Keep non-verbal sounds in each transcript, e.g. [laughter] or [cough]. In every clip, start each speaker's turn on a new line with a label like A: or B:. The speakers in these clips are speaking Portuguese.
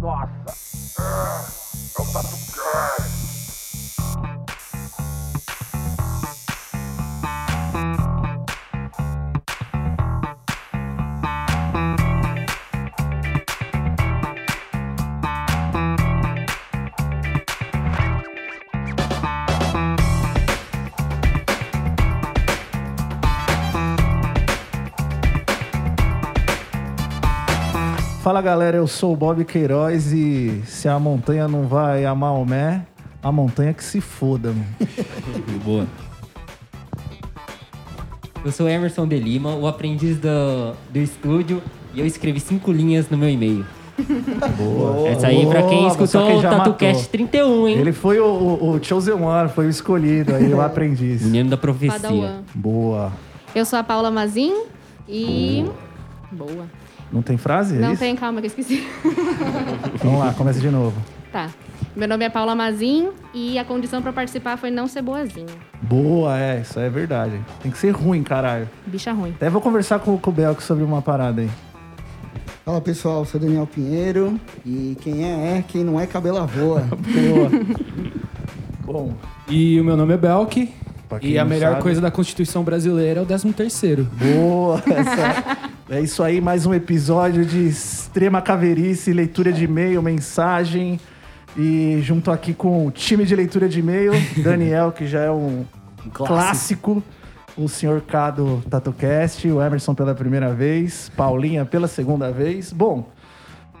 A: Nossa!
B: Fala galera, eu sou o Bob Queiroz e se a montanha não vai a Maomé, a montanha que se foda, mano.
C: Boa.
D: Eu sou Emerson de Lima, o aprendiz do, do estúdio, e eu escrevi cinco linhas no meu e-mail.
B: Boa.
D: Essa aí, pra quem
B: Boa, só
D: escutou
B: quem
D: o
B: já
D: TatuCast
B: matou.
D: 31, hein?
B: Ele foi o, o, o Chosen One, foi o escolhido
E: [laughs]
B: aí, o aprendiz.
D: Menino da profecia.
E: Padawan.
B: Boa.
E: Eu sou a Paula Mazin e. Boa.
B: Não tem frase? É
E: Não
B: isso?
E: tem, calma que eu esqueci. [laughs]
B: Vamos lá, começa de novo.
E: tá. Meu nome é Paula Mazin e a condição pra participar foi não ser boazinha.
B: Boa, é, isso é verdade. Tem que ser ruim, caralho.
E: Bicha ruim.
B: Até vou conversar com, com o Belk sobre uma parada aí.
F: Fala pessoal, eu sou Daniel Pinheiro e quem é é, quem não é cabela
B: [laughs]
F: voa.
B: Boa. Bom,
C: E o meu nome é Belk.
B: Pra quem
C: E a
B: não
C: melhor
B: sabe.
C: coisa da Constituição Brasileira é o 13 terceiro.
B: boa. essa- É isso aí, mais um episódio de extrema caverice, leitura de e-mail, mensagem. E junto aqui com o time de leitura de [laughs] e-mail, Daniel, que já é um clássico. O senhor K do TatuCast, o Emerson pela primeira vez, Paulinha pela segunda vez. Bom,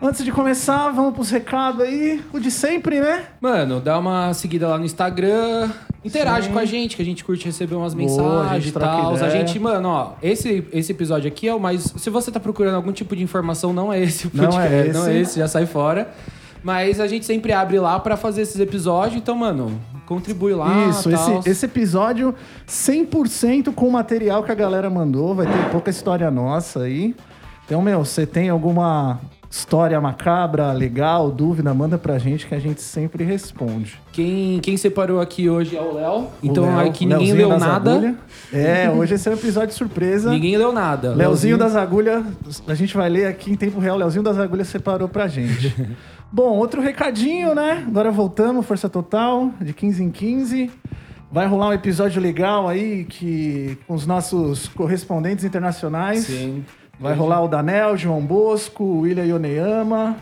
B: antes de começar, vamos pros recados aí. O de sempre, né?
C: Mano, dá uma seguida lá no Instagram. Interage com a gente, que a gente curte receber umas
B: Boa, a
C: mensagens
B: gente
C: e
B: troca
C: tal. A
B: ideia.
C: gente, mano, ó, esse, esse episódio aqui é o mais. Se você tá procurando algum tipo de informação, não é esse o
B: Não é
C: podcast,
B: esse.
C: não é esse, já sai fora. Mas a gente sempre abre lá pra fazer esses episódios, então, mano, contribui lá.
B: Isso,
C: tal.
B: esse, esse episódio 100% com o material que a galera mandou. Vai ter pouca história nossa aí. Então, meu, você tem alguma história macabra, legal, dúvida, manda pra gente que a gente sempre responde.
C: Quem, quem separou aqui hoje é o Léo.
B: O
C: Então
B: Léo-
C: aqui ninguém
B: Léozinho
C: leu
B: das
C: nada.
B: Agulha. É, hoje esse é um episódio de surpresa.
C: [laughs] Ninguém leu nada.
B: Leozinho das Agulhas, a gente vai ler aqui em tempo real. Leozinho das Agulhas separou pra gente. Bom, outro recadinho, né? Agora voltamos, Força Total, de 15 em 15. Vai rolar um episódio legal aí que com os nossos correspondentes internacionais.
C: Sim.
B: Vai rolar o Danel, João Bosco, William Yoneyama.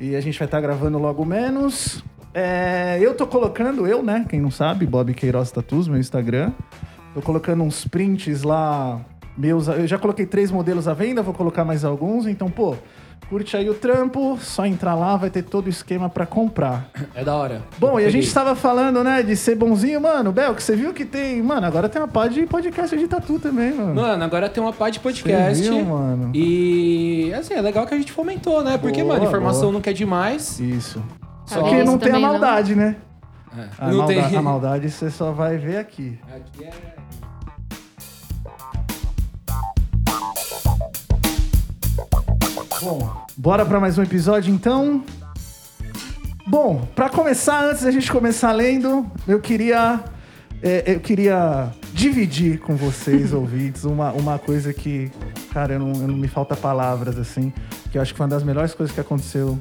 B: E a gente vai estar gravando logo menos. É, eu tô colocando, eu, né? Quem não sabe, Bob Queiroz Tatus, meu Instagram. Tô colocando uns prints lá. Meus, eu já coloquei três modelos à venda, vou colocar mais alguns. Então, pô, curte aí o trampo, só entrar lá, vai ter todo o esquema pra comprar.
C: É da hora.
B: Bom, e a gente
C: está
B: estava falando, né, de ser bonzinho, mano. Bel, que você viu que tem. Mano, agora tem uma pá de podcast de tatu também, mano.
C: Mano, agora tem uma parte de podcast.
B: Você viu, mano?
C: E assim, é legal que a gente fomentou, né? Porque,
B: Boa,
C: mano, informação
B: boa.
C: nunca é demais.
B: Isso.
C: Só
B: Porque
E: Tá Isso
B: não tem a
E: também não.
B: maldade, né?
C: É,
B: A,
C: não
B: malda-
C: tem.
B: a maldade você só vai ver aqui.
C: Aqui é-
B: Bom, bora pra mais um episódio então? Bom, pra começar, antes da gente começar lendo, eu queria. é, eu queria dividir com vocês, [laughs] ouvintes, uma, uma coisa que, cara, eu não, eu não me falta palavras, assim, que eu acho que foi uma das melhores coisas que aconteceu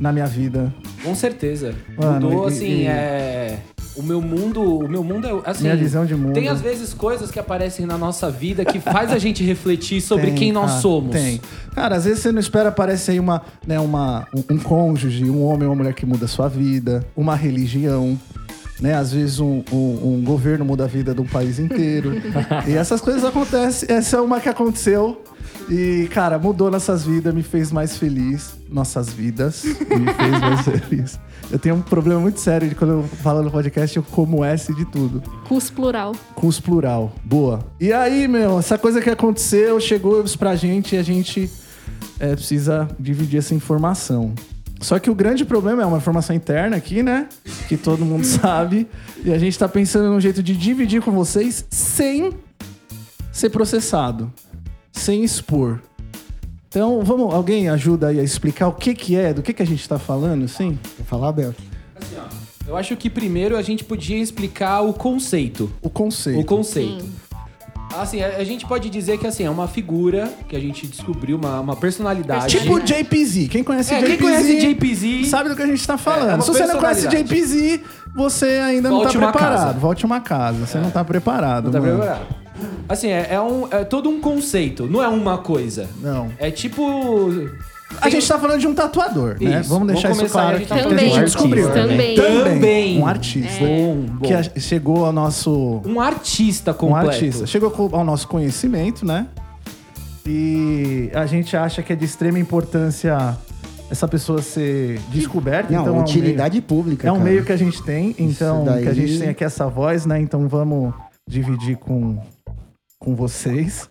B: na minha vida.
C: Com certeza.
B: Mano,
C: Mudou,
B: e-
C: assim,
B: e-
C: é. O meu mundo. O meu mundo é. Assim,
B: Minha visão de mundo.
C: Tem às vezes coisas que aparecem na nossa vida que faz a gente refletir sobre
B: Tem,
C: quem nós
B: cara,
C: somos.
B: Tem. Cara, às vezes você não espera, aparece aí uma, né, uma, um, um cônjuge, um homem ou uma mulher que muda a sua vida, uma religião. Né? Às vezes um, um- um governo muda a vida de um país
C: [laughs]
B: inteiro. e essas coisas acontecem. Essa é uma que aconteceu. E, cara, mudou nossas vidas, me fez mais feliz. Nossas vidas me fez mais [laughs] feliz. Eu tenho um problema muito sério de quando eu falo no podcast, eu como S de tudo.
E: Cus plural.
B: Cus plural. Boa. E aí, meu, essa coisa que aconteceu chegou pra gente e a gente é, precisa dividir essa informação. Só que o grande problema é uma informação interna aqui, né? Que todo mundo [laughs] sabe. E a gente tá pensando num jeito de dividir com vocês sem ser processado. Sem expor. Então, vamos, alguém ajuda aí a explicar o que que é, do que que a gente tá falando, sim?
F: Quer falar, Belk?
C: Eu acho que primeiro a gente podia explicar o conceito.
B: O conceito.
C: O conceito. Assim, a, a gente pode dizer que assim, é uma figura que a gente descobriu, uma, uma personalidade.
B: Tipo o JPZ. Quem conhece
C: É,
B: JPZ?
C: quem conhece JPZ?
B: Sabe do que a gente tá falando.
C: É uma
B: Se você não conhece
C: personalidade.
B: JPZ, você ainda
C: Volte
B: não
C: uma
B: tá preparado.
C: casa.
B: Volte uma casa. Você não tá preparado,
C: Não tá
B: mano.
C: preparado. Assim, é, é um, é todo um conceito, não é uma coisa.
B: Não.
C: É tipo.
B: A gente tá falando de um tatuador, né?
C: Isso.
B: Vamos deixar
C: Vamos
B: isso
C: começar aí,
B: claro.
C: a gente tá
B: porque
E: falando
B: a
E: de um
B: gente descobriu.
D: artista,
E: né? Também.
C: Também.
B: Um artista.
C: Bom, bom.
B: Que a- chegou ao nosso...
C: Um artista
B: Um
C: completo.
B: artista. Chegou co- ao nosso conhecimento, né? E a gente acha que é de extrema importância essa pessoa ser descoberta.
F: Não,
B: então é um meio-
F: utilidade pública.
B: É um
F: cara.
B: meio que a gente tem, então,
F: daí-
B: que a gente tem aqui essa voz, né? Então vamos dividir com, com vocês.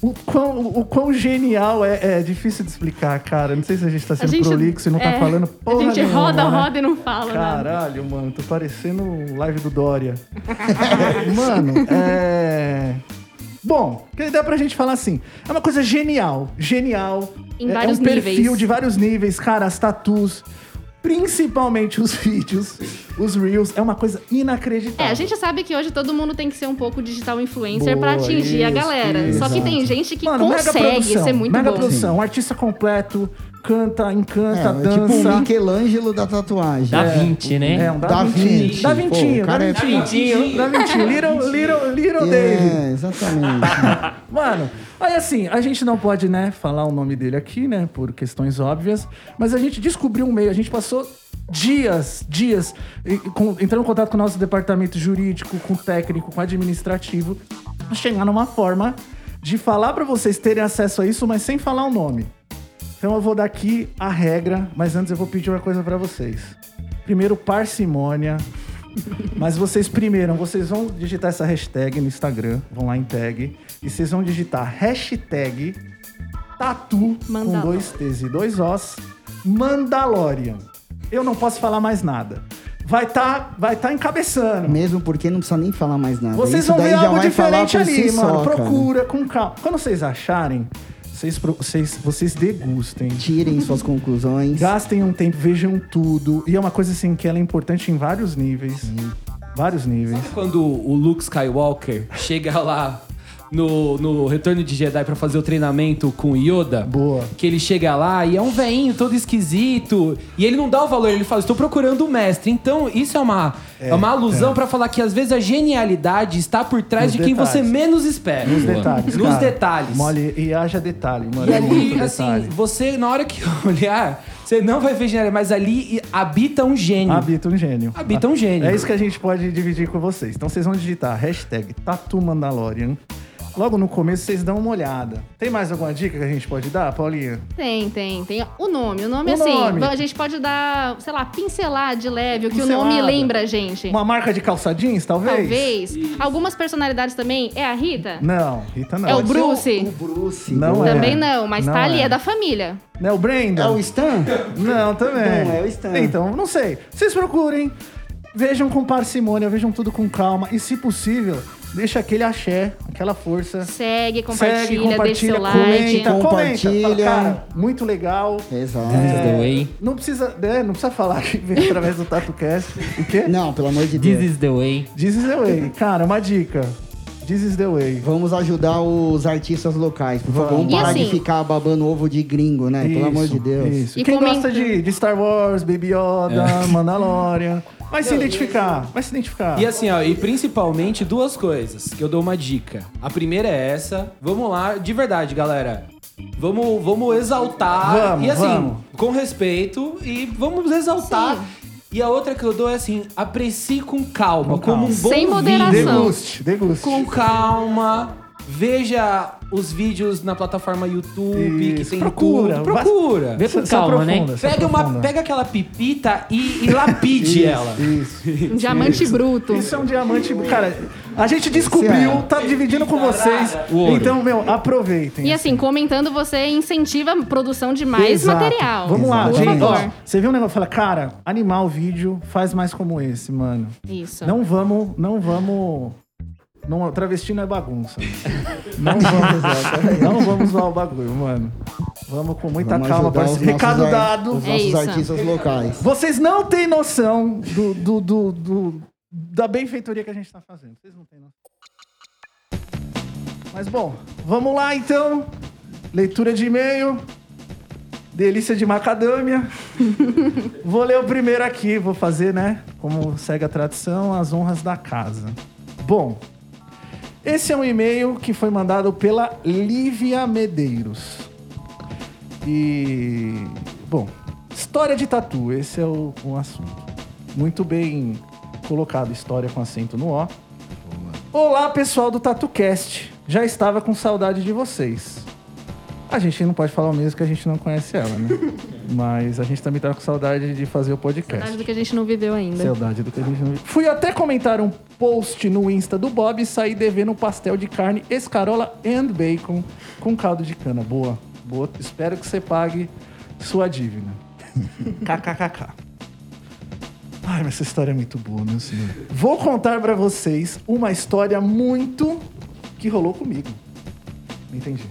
B: O quão, o quão genial é, é difícil de explicar, cara. Não sei se a gente tá sendo prolixo e não tá
E: é,
B: falando porra
E: [laughs] A gente
B: nenhuma,
E: roda,
B: né?
E: roda e não fala nada.
B: Caralho, mano, tô parecendo um live do Dória.
F: [laughs]
B: mano, é. Bom, que dá pra gente falar assim. É uma coisa genial. Genial.
E: Em
B: é,
E: vários
B: é um perfil
E: níveis.
B: de vários níveis, cara, as tatus. Principalmente os [laughs] vídeos, os reels, é uma coisa inacreditável.
E: É, a gente sabe que hoje todo mundo tem que ser um pouco digital influencer
B: Boa,
E: pra atingir a
B: isso,
E: galera. Só que
B: exato.
E: tem gente que
B: Mano, mega
E: consegue
B: produção,
E: ser muito
B: mega
E: boa.
B: produção, um artista completo, canta, encanta,
F: É, é tipo
B: dança.
F: o Michelangelo da tatuagem.
D: Dá 20, né?
B: É, um
F: Da
B: da Vinci.
F: Vinci.
B: Da
F: Pô,
B: Vintinho,
F: o
B: da
F: cara é-
B: Vintinho. Da Vintinho. Little, little,
F: [laughs]
B: little David. [laughs]
F: É, exatamente.
B: Mano, aí assim, a gente não pode, né, falar o nome dele aqui, né, por questões óbvias, mas a gente descobriu um meio, a gente passou dias, dias, e- e com- entrando em contato com o nosso departamento jurídico, com o técnico, com o administrativo, pra chegar numa forma de falar pra vocês terem acesso a isso, mas sem falar o nome. Então eu vou dar aqui a regra, mas antes eu vou pedir uma coisa pra vocês. Primeiro, parcimônia. [laughs] Mas vocês primeiro, vocês vão digitar essa hashtag no Instagram, vão lá em tag, e vocês vão digitar hashtag tatu com
E: Mandalorian.
B: dois T's e dois O's, Mandalorian. Eu não posso falar mais nada. Vai tá, vai tá encabeçando.
F: Mesmo porque não precisa nem falar mais nada.
B: Vocês
F: Isso
B: vão
F: daí
B: ver
F: já
B: algo
F: vai falar
B: diferente
F: por
B: ali,
F: si
B: mano.
F: só, cara.
B: Procura com calma. Quando vocês acharem, vocês, pro- vocês, vocês degustem.
F: Tirem suas conclusões.
B: Gastem um tempo, vejam tudo. E é uma coisa assim que ela é importante em vários níveis. Vários níveis.
C: Quando o Luke Skywalker chega lá no, no Retorno de Jedi pra fazer o treinamento com Yoda.
B: Boa.
C: Que ele chega lá e é um veinho todo esquisito. E ele não dá o valor, ele fala, estou procurando o mestre. Então, isso é uma, é, uma alusão pra falar que às vezes a genialidade está por trás
B: Nos
C: de quem
B: detalhes.
C: você menos espera.
B: Nos detalhes.
C: Nos
B: cara.
C: detalhes.
B: Mole, e haja detalhe, mano.
C: E
B: é
C: ali,
B: muito
C: assim,
B: detalhe.
C: você, na hora que [laughs] olhar, você não vai ver genialidade, mas ali e- habita um gênio.
B: Habita um gênio.
C: Habita um gênio.
B: É isso que a gente pode dividir com vocês. Então vocês vão digitar hashtag Tatu Mandalorian. Logo no começo vocês dão uma olhada. Tem mais alguma dica que a gente pode dar, Paulinha?
E: Tem, tem, tem. O nome, o nome
B: O
E: assim,
B: nome.
E: a gente pode dar, sei lá, pincelar de leve, o que o
B: Pincelada.
E: nome lembra a gente.
B: Uma marca de calça jeans, talvez?
E: Talvez. Algumas personalidades também. É a Rita?
B: Não, Rita não.
E: É o
F: Pode ser
E: Bruce.
F: O, o Bruce.
B: Não é.
E: Também não, mas
B: Não
E: tá ali,
B: é.
E: é. da família.
B: Não é o Brandon?
F: É o Stan?
B: Não, também.
F: Não, é o Stan.
B: Então, não sei. Vocês procurem, vejam com parcimônia, vejam tudo com calma e, se possível, deixa aquele axé, aquela força.
E: Segue, compartilha,
B: Segue,
E: deixa seu
B: compartilha,
E: like.
B: comenta, comenta.
F: Compartilha.
B: Fala, cara, muito legal.
F: Exato.
B: É.
D: the way.
B: Não precisa, né, não precisa falar que vem através do TatuCast. O quê?
F: Não, pelo amor
B: É.
F: de
D: This
F: Deus.
D: is the way.
B: This is the way. Cara, uma dica. This is the way.
F: Vamos ajudar os artistas locais, por favor. Vamos
E: E
F: parar de
E: assim-
F: ficar babando ovo de gringo, né?
B: Isso,
F: Pelo amor de Deus.
B: Isso.
E: E
B: Quem
E: comenta.
B: gosta de, de Star Wars, Baby Yoda, Mandalorian, vai se identificar. Vai se identificar.
C: E assim, ó, e principalmente duas coisas que eu dou uma dica. A primeira é essa. Vamos lá, de verdade, galera. Vamos, vamos exaltar.
B: Vamos,
C: e assim,
B: vamos.
C: com respeito e vamos exaltar. E a outra que eu dou é assim, aprecie com calma,
B: Com calma.
C: como um bom
E: Sem
C: vinho.
E: moderação.
B: Deguste, deguste.
C: Com calma. Veja os vídeos na plataforma YouTube que
B: Isso,
C: tem
B: procura,
C: tudo.
B: vai-
C: Procura.
D: Vê com calma, né?
B: aprofunda, se
C: Pega, uma,
B: aprofunda.
C: pega aquela pipita e, e lapide ela.
B: Isso.
E: Um diamante bruto.
B: Isso é um diamante. Cara, a gente descobriu,
F: Esse é.
B: tá dividindo com vocês.
C: O ouro.
B: Então, meu, aproveitem.
E: E assim, comentando, você incentiva a produção de mais
B: Exato.
E: material.
B: Vamos lá,
E: Por
B: gente.
E: favor.
B: Ó, você viu um negócio? Fala, cara, animar o vídeo, faz mais como esse, mano.
E: Isso.
B: Não vamos, não vamos. Não, travesti não é bagunça. Não vamos, não vamos zoar o bagulho, mano. Vamos com muita
F: Vamos
B: calma,
F: ajudar os
B: parceiro.
F: nossos
B: Recado
F: ar-
B: dado.
F: Os
E: É
F: nossos
E: isso.
F: artistas locais.
B: Vocês não têm noção do, do, do, do- da benfeitoria que a gente tá fazendo. Vocês não têm noção. Mas bom, vamos lá então. Leitura de e-mail. Delícia de macadâmia. vou ler o primeiro aqui, vou fazer, né? Como segue a tradição, as honras da casa. Bom, esse é um e-mail que foi mandado pela Lívia Medeiros. E. Bom, história de tatu, esse é o, o assunto. Muito bem colocado, história com acento no O. Olá, pessoal do TatuCast. Já estava com saudade de vocês. A gente não pode falar o mesmo que a gente não conhece ela, né? Mas a gente também estava com saudade de fazer o podcast.
E: Acho é que a gente não viveu ainda.
B: Saudade do que a gente não viu. Fui até comentar um post no Insta do Bob e saí devendo um pastel de carne, escarola and bacon com caldo de cana. Boa, boa. Espero que você pague sua
E: [laughs]
B: dívida. KKKK. Ai, mas essa história é muito boa, meu senhor. Vou contar pra vocês uma história muito que rolou comigo. Entendi.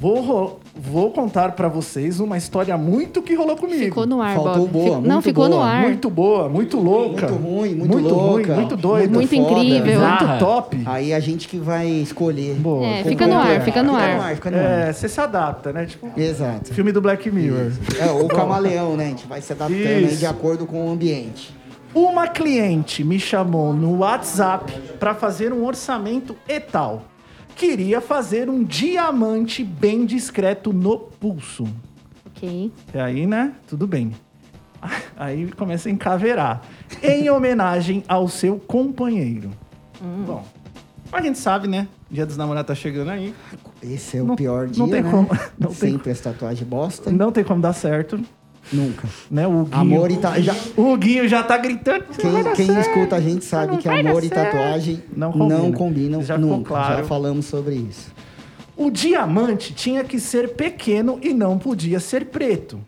B: Vou, ro- vou contar pra vocês uma história muito que rolou comigo.
E: Ficou no ar,
F: Faltou
E: Bob.
F: boa,
E: Não,
F: muito
E: ficou no
F: boa,
E: ar.
B: Muito boa, muito louca.
F: Muito ruim, muito, louca.
B: ruim, muito doida.
E: Muito incrível.
B: Muito
D: Zarra.
B: top.
F: Aí a gente que vai escolher.
B: Boa.
E: É,
B: Como
E: fica no ar, fica no
F: Fica no
E: ar.
F: ar, fica no ar.
B: É, você se adapta, né? Tipo,
F: Exato.
B: filme do Black Mirror.
F: É, o camaleão, né? A gente vai se adaptando aí
B: Isso.
F: de acordo com o ambiente.
B: Uma cliente me chamou no WhatsApp para fazer um orçamento e tal. Queria fazer um diamante bem discreto no pulso.
E: Ok.
B: E aí, né? Tudo bem. [laughs] Aí começa a encaveirar. Em homenagem ao seu companheiro.
E: Hum.
B: Bom, a gente sabe, né? Dia dos namorados tá chegando aí.
F: Esse é o
B: Não-
F: pior dia,
B: não tem
F: né?
B: como, [laughs] não tem
F: Sempre as tatuagens bosta.
B: Não tem como dar certo,
F: Nunca.
B: né? O Guinho,
F: Amor e ta... já-
B: o Guinho já tá gritando. "Vai
F: Quem,
B: dar
F: quem
B: certo".
F: escuta a gente sabe que amor e tatuagem
B: Não
F: não
B: combina.
F: combinam,
B: Já ficou
F: nunca.
B: claro.
F: Já falamos sobre isso.
B: O diamante tinha que ser pequeno e não podia ser preto.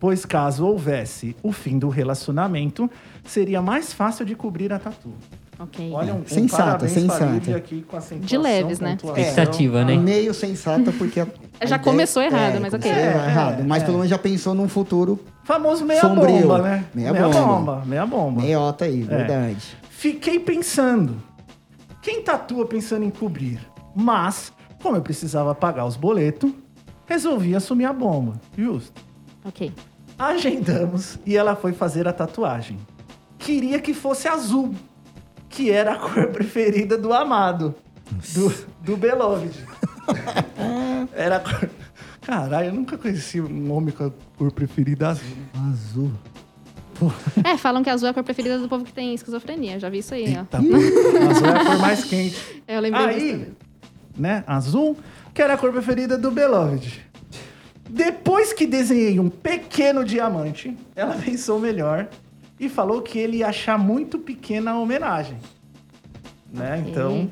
B: Pois caso houvesse o fim do relacionamento, seria mais fácil de cobrir a tatu.
E: Ok.
B: Olha um, um
F: Sensata,
B: parabéns
F: sensata.
B: pra Lívia aqui com acentuação,
E: De leves, né?
B: pontuação. é
D: Expectativa, né?
F: Meio sensata,
E: [laughs]
F: porque... a- a
E: Já começou errado, mas
F: começou
E: ok.
B: É,
F: errado, mas
B: é.
F: pelo menos já pensou num futuro
B: Famoso meia
F: Sombrio.
B: bomba, né?
F: Meia
B: bomba.
F: bomba.
B: meia bomba.
F: meiota
B: É.
F: aí, verdade.
B: Fiquei pensando. Quem tatua pensando em cobrir? Mas, como eu precisava pagar os boletos, resolvi assumir a bomba. Justo.
E: Ok.
B: Agendamos e ela foi fazer a tatuagem. Queria que fosse azul, que era a cor [laughs] preferida do amado, do, do Beloved. Era a cor. Caralho, eu nunca conheci um homem com a cor preferida azul.
F: Azul.
E: É, falam que azul é a cor preferida do povo que tem esquizofrenia. Já vi isso aí, ó.
B: Eita, pô, azul é a cor mais quente.
E: É, Eu lembrei disso também.
B: Aí, né, azul, que era a cor preferida do Beloved. Depois que desenhei um pequeno diamante, ela [laughs] pensou melhor e falou que ele ia achar muito pequena a homenagem. Né, então,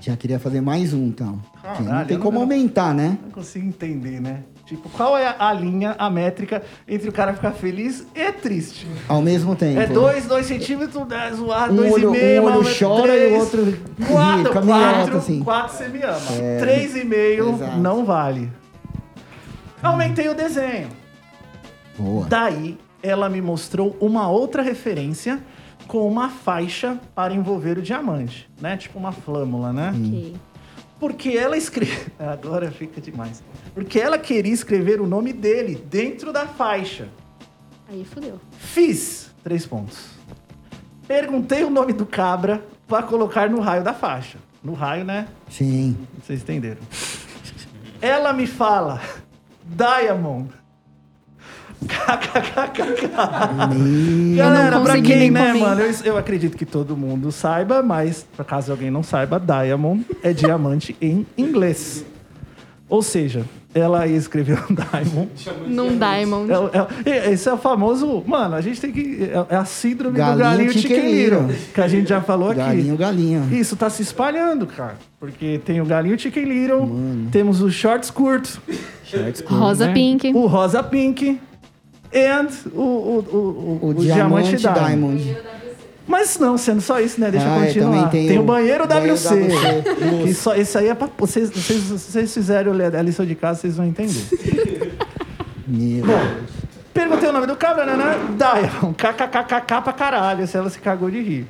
F: Já queria fazer mais um, então.
B: Caralho,
F: não tem
B: eu
F: como
B: não-
F: aumentar, né?
B: não consigo entender, né? Tipo, qual é a linha, a métrica entre o cara ficar feliz e triste?
F: Ao mesmo tempo.
B: É dois, dois centímetros, dá- zoar,
F: Uhum. Um
B: dois
F: olho-
B: e meio,
F: um
B: mais
F: olho
B: ou menos
F: chora e
B: três.
F: o outro ri,
B: quatro,
F: caminha alto,
B: quatro,
F: assim. É.
B: quatro você me ama. Três e meio
F: Exato.
B: não vale. Aumentei o desenho.
F: Boa.
B: Daí, ela me mostrou uma outra referência com uma faixa para envolver o diamante, né? Tipo uma flâmula, né?
E: Ok.
B: Porque ela escreveu. [laughs] Agora fica demais. Porque ela queria escrever o nome dele dentro da faixa.
E: Aí fodeu.
B: Fiz. Três pontos. Perguntei o nome do cabra pra colocar no raio da faixa. No raio, né?
F: Sim.
B: Vocês entenderam. Ela me fala. Diamond. KKKKK. Galera,
E: não
B: pra
E: consegui
B: quem,
E: nem
B: né,
E: comentar.
B: mano? Eu, eu acredito que todo mundo saiba, mas pra caso alguém não saiba, Diamond é diamante em inglês. Ou seja, ela escreveu [laughs] Diamond.
E: Num diamond.
B: É o- é o- e- esse é o famoso. Mano, a gente tem que. É é a síndrome do
F: Galinho
B: galinho
F: chicken
B: chiqueniro.
F: little.
B: Que a gente já falou aqui.
F: Galinho, galinho.
B: Isso tá se espalhando, cara. Porque tem o galinho chicken little, temos o shorts curto,
E: Rosa
B: né?
E: pink.
B: o rosa pink and o, o, o, o-
F: O,
B: o diamante
F: diamante,
B: diamond.
F: diamond.
B: Mas não, sendo só isso, né? Deixa
F: Ah,
B: eu
F: é,
B: continuar.
F: também tem
B: o
F: o
B: banheiro
F: banheiro
B: WC.
F: WC.
B: Que só, esse aí é pra. Vocês, vocês, vocês fizeram a lição de casa, vocês vão entender.
F: Meu.
B: Perguntei o nome do cabra, né? [laughs] né? Diamond. KKKKK pra caralho. Se ela se cagou de rir.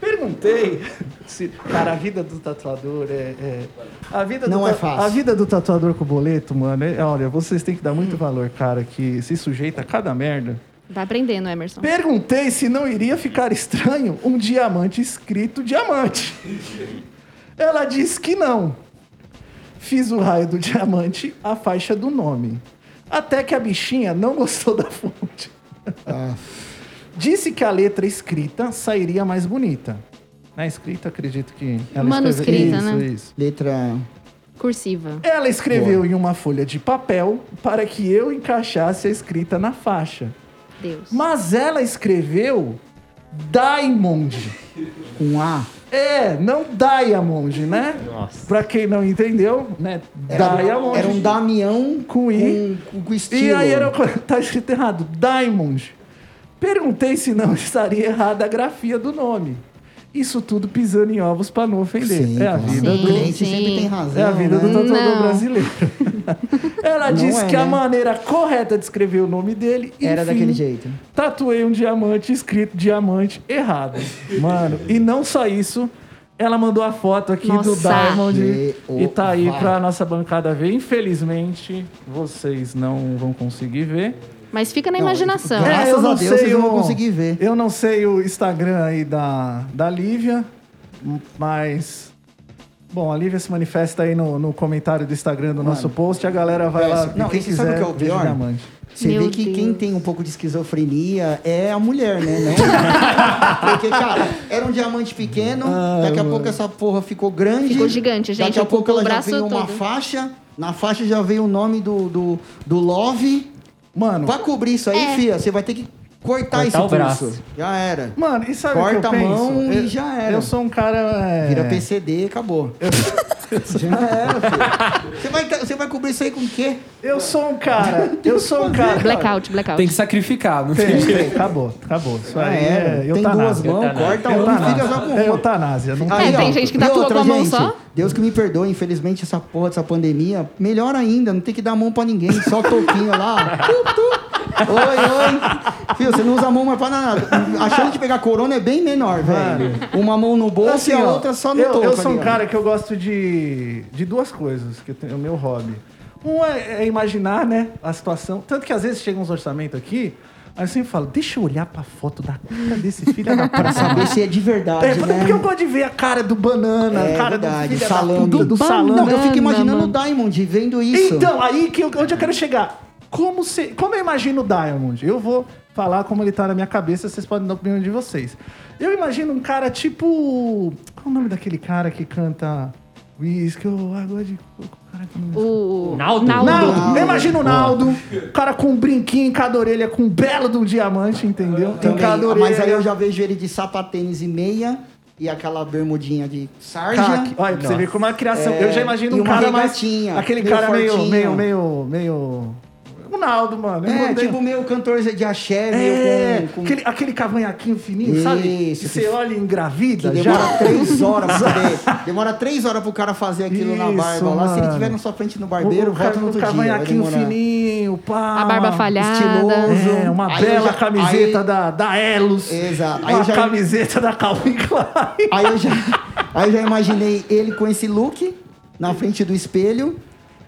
B: Perguntei se- Cara, a vida do tatuador é. é- A vida
F: Não
B: do
F: é
B: ta-
F: fácil.
B: A vida do tatuador com boleto, mano, é- olha, vocês têm que dar muito valor, cara, que se sujeita a cada merda.
E: Vai aprendendo, Emerson.
B: Perguntei se não iria ficar estranho um diamante escrito diamante. Ela disse que não. Fiz o raio do diamante, a faixa do nome. Até que a bichinha não gostou da fonte.
F: Ah,
B: Disse que a letra escrita sairia mais bonita. Na escrita, acredito que. Ela
E: Manuscrita,
B: escreveu...
E: né?
B: Isso, isso.
F: letra.
E: Cursiva.
B: Ela escreveu em uma folha de papel para que eu encaixasse a escrita na faixa.
E: Deus.
B: Mas ela escreveu Diamond.
F: Com A.
B: É, não Diamond, né?
D: Nossa.
B: Pra quem não entendeu, né?
F: Era,
B: Diamond.
F: era um Damião
B: Com I.
F: Com, com estilo.
B: E aí era, o- [laughs] tá escrito errado, Diamond. Perguntei se não [laughs] estaria errada a grafia do nome. Isso tudo pisando em ovos pra não ofender.
F: Sim,
B: é a
F: claro.
B: vida
E: Sim.
F: O
B: do
F: cliente sempre
E: sim.
F: tem razão.
B: É a vida do
F: né?
B: tatuador
E: Não.
F: [laughs]
B: brasileiro. Ela
F: Não
B: disse
F: é,
B: que a
F: né?
B: maneira correta de escrever o nome dele
F: Era
B: enfim,
F: daquele jeito.
B: Tatuei um diamante escrito diamante errado. Mano, e não só isso, ela mandou a foto aqui do
E: Nossa.
B: Diamond
F: Que
B: e tá aí
F: ovário.
B: pra nossa bancada ver. Infelizmente, vocês não vão conseguir ver.
E: Mas fica na
F: Não,
E: imaginação.
F: gra-
B: É, eu
F: a
B: não
F: Deus,
B: sei
F: vocês não vão
B: o-
F: conseguir ver.
B: Eu não sei o Instagram aí da, da Lívia, m- mas. Bom, a Lívia se manifesta aí no, no comentário do Instagram do nosso post. A galera vai lá.
F: Não,
B: quem
F: e você sabe
B: quiser,
F: o que é o
B: veja
F: pior?
B: diamante.
F: Você
E: Meu
F: vê que
E: Deus.
F: quem tem um pouco de esquizofrenia é a mulher, né?
E: [laughs]
F: Não- Porque, cara, era um diamante pequeno, daqui a pouco essa porra ficou grande.
E: Ah, Ficou gigante, gente,
F: Daqui a pouco
E: ocupou
F: ela
E: o
F: já
E: braço
F: veio uma
E: todo.
F: faixa, na faixa já veio o nome do, do, do Love.
B: Mano,
F: Pra cobrir isso aí,
E: É.
F: fia, você vai ter que cortar,
D: Cortar
F: esse
D: o braço.
F: pulso. Já era.
B: mano, e sabe o que eu
F: Corta a
B: penso?
F: mão e
B: Eu-
F: já era.
B: Eu sou um cara. é,
F: Vira PCD,
B: [laughs]
F: acabou. Já era, filho. Você vai, você vai cobrir isso aí com o quê?
B: Eu sou um
F: [laughs]
B: cara. Eu sou um cara.
E: Blackout, blackout.
C: Tem que sacrificar, não tem
B: Tem,
C: jeito.
B: tem, acabou, acabou. Isso aí
F: Já era.
B: é
F: tem duas
B: eutanásia.
F: mãos,
D: Eutanásia.
F: corta uma e fica
B: Eutanásia.
F: já com
B: É
F: uma. Ah,
B: eutanásia. Não
E: É,
F: Aí,
E: tem
F: ó,
E: gente que
F: e
E: tatua com a mão
F: gente,
E: só.
F: Deus que me perdoe, infelizmente essa porra dessa pandemia, melhor ainda, não tem que dar a mão pra ninguém, só o toquinho lá. ó. Tu, tu. Oi, oi. Filho, você não usa a mão mais pra nada. A chance de pegar corona é bem menor, velho. Uma mão no bolso e Assim, a
B: Assim, ó,
F: outra é só no
B: eu,
F: topo.
B: Eu sou
F: ali,
B: um
F: ó.
B: cara que eu gosto de, de duas coisas, que eu tenho- é o meu hobby. Um é, é imaginar, né, a situação. Tanto que às vezes chega uns orçamentos aqui, aí eu sempre falo, deixa eu olhar pra foto da cara desse filho da
F: Pra
B: praça.
F: saber se é de verdade,
B: É,
F: né?
B: porque eu gosto de ver a cara do banana,
F: É
B: a cara do
F: verdade,
B: filho
F: salame.
B: da, do, do
E: Ban-
B: salame.
F: Não, eu fico
E: Banana,
F: imaginando
E: mano.
F: o Diamond vendo isso.
B: Então, aí que eu- onde eu quero chegar. Como, se, como eu imagino o Diamond? Eu vou falar como ele tá na minha cabeça, vocês podem dar a opinião de vocês. Eu imagino um cara tipo. Qual o nome daquele cara que canta Whisky ou água de coco? Caraca, não lembro.
E: O
D: Naldo?
B: Naldo.
F: Naldo.
B: Eu imagino o Naldo, o cara com um brinquinho em cada orelha, com um belo de um diamante, entendeu? Em
F: Também, Ah,
B: cada orelha.
F: mas aí eu já vejo ele de sapatênis e meia e aquela bermudinha de sarja.
B: Caque. Olha, pra você ver como é a criação.
F: É,
B: eu já imagino
F: e
B: um
F: uma
B: cara mais.
F: regatinha,
B: Aquele
F: meio
B: cara meio,
F: fortinho.
B: meio, meio, meio. O Naldo, mano. Eu
F: É,
B: odeio-
F: tipo meio cantor de axé,
B: É,
F: meio com... com...
B: Aquele, aquele cavanhaquinho fininho, sabe? Que
F: Isso,
B: você
F: que-
B: olha e engravida
F: Que
B: [laughs]
F: demora
B: já.
F: três horas pra poder. Demora três horas pro cara fazer aquilo na
B: Isso,
F: barba. Lá, se ele
B: mano.
F: tiver na sua frente no
B: O-
F: barbeiro,
B: o
F: volta
B: ca-
F: no outro
B: o
F: dia. vai
B: cavanhaquinho
F: demorar.
B: fininho, pá.
E: A barba
B: uma-
E: falhada.
F: estiloso.
B: É, uma
F: Aí eu
B: bela
F: já-
B: camiseta
F: aí-
B: da, da Elos.
F: Exato. Aí
B: Uma
F: eu já-
B: camiseta da Calvin Klein.
F: Aí eu já, [laughs] aí eu já imaginei ele com esse look na frente do espelho,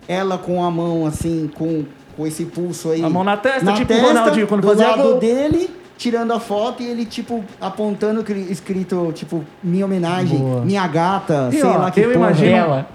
F: ela com a mão assim, com, com esse pulso aí.
B: A mão na testa, tipo o Ronaldinho quando
F: do
B: fazia
F: lado
B: gol.
F: dele, tirando a foto e ele tipo apontando cri- escrito tipo minha homenagem,
B: Boa.
F: minha gata,
B: E,
F: sei
B: ó,
F: lá que
B: eu
F: porra.
B: imagino-
D: Ela.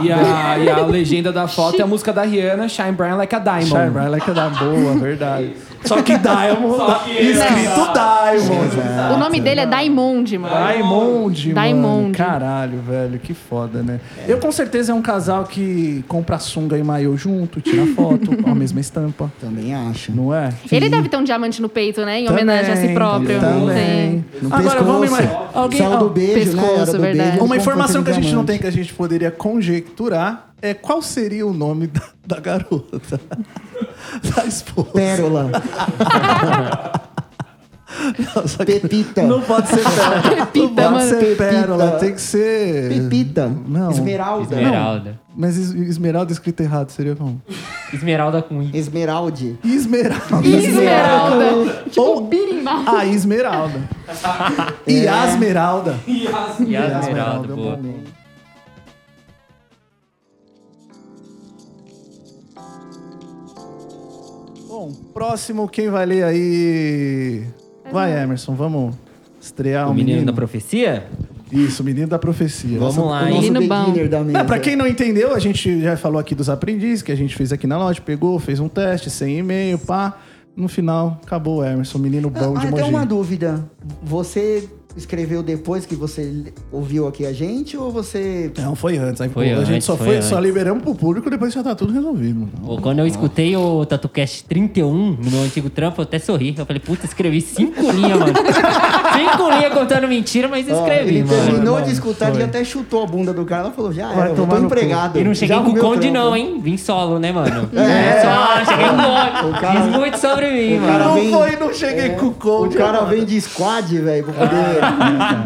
C: E [laughs] a, e a legenda da foto é a música da Rihanna, Shine Brian Like a Diamond.
B: Charmar, ela é que dá boa, verdade. Só que Diamond,
C: Só que-
B: escrito Diamond.
E: O nome dele é Daimond, mano.
B: Daimond, mano.
E: Diamond.
B: Caralho, velho, que foda, né? Eu com certeza é um casal que compra sunga e maiô junto, tira foto, [laughs] com a mesma estampa,
F: Também acho.
B: não é?
E: Ele deve ter um diamante no peito, né? Em homenagem a si
B: Também,
E: próprio.
B: Também.
E: Tem.
F: No
B: Agora
F: pescoço.
B: vamos ima- alguém-
F: Saiu do
B: ó,
F: beijo, né? Era
E: pescoço,
F: do
E: verdade.
F: beijo.
E: Ele
B: Uma informação que a gente não
F: diamante.
B: tem, que a gente poderia conjecturar, é qual seria o nome da, da [laughs]
F: [laughs]
B: garota, da esposa.
F: Pérola.
B: Nossa,
F: Pepita.
B: Não pode ser pérola. não
E: [laughs] Pepita,
B: pode
E: mano.
B: ser
F: Pepita.
B: pérola, tem que ser.
F: Pepita.
B: Não.
F: Esmeralda.
D: Esmeralda.
B: Mas es- esmeralda escrita errado seria como?
D: Esmeralda com I.
F: Esmeralde.
B: Esmeralda. Tá
E: Esmeralda. Tipo,
B: Ou
E: birimbau.
B: a esmeralda. E
F: É.
B: a esmeralda.
D: E a Esmeralda,
B: é um
D: boa.
B: bom nome. Bom, próximo quem vai ler aí?
F: É
B: Vai, Emerson, vamos estrear
D: O
B: o
D: menino da profecia?
B: Isso, o menino da profecia.
D: Vamos
B: Essa-
D: lá,
F: O
D: hein?
F: nosso
E: Menino
F: beginner da mesa.
B: É, pra quem não entendeu, a gente já falou aqui dos aprendizes que a gente fez aqui na loja, pegou, fez um teste, sem e-mail, pá. No final, acabou o Emerson, menino
F: Ah,
B: bom de
F: ah, tem
B: Mogi.
F: uma dúvida. Você escreveu depois que você le- ouviu aqui a gente ou você...
B: Não, foi antes. Aí,
D: Foi
B: a gente
D: antes,
B: só
D: foi
B: foi, só
D: antes.
B: liberamos pro público, depois já tá tudo resolvido, mano.
D: Pô, Quando eu escutei o TatuCast 31 no meu antigo trampo, eu até sorri. Eu falei, puta, escrevi cinco linhas,
F: [laughs]
D: mano. cinco linhas contando mentira, mas
F: Ó,
D: escrevi,
F: ele
D: mano.
F: terminou
B: mano,
F: de escutar,
B: foi.
F: ele até chutou a bunda do cara. Ela falou, já
B: Vai
F: era, eu
B: tomar
F: tô
B: no cu.
F: empregado.
D: E não cheguei
F: Já
D: com
F: arrumei o
D: conde,
F: trampo.
D: não, hein? Vim solo, né,
F: [laughs]
D: mano? É, só, cheguei com conde.
F: cara-
D: Diz muito sobre mim,
F: cara-
D: mano.
B: Não
F: vem- É.
B: foi, não cheguei com o
F: O
B: coach.
F: cara vem de squad, velho,
B: [laughs]
F: pra poder,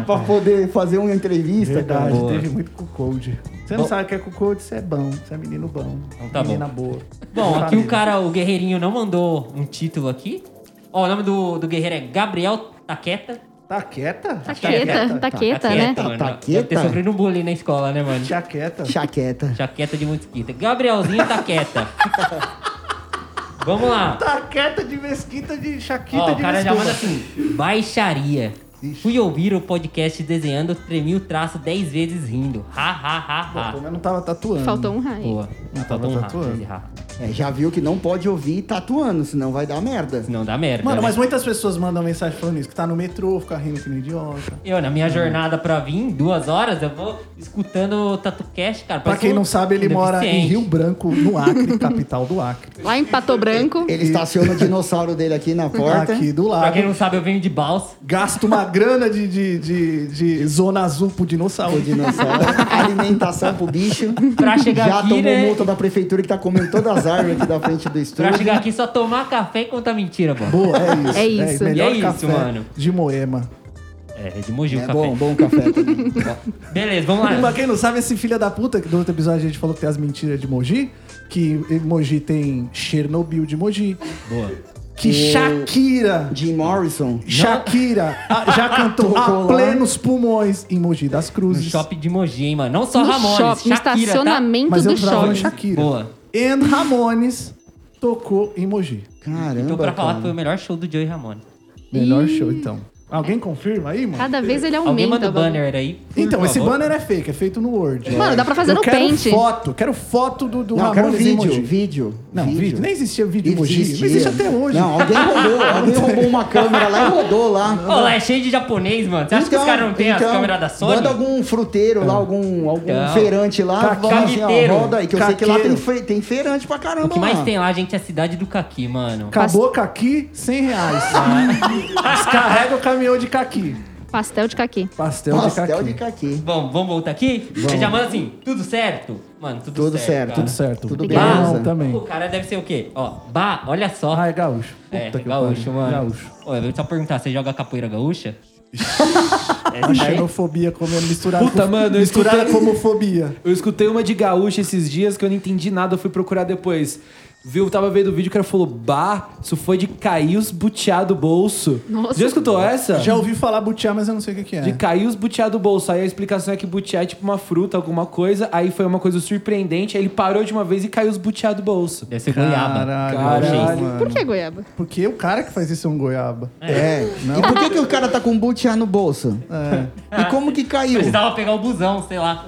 F: pra poder fazer uma entrevista.
B: Verdade,
D: Boa.
B: teve muito com o cold. Você não sabe o que é com o cold, você é bom, você é menino bom.
D: tá
B: menina boa. Tá
D: Bom, aqui
B: Família.
D: o cara, o guerreirinho, não mandou um título aqui. Ó, o nome do, do guerreiro é Gabriel Taqueta.
B: Tá quieta? [laughs] tá
E: Taqueta, taqueta, né?
D: mano.
F: Taqueta?
D: Deve ter sofrido um bullying na escola, né, mano?
B: Tá quieta.
F: Chaqueta.
D: Jaqueta de mosquita. Gabrielzinho
F: [laughs]
D: Taqueta. Vamos lá.
B: Taqueta de mesquita de chaquita
D: Ó, o
B: de
D: cara já
B: mesquita.
D: manda assim, baixaria. Fui ouvir o podcast desenhando, tremi o traço 10 vezes rindo. Ha, ha, ha,
B: Pelo
D: ha.
B: menos não tava tatuando.
E: Faltou um raio.
D: Boa.
B: Não tava
D: Faltou um ha,
B: tatuando.
D: esse ha.
F: É, já viu que não pode ouvir tatuando, senão vai dar merda.
D: Senão dá merda,
B: Mano,
D: né?
B: mas muitas pessoas mandam mensagem falando isso, que tá no metrô, fica rindo que nem idiota.
D: Eu, na minha jornada pra vir, duas horas, eu vou escutando o TatuCast, cara.
B: Pra
D: parece
B: quem
D: um-
B: não sabe, ele
D: um
B: mora em
D: deficiente.
B: Rio Branco, no
D: [laughs]
B: Acre, capital do Acre.
E: Lá em Pato Branco.
F: Ele estaciona o dinossauro dele aqui na porta.
B: Aqui do
D: Pra
B: lado.
D: quem não sabe, eu venho de Balsa.
B: Gasta uma grana de, de, de, de zona azul pro dinossauro.
F: O
B: [laughs]
F: dinossauro. Alimentação pro bicho.
D: Pra chegar
F: Já
D: aqui,
F: tomou
D: né?
F: multa da prefeitura que tá comendo todas as árvores aqui da frente do
D: Pra
F: estúdio.
D: chegar aqui só tomar café e contar mentira, pô.
B: Boa, é isso.
E: É isso.
B: melhor
D: E é isso,
B: café
D: mano.
B: de Moema.
D: É, é de Mogi o
F: É
D: café.
F: bom, bom café também.
D: Beleza, vamos
B: E
D: lá.
B: pra quem não sabe, esse filho da puta, que no outro episódio a gente falou que tem as mentiras de Mogi, que Mogi tem Chernobyl de Mogi,
D: Boa.
B: que Shakira...
F: Jim Morrison.
B: Shakira a-
E: [laughs]
B: já cantou
F: Tocou
B: a
F: lá.
B: plenos pulmões em Mogi das
D: No
B: Cruzes.
D: shopping de Mogi, hein, mano. Não só
E: no
D: Ramones,
E: shopping, no
D: Shakira, tá?
E: estacionamento
B: Mas eu
E: do
B: tava falando
E: shopping.
B: Shakira.
D: Boa.
B: And Ramones tocou em Mogi.
F: Caramba.
D: Então, pra falar
F: cara.
D: que foi o melhor show do Joey Ramone.
B: Melhor show, então. Alguém confirma aí, mano?
E: Cada um. vez ele aumenta.
D: Alguém manda o
E: bagulho.
D: banner aí. por
B: Então, esse
D: favor.
B: banner é fake, é feito no Word.
E: Mano, dá pra fazer
B: eu
E: no
B: quero
E: Paint.
B: foto, quero foto do, do
F: Não, eu
B: Ramones
F: quero
B: em
F: vídeo,
B: Mogi.
F: vídeo.
B: Não, vídeo. Nem existia vídeo em Mogi. Não existe até hoje.
F: Não, alguém
B: [laughs]
F: roubou. alguém roubou uma câmera lá e rodou lá.
D: Ó, lá é cheio de japonês, mano. Você acha que os caras não têm as
F: então,
D: câmeras da Sony?
F: Manda algum fruteiro
B: É.
F: lá, algum, algum
D: Então.
F: feirante lá.
D: Caqui-
F: fala assim, ó,
D: Caqueiro.
F: roda aí, que eu sei que lá tem,
B: Caqueiro.
F: fe- tem feirante pra caramba
D: O que mais
F: lá.
D: tem lá, gente, é a cidade do Caqui, mano.
B: Acabou caqui, 100
F: [laughs]
B: reais. Descarrega o caminhão de caqui.
E: Pastel de caqui.
B: Pastel, um de
F: Pastel
B: caqui.
F: de caqui.
D: Vamos, vamos voltar aqui? Você já manda assim, tudo certo? Mano, tudo,
F: Tudo
D: certo.
F: certo.
D: cara.
B: Tudo certo.
F: Tudo
B: Barão
F: beleza.
B: também.
D: O cara deve ser o quê? Ó, bah, olha só.
B: Ah, é gaúcho. Puta
D: é,
B: que
D: gaúcho,
B: pariu.
D: mano.
B: Gaúcho.
D: Ó, eu vou só perguntar, você joga capoeira gaúcha?
B: A xenofobia comendo misturada
C: Puta,
B: com,
C: mano, eu
B: misturada
C: escutei-
B: com homofobia.
C: Eu escutei uma de gaúcha esses dias que eu não entendi nada, eu fui procurar depois. Viu, tava vendo o vídeo, o cara falou, bah, isso foi de cair os butiá do bolso.
E: Nossa.
C: Já escutou
F: Tá.
C: essa?
B: Já ouvi falar butiá, mas eu não sei o que, que é.
C: De cair os butiá do bolso. Aí a explicação é que butiá é tipo uma fruta, alguma coisa. Aí foi uma coisa surpreendente, aí ele parou de uma vez e caiu os butiá do bolso.
D: Deve ser goiaba.
C: Caralho.
B: mano.
E: Por que goiaba?
B: Porque o cara que faz isso é um goiaba.
F: É. E por que, que o cara tá com um butiá no bolso?
D: É.
F: E como que caiu?
D: Precisava pegar o busão, sei lá.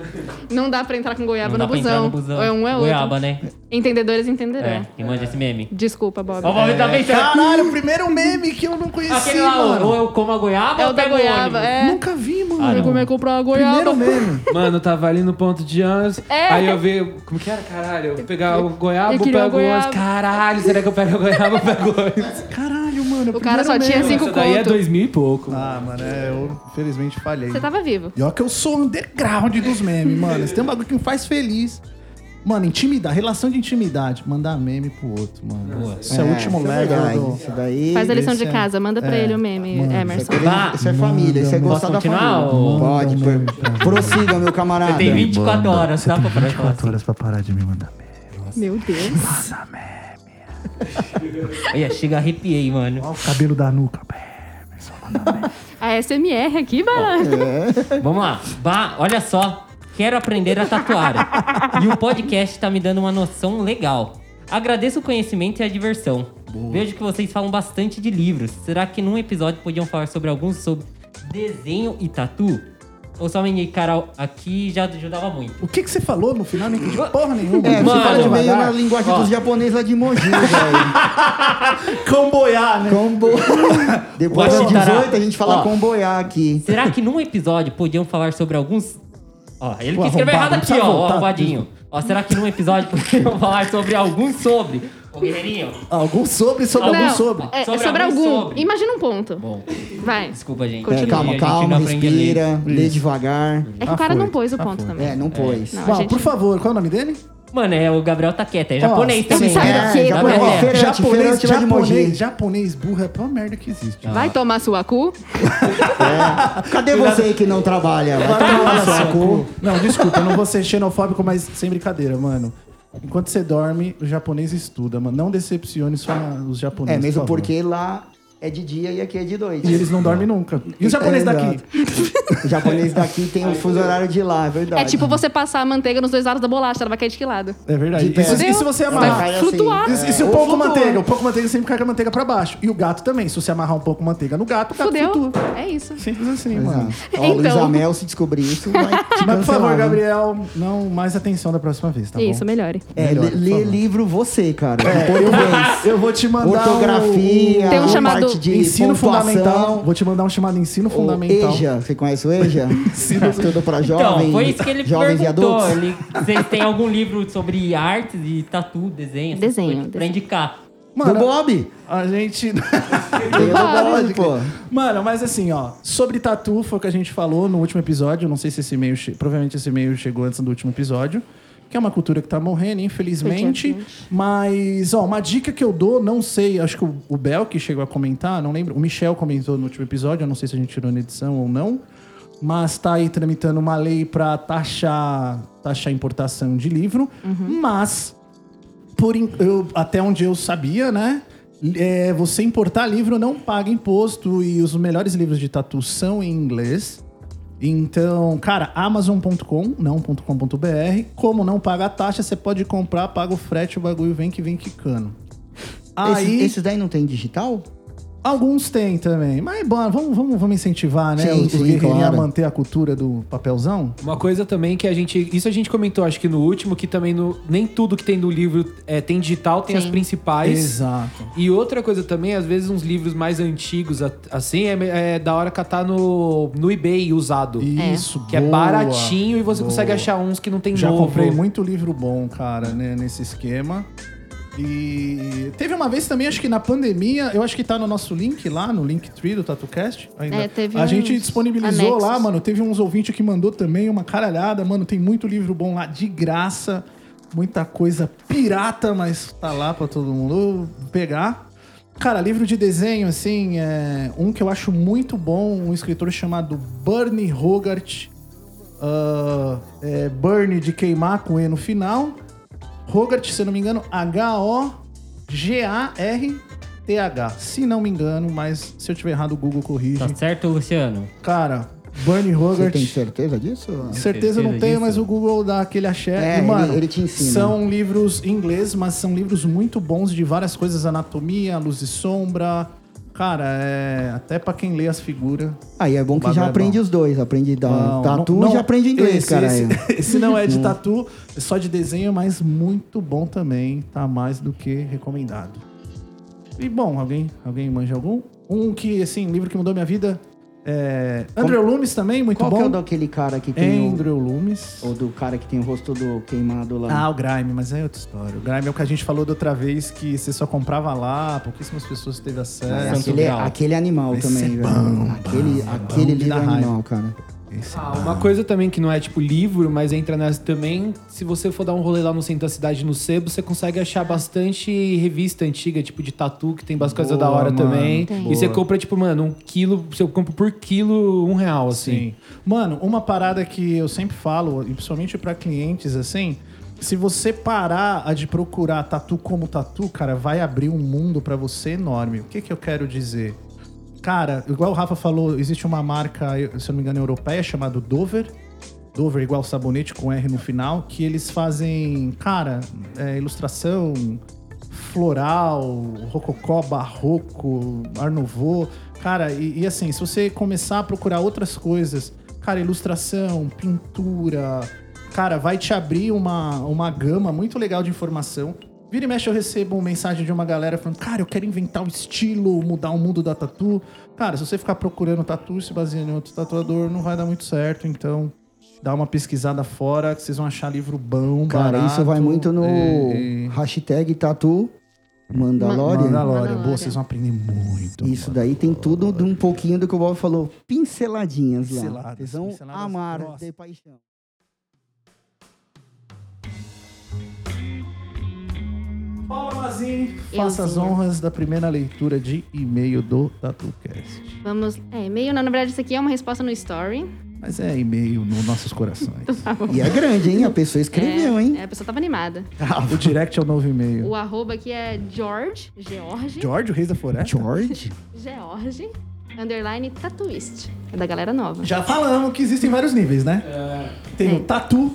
E: Não dá pra entrar com
D: Não
E: goiaba
D: dá
E: no,
D: pra entrar
E: busão.
D: no busão.
E: Ou é um ou é
D: Goiaba,
E: outro.
D: né?
E: Entendedores entenderão.
D: É, quem manja esse meme.
E: Desculpa, Bob.
D: Ó, o Valmir tá pensando.
B: É. Caralho, o primeiro meme que eu não conheci,
D: Aquele lá,
B: mano.
D: ou eu como a goiaba
E: é
D: ou
E: o da
D: pego
E: goiaba.
D: ônibus.
E: É.
B: Nunca vi, mano.
D: Ah, não.
E: Como é comprar uma goiaba?
B: primeiro meme.
C: Mano, eu tava ali no ponto de ônibus.
E: É.
C: Aí eu vi. Como que era, caralho? Eu pegar o
E: eu
C: goiaba, eu
E: queria
C: pego
E: o
C: o
E: goiaba.
C: ônibus. Caralho, será que eu pego o goiaba, eu pego o ônibus?
B: Caralho, mano.
E: O cara só tinha
B: assim.
E: cinco
C: Essa daí é
E: conto.
C: dois mil e pouco. mano.
B: Ah, mano, é, eu infelizmente falhei.
E: Você tá tava vivo.
B: E ó que eu sou underground dos memes, mano. Esse tem um bagulho que me faz feliz. Mano, intimidade, relação de intimidade. Mandar meme pro outro, mano. Isso é, o último
F: isso é
B: level
F: verdade,
B: do...
F: Isso daí.
E: Faz a lição
B: esse
E: de
B: é-
E: casa, manda pra
B: é,
E: ele o meme,
B: mano,
F: Isso
E: Emerson.
F: é,
D: Vá.
F: isso é família, isso é
D: Posso
F: gostar da
D: continuar,
F: família.
D: ou-
F: Pode,
B: Não, não,
F: per- prossiga, meu camarada.
D: Tem 24 horas, dá pra parar de falar assim.
B: horas pra parar de me mandar meme.
E: Meu Deus.
D: Olha, chega, arrepiei, mano.
B: Ó, o cabelo da nuca, velho.
E: A SMR aqui, Balan.
D: Vamos lá. Bah, olha só. Quero aprender a tatuar. e o podcast tá me dando uma noção legal. Agradeço o conhecimento e a diversão. Vejo que vocês falam bastante de livros. Será que num episódio podiam falar sobre alguns sobre desenho e tatu? Ou só me indicar ao- aqui já ajudava muito?
B: O que que você falou no final? Não entendi porra nenhuma.
F: É, você
D: Mano,
F: fala de meio na
B: devagar.
F: linguagem
D: Ó.
F: dos japoneses lá
B: [laughs]
F: de Mogi, velho.
B: Comboiar, né? [laughs]
F: Combo. Depois
D: Ó.
F: de 18, a gente fala
D: Ó.
F: comboiar aqui.
D: Será que num episódio podiam falar sobre alguns. Ó, ele
B: O
D: que
B: arrombado,
D: escreveu errado
B: não
D: aqui,
B: precisa
D: ó, o
B: voltar.
D: arrombadinho. Ó, será que num episódio podiam falar sobre alguns sobre. Ô, guerreirinho.
B: Algum sobre, sobre
E: Não,
B: algum sobre.
E: É,
D: Sobre
E: sobre,
D: algum
E: algum.
D: sobre.
E: Imagina um ponto.
D: Bom,
E: Vai.
D: desculpa, gente.
E: É,
F: É,
E: Continua,
F: calma,
D: A gente
F: calma,
D: não aprende a ler.
F: respira, lê devagar.
E: É que
B: Ah,
E: o cara
B: foi.
E: não pôs o
B: Ah,
E: ponto
B: foi.
E: também.
F: É, não pôs.
E: Não,
B: Val,
E: a gente-
B: por favor, qual é o nome dele?
D: Mano, é o Gabriel Taqueta, é japonês
B: Ó,
D: também.
E: sabe
D: né?
E: o quê?
D: Da
B: Ó,
D: minha
F: Japonês.
D: terra.
F: Feira- Ferante,
B: japonês,
F: Ferante lá de Mogi.
B: japonês, japonês burro é a pior merda que existe.
F: Ah,
E: Vai tomar sua cu?
F: Cadê você que não trabalha? Vai tomar no seu cu.
B: Tá Não, desculpa, eu não vou ser xenofóbico, mas sem brincadeira, mano. Enquanto você dorme, o japonês estuda, mano. Não decepcione só os japoneses.
F: É, mesmo
B: por favor.
F: porque lá é de dia e aqui é de noite.
B: E eles não dormem nunca. E os japoneses daqui?
F: O japonês daqui tem o fuso horário de lá, é verdade.
E: É tipo você passar a manteiga nos dois lados da bolacha, ela vai cair de que lado?
B: É verdade.
F: De
B: Isso,
F: pé. assim.
B: isso você amarra.
E: Vai flutuar.
B: E, se- e se o
F: Ou
B: pouco
F: flutua.
B: manteiga, o pouco manteiga sempre carrega a manteiga pra baixo. E o gato também. Se você amarrar um pouco manteiga no gato, o gato
E: Fudeu.
B: flutua.
E: É isso.
B: Simples assim,
F: Exato.
B: mano.
F: Ó, o Luiz
E: Então.
F: Amel, se descobrir isso, vai te
B: Mas, por
F: cancelar,
B: favor,
F: né?
B: Gabriel, não mais atenção da próxima vez, tá bom?
E: isso, melhore.
F: É,
B: Melhor,
F: lê-
B: por
F: lê
B: favor. É,
F: livro você, cara. em
B: Eu
F: português.
B: vou, eu vou te mandar
F: Ortografia,
E: Tem um chamado
F: parte
B: um
F: de
B: ensino fundamental.
F: pontuação.
B: Vou te mandar um chamado ensino
F: o
B: fundamental.
F: EJA, você conhece o
B: [laughs]
F: EJA? Tudo pra jovem,
D: Então, foi isso que ele
F: jovens e
D: perguntou.
F: adultos.
D: Ele, vocês têm algum livro sobre artes e tatu, desenho? essas
E: Desenho,
D: coisas Pra
E: desenho.
D: indicar.
F: Do Bob.
B: [laughs] a gente
F: Tem o do Bob, pô.
B: Mano, mas assim, ó, sobre tatu foi o que a gente falou no último episódio. Não sei se esse e-mail. che- Provavelmente esse e-mail chegou antes do último episódio. Que é uma cultura que tá morrendo, infelizmente. Mas, ó, uma dica que eu dou, não sei, acho que o, o Bel que chegou a comentar, não lembro. O Michel comentou no último episódio, eu não sei se a gente tirou na edição ou não. Mas tá aí tramitando uma lei pra taxar, taxar a importação de livro. Mas por in- eu- até onde eu sabia, né? é, você importar livro não paga imposto e os melhores livros de tatu são em inglês. Então, cara, amazon.com, não.com.br, como não paga a taxa, você pode comprar, paga o frete, o bagulho vem que vem quicando. Aí,
F: Esses, esses daí não tem digital?
B: alguns têm também, mas bora, vamos, vamos, vamos incentivar, né?
F: Sim,
B: os os
F: sim,
B: guerreirinhos
F: claro.
B: a manter a cultura do papelzão.
C: Uma coisa também que a gente. Isso a gente comentou, acho que no último, que também no- nem tudo que tem no livro é, tem digital, tem
E: Sim.
C: as principais.
B: Exato.
C: E outra coisa também, às vezes uns livros mais antigos, a- assim, é, é da hora catar no, no eBay usado.
B: Isso,
C: Que é
B: boa.
C: baratinho e você
B: boa.
C: consegue achar uns que não tem
B: Já
C: novo.
B: comprei muito livro bom, cara, né, nesse esquema. E teve uma vez também, acho que na pandemia, eu acho que tá no nosso link lá, no Linktree do TatuCast. Ainda.
E: É, teve
B: a gente
E: uns
B: disponibilizou lá,
E: anexos.
B: mano. Teve uns ouvintes que mandou também uma caralhada, mano. Tem muito livro bom lá, de graça. Muita coisa pirata, mas tá lá pra todo mundo pegar. Cara, livro de desenho, assim, é um que eu acho muito bom, um escritor chamado Bernie Hogarth. Ah, é, Burn de queimar com E no final. Hogarth, se eu não me engano, H-O-G-A-R-T-H. Se não me engano, mas se eu tiver errado, o Google corrige.
D: Tá certo, Luciano?
B: Cara, Bernie
F: Você
B: Hogarth.
F: tem certeza disso?
B: Certeza eu não
D: certeza
B: tenho,
D: disso?
B: mas o Google dá aquele axé.
F: É,
B: e, mano,
F: ele- ele te ensina.
B: São livros em inglês, mas são livros muito bons de várias coisas: anatomia, luz e sombra. Cara, é. Até pra quem lê as figuras.
F: Aí é bom que
B: Bagulho é
F: já aprende
B: bom.
F: os dois. Aprende da
B: Não,
F: Tá, tatu
B: não-
F: e já aprende inglês, Hum.
B: esse,
F: cara.
B: Esse, [laughs] esse não é de tatu, é só de desenho, mas muito bom também. Tá mais do que recomendado. E bom, alguém, alguém manja algum? Um que, assim, livro que mudou minha vida. É... Andrew Loomis também, muito
F: Qual que é o
B: bom.
F: daquele cara que tem o...
B: Andrew Loomis.
F: Ou do cara que tem o rosto todo queimado lá?
B: Ah, o Grime, mas é outra história. O Grime é o que a gente falou da outra vez, que você só comprava lá, pouquíssimas pessoas teve acesso.
F: É, aquele,
D: Santo Grau.
F: aquele animal
B: Esse
F: também,
B: é
F: velho.
B: bom,
F: aquele
B: bom,
F: aquele
B: bom de
F: livro
B: dar raiva.
F: animal, cara.
B: Esse- é
C: Ah, uma coisa também que não é tipo livro, mas entra nessa também. Se você for dar um rolê lá no centro da cidade, no sebo, você consegue achar bastante revista antiga, tipo de tatu, que tem bastante coisa
B: Boa,
C: da hora
B: mano.
C: também.
E: Tem.
C: E você
B: Boa.
C: compra, tipo, mano, um quilo, você compra por quilo um real, assim.
B: Sim. Mano, uma parada que eu sempre falo, e principalmente pra clientes assim, se você parar a de procurar tatu como tatu, cara, vai abrir um mundo pra você enorme. O que que eu quero dizer? Cara, igual o Rafa falou, existe uma marca, eu- se eu não me engano, europeia chamada Dover. Dover igual sabonete com R no final, que eles fazem, cara, é, ilustração floral, rococó, barroco, art nouveau. Cara, e, e assim, se você começar a procurar outras coisas, cara, ilustração, pintura, cara, vai te abrir uma, uma gama muito legal de informação. Vira e mexe, eu recebo uma mensagem de uma galera falando, cara, eu quero inventar um estilo, mudar o mundo da tatu. Cara, se você ficar procurando tatu e se baseando em outro tatuador, não vai dar muito certo, então dá uma pesquisada fora, que vocês vão achar livro bom,
F: Cara, isso
B: barato,
F: vai muito no
B: e- e-
F: hashtag Tatu Mandalorian.
B: Mandalorian. Boa,
E: Mandalorian.
B: vocês vão aprender muito.
F: Isso
B: mano.
F: daí tem tudo de um pouquinho do que o Bob falou. Pinceladinhas lá.
B: Pinceladas,
F: Vocês vão
B: pinceladas
F: amar
B: grossas.
F: de paixão.
B: Paula Mazin,
E: Euzinha.
B: faça as honras da primeira leitura de e-mail do TatuCast.
E: Vamos. É, e-mail, não, na verdade, isso aqui é uma resposta no story.
B: Mas é e-mail nos nossos [laughs] corações.
F: E é grande, hein? A pessoa escreveu, hein?
E: É, a pessoa tava animada.
B: o direct é o novo e-mail.
E: O arroba aqui é George, George,
B: George, o Reis da Floresta?
F: George?
E: George, underline tatuist. É da galera nova.
B: Já falamos que existem vários níveis, né? Tem o Tatu,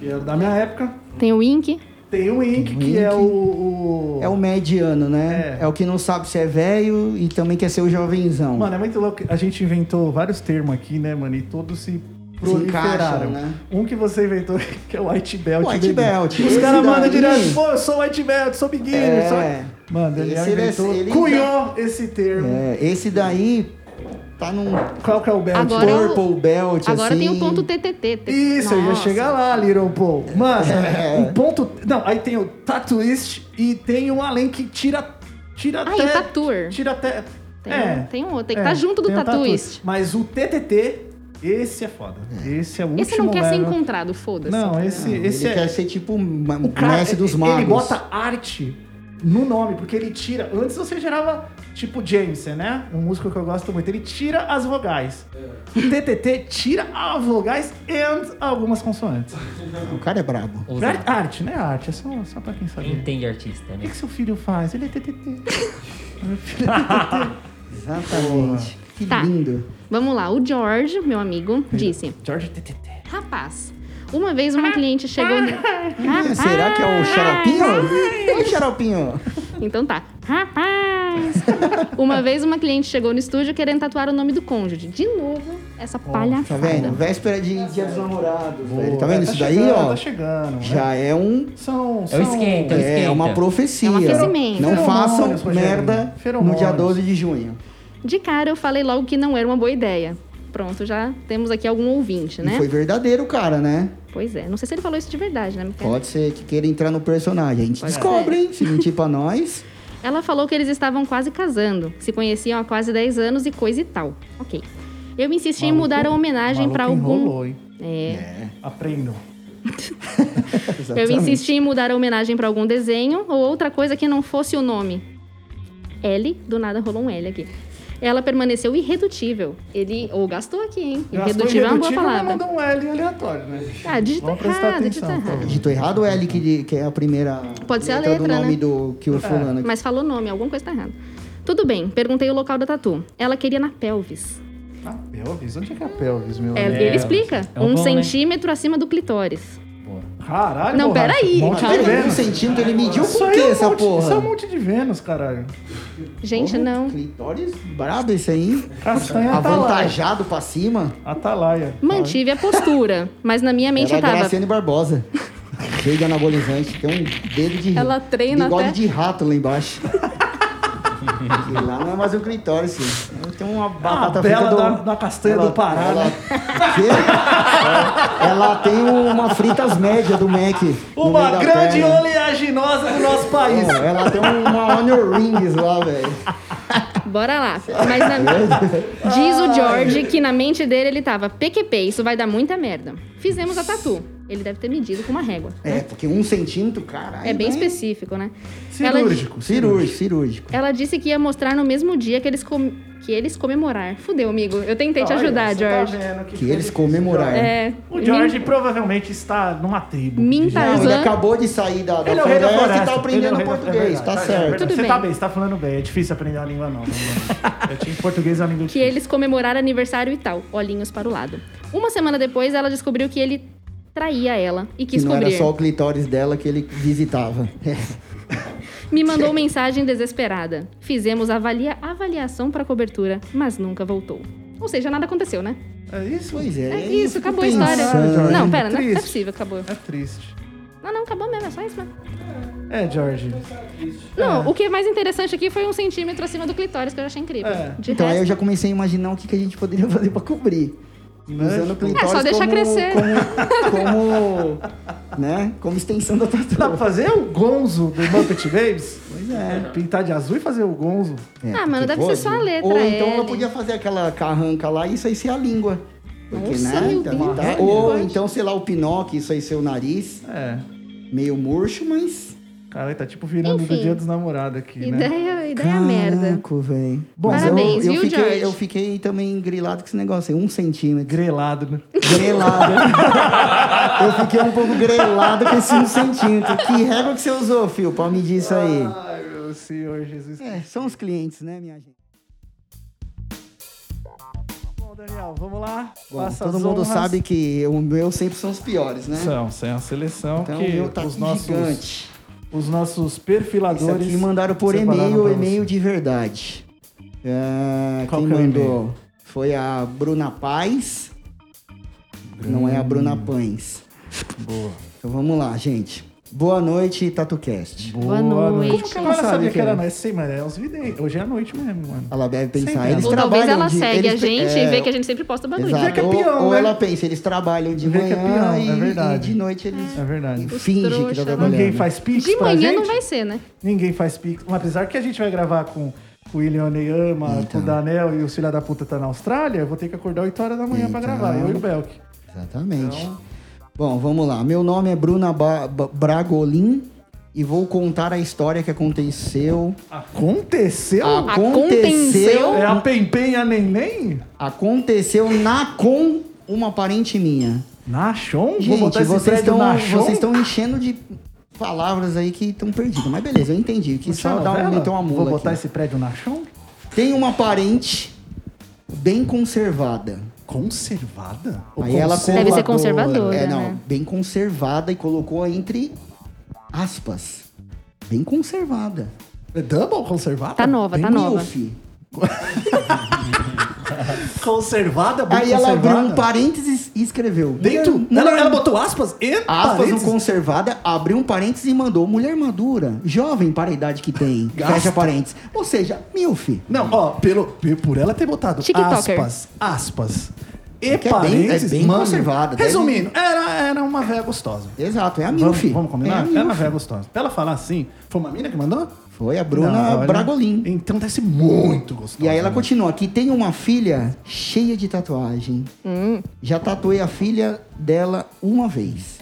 B: que é da minha época.
E: Tem o Ink.
B: Tem o Ink,
F: Tem o
B: que é
F: Ink.
B: o... o-
F: É o mediano, né?
B: É.
F: É. o que não sabe se é velho e também quer ser o jovenzão.
B: Mano, é muito louco. A gente inventou vários termos aqui, né, mano? E todos se proliferaram.
F: encaixam, né?
B: Um que você inventou, [laughs] que é o White Belt.
F: White
B: bebê.
F: Belt.
B: Os
F: Esse
B: caras mandam
F: daí-
B: direto, pô, eu sou White Belt, sou Big
F: É.
B: sou... Mano, ele
F: Esse ele- é-
B: inventou,
F: ele-
B: cunhou esse termo.
F: É, esse daí tá num
B: Qual que é o Belt?
E: Agora eu-
F: purple belt,
E: Agora
F: assim.
E: tem o ponto TTT.
B: Isso, eu ia
E: Nossa.
B: chegar lá, Little Paul.
F: [laughs]
B: Mano,
F: É.
B: um ponto... Não, aí tem o Tatuist e tem o além que tira... Tira
E: Ah,
B: até...
E: e o Tatuer.
B: Tira até...
E: Tem,
B: é.
E: tem um outro. Tem que
B: É,
E: estar junto do
B: tem o
E: tatuist.
B: Mas o TTT, esse é foda. Esse é o último
E: Esse não quer ser
B: level.
E: encontrado, assim. foda-se.
B: Não, esse,
F: Ele
B: esse é...
F: quer ser tipo o ma-
B: O cara,
F: mestre dos
B: ele-
F: magos.
B: Ele bota arte no nome, porque ele tira. Antes você gerava, tipo, Jameson, né? Um músico que eu gosto muito. Ele tira as vogais.
E: É.
B: O TTT tira as vogais e algumas consoantes.
F: O cara é brabo.
B: Arte,
D: Ousado.
B: arte, né? Arte. É só, só pra quem sabe. O
D: Entende artista,
B: que,
D: né?
B: que seu filho faz? Ele é TTT.
F: Exatamente. Que
E: Tá.
F: lindo.
E: Vamos lá, o George, meu amigo, disse:
B: George TTT.
E: Rapaz, uma vez uma cliente chegou. no- Ah,
F: É, será que é o xaropinho? Oi, xaropinho.
E: Então tá. Rapaz! Uma vez uma cliente chegou no estúdio querendo tatuar o nome do cônjuge. De novo, essa
F: Tá vendo?
E: palhaçada.
F: Véspera de Dia dos Namorados, velho. Tá vendo isso daí,
B: chegando,
F: ó?
B: Tá chegando. Tá né?
F: Já é um...
B: São,
D: É o esquenta, é o
F: É
D: esquenta.
F: uma profecia.
E: É um aquecimento.
F: Não façam
B: Feromônios, Rogério.
F: merda no
B: Feromônios.
F: dia 12 de junho.
E: De cara, eu falei logo que não era uma boa ideia. Pronto, já temos aqui algum ouvinte,
F: E
E: né?
F: foi verdadeiro, cara, né?
E: Pois é. Não sei se ele falou isso de verdade, né, Micaela?
F: Pode ser que queira entrar no personagem. A gente
E: Pode
F: descobre,
E: ser.
F: hein? Se mentir pra nós.
E: Ela falou que eles estavam quase casando, que se conheciam há quase 10 anos e coisa e tal. Ok. Eu insisti em mudar a homenagem
B: Maluco
E: pra algum.
B: enrolou, hein?
E: É.
B: Aprendam.
E: Eu
F: Exatamente.
E: insisti em mudar a homenagem pra algum desenho ou outra coisa que não fosse o nome. L, do nada rolou um L aqui. Ela permaneceu irredutível. Ele. Ou gastou aqui, hein?
B: Gastou
E: Irredutível é uma boa
B: irredutível, mas
E: palavra.
B: Mandou um L aleatório, né?
E: Ah, digita
B: Vamos prestar
E: errado, digita
B: atenção,
E: errado.
F: Digitou errado ou é L que, de- que é a primeira.
E: Pode ser a
F: do
E: letra,
F: nome
E: né?
F: do que
B: É.
F: o fulano.
E: Mas falou nome, alguma coisa tá errada. Tudo bem, perguntei o local da tatu. Ela queria na pelvis.
B: A pelvis? Onde é que é a pelvis, meu?
E: É,
B: amigo?
E: ele explica.
D: É
E: um
D: bom, né?
E: centímetro acima do clitóris.
B: Caralho,
E: Não,
B: borracha.
E: peraí.
B: Um monte de
F: Caralho, um
B: Vênus.
F: centímetro, ele mediu
B: Isso
F: por
B: aí
F: quê,
B: é um
F: essa
B: monte- Isso é um
F: porra?
B: monte de Vênus, caralho.
E: Gente,
F: Porra,
E: não.
F: Clitóris brabo esse aí.
B: Castanha atalaia.
F: Avantajado pra cima.
B: Atalaia.
E: Mantive a postura, mas na minha mente
F: Era
E: eu
F: a
E: tava.
F: Graciane Barbosa. Veio de anabolizante. Tem um dedo de.
E: Ela treina
F: bigode
E: até-
F: de rato lá embaixo. E lá não é mais um clitóris, sim. Tem uma batata
B: A Ah, bela
F: frita
B: da- da castanha do Pará,
F: ela,
B: né?
F: Quê? ela tem uma fritas média do Mac. no meio
B: Uma
F: da
B: grande
F: perna.
B: oleaginosa do nosso país.
F: Ó, Ela tem uma onion rings lá, velho.
E: Bora lá. Mas na- diz o George que na mente dele ele tava PQP, isso vai dar muita merda. Fizemos a tatu. Ele deve ter medido com uma régua.
F: É, porque um centímetro, caralho.
E: Né? É bem
F: né?
E: específico, né? Ela di-
B: Cirúrgico.
F: Cirúrgico, cirúrgico.
E: Ela disse que ia mostrar no mesmo dia que eles, com- que eles comemorar. Fudeu, amigo. Eu tentei te
B: tá
E: ajudar, George.
F: Que eles comemoraram.
E: É.
A: tá O George provavelmente está numa tribo.
E: Min
A: de-
E: Tarzan.
F: Não, ele acabou de sair da, da
A: Ele é o rei da floresta.
F: floresta, e
A: Ele
F: tá
A: é o
F: aprendendo
A: rei da- é
F: português,
A: verdade,
F: tá
A: é
F: certo.
A: verdade.
E: Tudo
A: você
E: bem.
A: tá bem, você tá falando bem. É difícil aprender a língua nova.
B: né?
E: [laughs]
A: mano. Eu tinha em
B: é
A: português a língua
E: que
A: difícil.
E: eles comemoraram aniversário e tal, olhinhos para o lado. Uma semana depois, ela descobriu que ele traía ela e
F: Que
E: quis
F: não
E: cobrir.
F: era só o clitóris dela que ele visitava. [laughs] É,
E: Me mandou mensagem desesperada. Fizemos avalia avaliação para cobertura, mas nunca voltou. Ou seja, nada aconteceu, né?
B: É isso?
F: pois é.
E: É
F: eu
E: isso,
F: fico
E: acabou a história.
F: pensando,
B: Jorge,
E: Não, pera, não é
B: triste.
E: possível, acabou.
B: É triste.
E: Não, não, acabou mesmo, é só isso mesmo.
B: É, George.
E: Não, o que é mais interessante aqui foi um centímetro acima do clitóris, que eu achei incrível.
B: É.
E: De
F: Então aí eu
E: resto,
F: já comecei a imaginar o que, que a gente poderia [laughs] fazer pra cobrir. Usando o clitóris
E: É, só deixar
F: como,
E: crescer.
F: Como, como, né? como extensão da
B: Dá pra
F: tatu.
B: fazer o Gonzo do Muppet Babies? Pois é. Pintar de azul e fazer o Gonzo.
F: É,
E: Ah, mano,
F: porque
E: deve ser só a letra é, né?
F: Ou então
E: L.
F: ela podia fazer aquela carranca lá e isso aí ser a língua. Porque,
E: Nossa,
F: né?
E: meu
F: então,
E: Deus,
F: tá-
E: verdade.
F: Ou então, sei lá, o Pinóquio, isso aí ser o nariz.
B: É.
F: Meio murcho, mas.
B: Cara, tá tipo virando do
E: Enfim.
B: dia dos namorados aqui, né?
E: ideia, ideia é merda.
F: Caraca, velho.
B: Bom,
F: Mas
E: Parabéns,
F: eu, eu
E: viu,
F: fiquei,
E: Jorge?
F: Eu fiquei também grilado com esse negócio aí, um centímetro.
B: Grelado, né?
E: [laughs]
F: Grelado. eu fiquei um pouco grelado com esse um centímetro. Que régua que você usou, Fio, pra medir isso aí?
B: Ai, meu Senhor Jesus.
F: É, são os clientes, né, minha gente?
B: Bom, Daniel, vamos lá.
F: Bom,
B: Faça
F: todo
B: as
F: mundo
B: honras.
F: sabe que o meu sempre são os piores, né?
B: São, sem a seleção
F: Então o
B: que
F: meu tá
B: os,
F: aqui
B: nossos,
F: gigante.
B: os nossos
F: Isso é
B: perfiladores.
F: aqui mandaram por
B: separaram
F: e-mail,
B: pra
F: e-mail
B: você.
F: de verdade. Ah,
B: Qual
F: quem
B: que é o
F: mandou
B: e-mail?
F: foi a Bruna Paz. Não é a Bruna Pães.
B: Boa.
F: Então vamos lá, gente. Boa noite, TatuCast.
E: Boa noite.
B: Como que ela
F: Sabe
B: sabia que
F: quem
B: era
F: é?
B: nós? Sei, mano, é uns videntes. Hoje é a noite mesmo, mano.
F: Ela deve
B: Sempre
F: pensar,
B: ela.
F: eles
E: Ou
F: trabalham
E: talvez ela
F: de,
E: segue
F: eles-
E: a gente
F: é,
E: e vê que a gente sempre posta boa noite.
F: exato.
B: Vê que é
F: Ou-
B: peão,
F: ou,
B: né?
F: ela pensa, eles trabalham de
B: Vê
F: manhã
B: que é peão,
F: e,
B: é verdade.
F: e de noite eles
B: É verdade.
F: fingem que
E: trouxa
F: tá
E: lá.
F: trabalhando.
B: Ninguém faz pix
E: De
B: pra
E: manhã
B: gente?
E: não vai ser, né?
B: Ninguém faz pix. Apesar que a gente vai gravar com com o William Neyama,
F: Então.
B: com o Danel e o filha da puta tá na Austrália, eu vou ter que acordar 8 horas da manhã pra
F: Então.
B: gravar, eu e o Belk.
F: Exatamente. Bom, vamos lá. Meu nome é Bruna Ba- Ba- Bragolin e vou contar a história que aconteceu.
B: Aconteceu?
F: Ah.
E: Aconteceu?
B: É a Pempem e a Neném?
F: Aconteceu na com uma parente minha.
B: Nachon? Vou botar esse
F: Gente, vocês
B: prédio é um
F: estão,
B: Nachon?
F: vocês estão enchendo de palavras aí que estão perdidas. Mas beleza, eu entendi. Que
B: Isso é
F: só dá um,
B: novela?
F: meteu uma mula
B: Vou botar
F: aqui.
B: esse prédio Nachon?
F: Tem uma parente bem conservada.
B: Conservada?
F: Aí ela
E: Deve ser
F: colocou-
E: conservadora,
F: É, não,
E: né?
F: bem conservada e colocou entre aspas. Bem conservada.
B: É double conservada?
E: Tá nova,
B: Bem
F: um
E: tá nova.
F: Milf.
B: Conservada, bem
F: Aí ela
B: conservada.
F: abriu um parênteses e escreveu.
B: Dentro?
F: mulher-
B: Ela, ela botou aspas e
F: Aspas no
B: parênteses?
F: conservada, abriu um parênteses e mandou mulher madura, jovem para a idade
B: [laughs]
F: que tem, fecha parênteses. Ou seja, milf.
B: Não, ó, pelo, pe- por ela ter botado
E: TikToker.
B: aspas, aspas e
F: É que é bem-
B: parênteses,
F: é bem
B: mano,
F: conservada, deve-
B: Resumindo, era, era uma véia gostosa.
F: Exato, é a
B: Vamos,
F: milf.
B: vamos combinar?
F: É a
B: era uma
F: milf.
B: véia gostosa. Pra ela falar assim, foi uma mina que mandou?
F: Foi a
B: Não,
F: Bruna
B: olha,
F: Bragolin.
B: Então deve ser muito gostosa.
F: E aí ela
B: né?
F: continua, que tem uma filha cheia de tatuagem.
E: Hum.
F: Já tatuei a filha dela uma vez.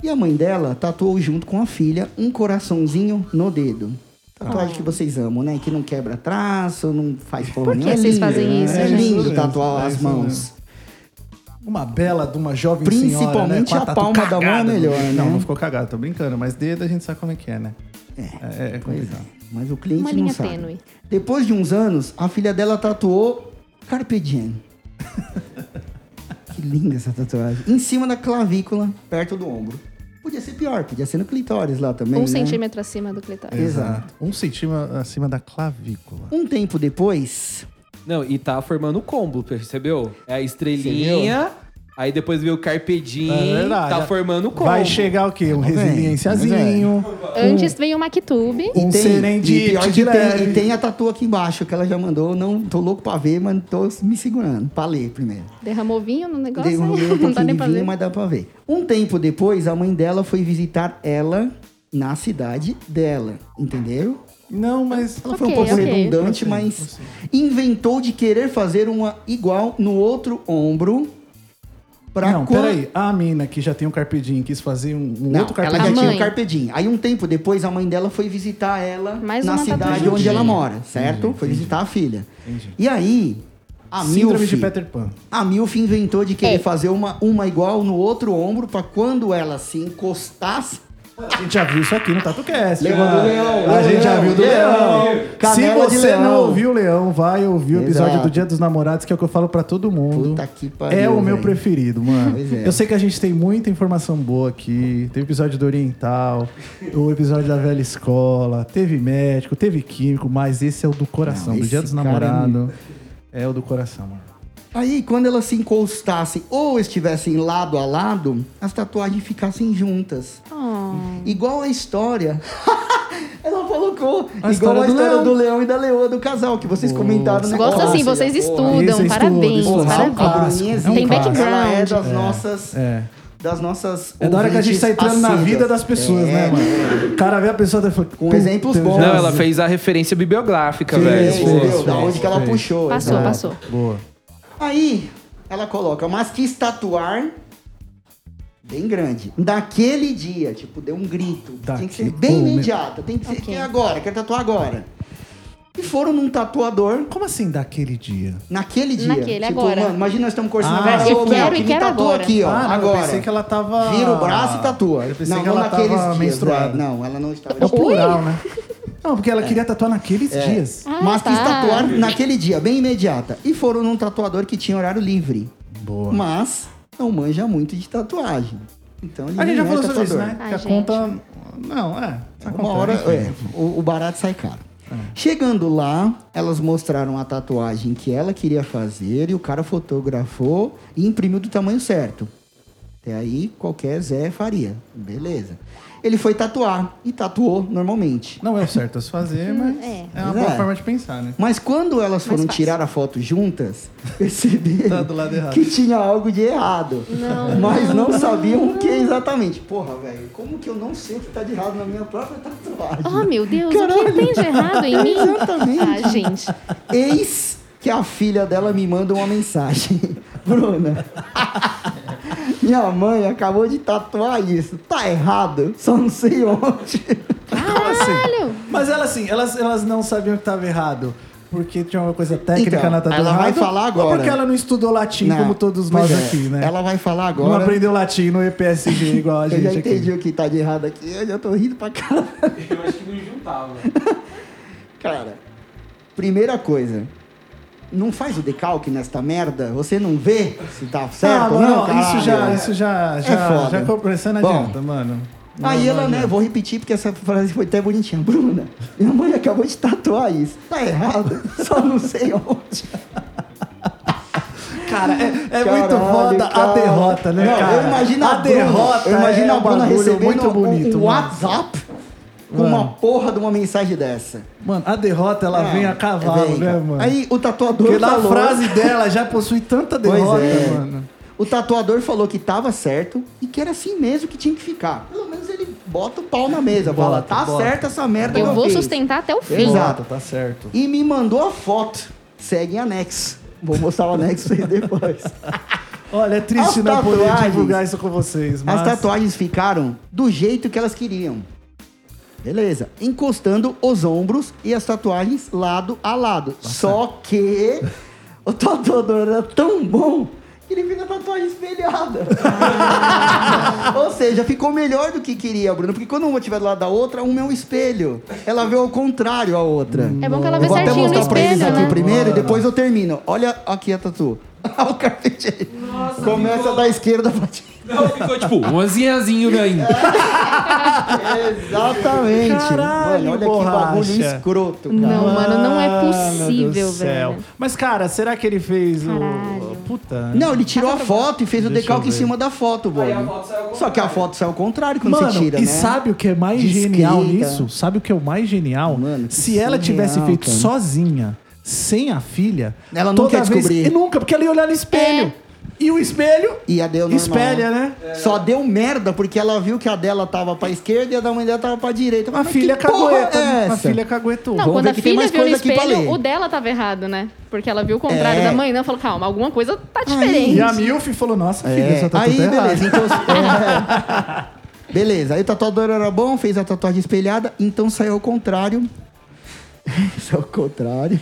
F: E a mãe dela tatuou junto com a filha um coraçãozinho no dedo. Tatuagem que vocês amam, né? Que não quebra traço, não faz
E: Ah.
F: porra
E: que
F: nenhuma. É
E: vocês
F: lindo,
E: fazem
F: né?
E: isso,
F: É
B: gente?
F: lindo
B: É
F: tatuar
B: isso
F: as mãos.
B: Uma bela de uma jovem senhora, né?
F: Principalmente
B: com
F: a
B: tatu
F: palma da mão é
B: cagada.
F: melhor, né?
B: Não, não ficou cagado, tô brincando. Mas dedo a gente sabe como é que é, né? É, é, é
F: Pois é.
B: complicado.
F: Mas o cliente
E: Uma
F: não
E: linha
F: sabe.
E: tênue.
F: Depois de uns anos, a filha dela tatuou
E: [laughs]
F: Carpe Diem. que linda essa tatuagem. Em cima da clavícula, perto do ombro. Podia ser pior, podia ser no clitóris lá também,
E: Um
F: né?
E: centímetro acima do clitóris.
F: Exato.
B: Um centímetro acima da clavícula.
F: Um tempo depois,
C: Não, e tá formando combo, percebeu? É a estrelinha, aí depois veio o carpedinho, tá formando combo.
B: É Vai chegar o quê? Um
F: vem,
B: resilienciazinho.
F: é.
E: Antes veio o MacTube.
B: Um
F: e tem,
B: serendipity
F: e pior que
B: leve.
F: tem, e tem a tatu aqui embaixo que ela já mandou. Não tô louco pra ver, mas tô me segurando. Pra ler primeiro.
E: Derramou vinho no negócio.
F: Dei
E: [laughs]
F: um, dei
E: não
F: um
E: dá
F: pouquinho
E: nem
F: de
E: pra
F: vinho,
E: ver.
F: mas dá pra ver. Um tempo depois, a mãe dela foi visitar ela na cidade dela, entendeu?
B: Não, mas.
F: Ela foi um
E: Ok,
F: pouco
E: ok.
F: redundante, mas inventou de querer fazer uma igual no outro ombro. Pra
B: não,
F: quan-
B: peraí. A mina que já tem um carpedinho quis fazer um, um
F: Não,
B: outro
F: ela
B: carpedinho.
F: já
E: A
F: tinha
E: mãe.
F: o carpedinho. Aí um tempo depois a mãe dela foi visitar ela
E: Mais
F: na
E: uma
F: cidade
E: tatuagem.
F: onde ela mora, certo? Foi visitar a filha. E aí a
B: Síndrome
F: Milf,
B: de Peter Pan.
F: a Milf inventou de querer
E: É.
F: fazer uma, uma igual no outro ombro pra quando ela se encostasse
B: A gente já viu isso aqui no TatuCast.
F: Leão do
B: Ah,
F: Leão,
B: A
F: Leão,
B: gente já viu do
F: Leão,
B: Leão. Se
F: Canela de
B: você
F: Leão.
B: não ouviu o Leão, vai ouvir o episódio
F: Exato.
B: do Dia dos Namorados, que é o que eu falo pra todo mundo.
F: Puta que pariu,
B: É o meu
F: velho.
B: preferido, mano.
F: Pois é.
B: Eu sei que a gente tem muita informação boa aqui. Teve episódio do Oriental, o episódio da velha escola, teve médico, teve químico, mas esse é o do coração,
F: Não,
B: do Dia
F: esse
B: dos
F: cara é
B: Namorados. É o do coração, mano.
F: Aí, quando elas se encostassem ou estivessem lado a lado, as tatuagens ficassem juntas.
E: Oh.
F: Igual a história. [laughs] Ela colocou.
B: A
F: igual
B: história
F: a
B: do
F: história
B: leão.
F: do leão e da leoa do casal, que vocês comentaram né? é no
E: Gosto assim,
F: negócio.
E: vocês
F: Porra.
E: estudam,
B: Isso, estudo,
E: parabéns,
B: estudo.
E: parabéns.
B: Ah,
F: A
B: clássico,
F: Bruninha
B: é um
E: Tem
B: clássico.
F: Ela um é
E: background.
F: das nossas.
B: É.
F: Das nossas.
B: É da hora que a gente tá
F: ouvintes
B: entrando na
F: assíduas.
B: vida das pessoas,
F: É,
B: né, mano? O cara vê a pessoa e fala...
F: Com
B: "Puta,
F: exemplos
B: eu já
F: bons.
B: vi".
G: Não, ela fez a referência bibliográfica,
B: Fez,
G: velho.
F: É,
B: fez,
G: Pô,
F: entendeu?
B: fez,
F: da onde que ela
B: fez.
F: puxou.
E: Passou,
F: exato.
E: passou.
B: Boa.
F: Aí, ela coloca, mas quis tatuar bem grande. Daquele dia, tipo, deu um grito. Tem que ser
B: Daquele-
F: bem
B: Oh, meu-
F: imediata. Tem que ser
E: Ok.
F: é agora, quero tatuar agora. E foram num tatuador
B: Como assim daquele dia?
F: naquele dia. Tipo,
E: Naquele, agora.
F: mano, imagina nós estamos conversando
B: Ah,
F: agora.
E: eu
F: Ô,
E: quero
F: Mel,
E: e
F: que me
E: quero
F: tatua
E: agora.
F: aqui, ó.
B: Ah, não,
F: agora.
B: eu pensei que ela tava...
F: Vira o braço e tatua.
B: Eu pensei
F: não,
B: que ela
F: não naqueles
B: tava
F: dias,
B: menstruada.
F: é. Não, É. ela não estava.
B: É o plural,
F: [laughs]
B: né? Não, porque ela queria tatuar naqueles dias.
E: Ah,
F: Mas quis
E: tá.
F: tatuar naquele dia, bem imediata. E foram num tatuador que tinha horário livre.
B: Boa.
F: Mas não manja muito de tatuagem. Então ele
B: A gente já
F: não é
B: falou sobre isso,
F: tatuador.
B: né?
E: Ai,
B: que a
E: gente.
B: conta... Não, é.
F: Uma hora é, o, o barato sai caro. Chegando lá, elas mostraram a tatuagem que ela queria fazer e o cara fotografou e imprimiu do tamanho certo. Até aí, qualquer Zé faria. Beleza. Ele foi tatuar e tatuou normalmente.
B: Não é o certo a se fazer, mas é,
E: é.
B: uma
F: Mas
B: boa
F: é.
B: forma de pensar, né?
F: Mas quando elas foram tirar a foto juntas, [laughs] perceberam
B: Tá do lado errado.
F: que tinha algo de errado.
E: Não.
F: Mas não sabiam o que exatamente. Porra, velho, como que eu não sei o que tá de errado na minha própria tatuagem?
E: Oh, meu Deus, o que
F: Caralho.
E: tem de errado em mim?
F: Exatamente.
E: Ah, gente.
F: Eis que a filha dela me manda uma mensagem. [laughs] Bruna. [laughs] Minha mãe acabou de tatuar isso. Tá errado, só não sei onde.
B: Como assim?
E: Caralho!
B: Mas ela assim, elas, elas não sabiam que tava errado. Porque tinha uma coisa técnica
F: Então,
B: na tatuagem.
F: ela vai falar
B: Ou
F: agora.
B: porque ela não estudou latim,
F: Não,
B: como todos
F: Né? pois
B: nós
F: é,
B: aqui, né?
F: Ela vai falar
B: Não
F: agora.
B: aprendeu latim no EPSG igual a
F: Eu
B: gente
F: já entendi
B: aqui.
F: o que tá de errado aqui. Eu já tô rindo pra caralho.
G: Eu acho que não juntava. né?
F: [laughs] Cara, primeira coisa. Não faz o decalque nesta merda? Você não vê se tá certo
B: ah,
F: ou
B: mano,
F: não?
B: isso
F: caralho?
B: já, isso já, já,
F: foda.
B: já começando
F: Bom,
B: adianta, mano. Não,
F: Aí
B: não
F: ela, né,
B: adianta.
F: vou repetir porque essa frase foi até bonitinha. [laughs] Bruna, minha mãe acabou de tatuar isso. Tá errado, [laughs] só não sei onde.
B: Cara, é, é
F: Caralho,
B: muito foda a
F: cara.
B: derrota, né,
F: Não,
B: cara?
F: Eu imagino a,
B: a derrota.
F: Bruna, eu imagino
B: é
F: a
B: um
F: Bruna
B: bagulho
F: recebendo
B: muito
F: um-
B: bonito, mano.
F: um WhatsApp com
B: Mano.
F: uma porra de uma mensagem dessa.
B: Mano, a derrota, ela
F: Ah,
B: vem a cavalo,
F: vem,
B: né,
F: cara.
B: mano?
F: Aí o tatuador
B: Porque na
F: falou...
B: frase dela já possui tanta
F: Pois
B: derrota,
F: é.
B: mano.
F: O tatuador falou que tava certo e que era assim mesmo que tinha que ficar. Pelo menos ele bota o pau na mesa, fala,
B: Bota,
F: tá
B: bota.
F: certa essa merda que
E: Eu vou
F: fiz."
E: sustentar até o fim.
F: Exato.
B: Derrota, tá certo.
F: e me mandou a foto. Segue em anexo. Vou mostrar o anexo pra vocês depois.
B: [laughs] Olha, é triste
F: As
B: não poder
F: tatuagens.
B: divulgar isso com vocês, mas...
F: As tatuagens ficaram do jeito que elas queriam. Beleza. Encostando os ombros e as tatuagens lado a lado. Só que o tatuador era tão bom que ele fez a tatuagem espelhada. Ou seja, ficou melhor do que queria, Bruno. Porque quando uma estiver do lado da outra, uma é um espelho. Ela vê ao contrário a outra.
E: É bom que ela
F: Eu
E: vê
F: vou até
E: certinho no
F: mostrar pra eles
E: espelho,
F: aqui
E: né?
F: primeiro e depois eu termino. Olha aqui a tatu. [laughs] Olha o carpete. Começa da esquerda pra direita.
G: Não, ficou tipo um azinhazinho ainda.
F: Exatamente.
B: Caralho,
F: Mano, olha
B: borracha.
F: que bagulho escroto, cara.
E: Não, mano, não é
B: Mano Ah, do
E: possível,
B: céu.
E: velho.
B: Mas, cara, será que ele fez o...
E: Caralho.
B: Puta...
F: Não, ele tirou a foto e fez o
B: Deixa
F: decalque
B: eu
F: em
B: ver.
F: cima da foto, Bob. Só que a foto saiu ao contrário quando
B: Mano,
F: você tira,
B: e
F: né?
B: sabe o que é mais
F: Descrita.
B: genial nisso? Sabe o que é o mais genial?
F: Mano, que
B: Se ela tivesse
F: surreal,
B: feito
F: cara.
B: sozinha, sem a filha,
F: Ela nunca
B: toda
F: ia
B: vez-
F: descobrir. É.
B: E nunca, porque ela ia olhar no espelho. E o espelho
F: E a deu normal. É.
B: espelha, né?
F: Só deu merda porque ela viu que a dela tava pra esquerda e a da mãe dela tava pra direita.
B: A
F: Mas
B: filha
F: que porra
B: cagueta.
F: é
B: a
F: essa?
B: filha caguetou.
E: Não,
F: Vamos
E: quando
F: ver
E: a
F: que tem
E: filha
F: mais
E: viu no
F: coisa aqui pra
E: espelho,
F: ler.
E: o dela tava errado, né? Porque ela viu o contrário
F: É.
E: da mãe, né? Eu falo, calma, alguma coisa tá
B: E
E: diferente.
B: a Milf falou, nossa, filha,
F: É,
B: essa tá
F: aí,
B: tudo errado.
F: beleza.
B: [laughs]
F: Então, é. beleza. Aí o tatuador era bom, fez a tatuagem espelhada, então saiu ao contrário. [laughs] saiu ao contrário.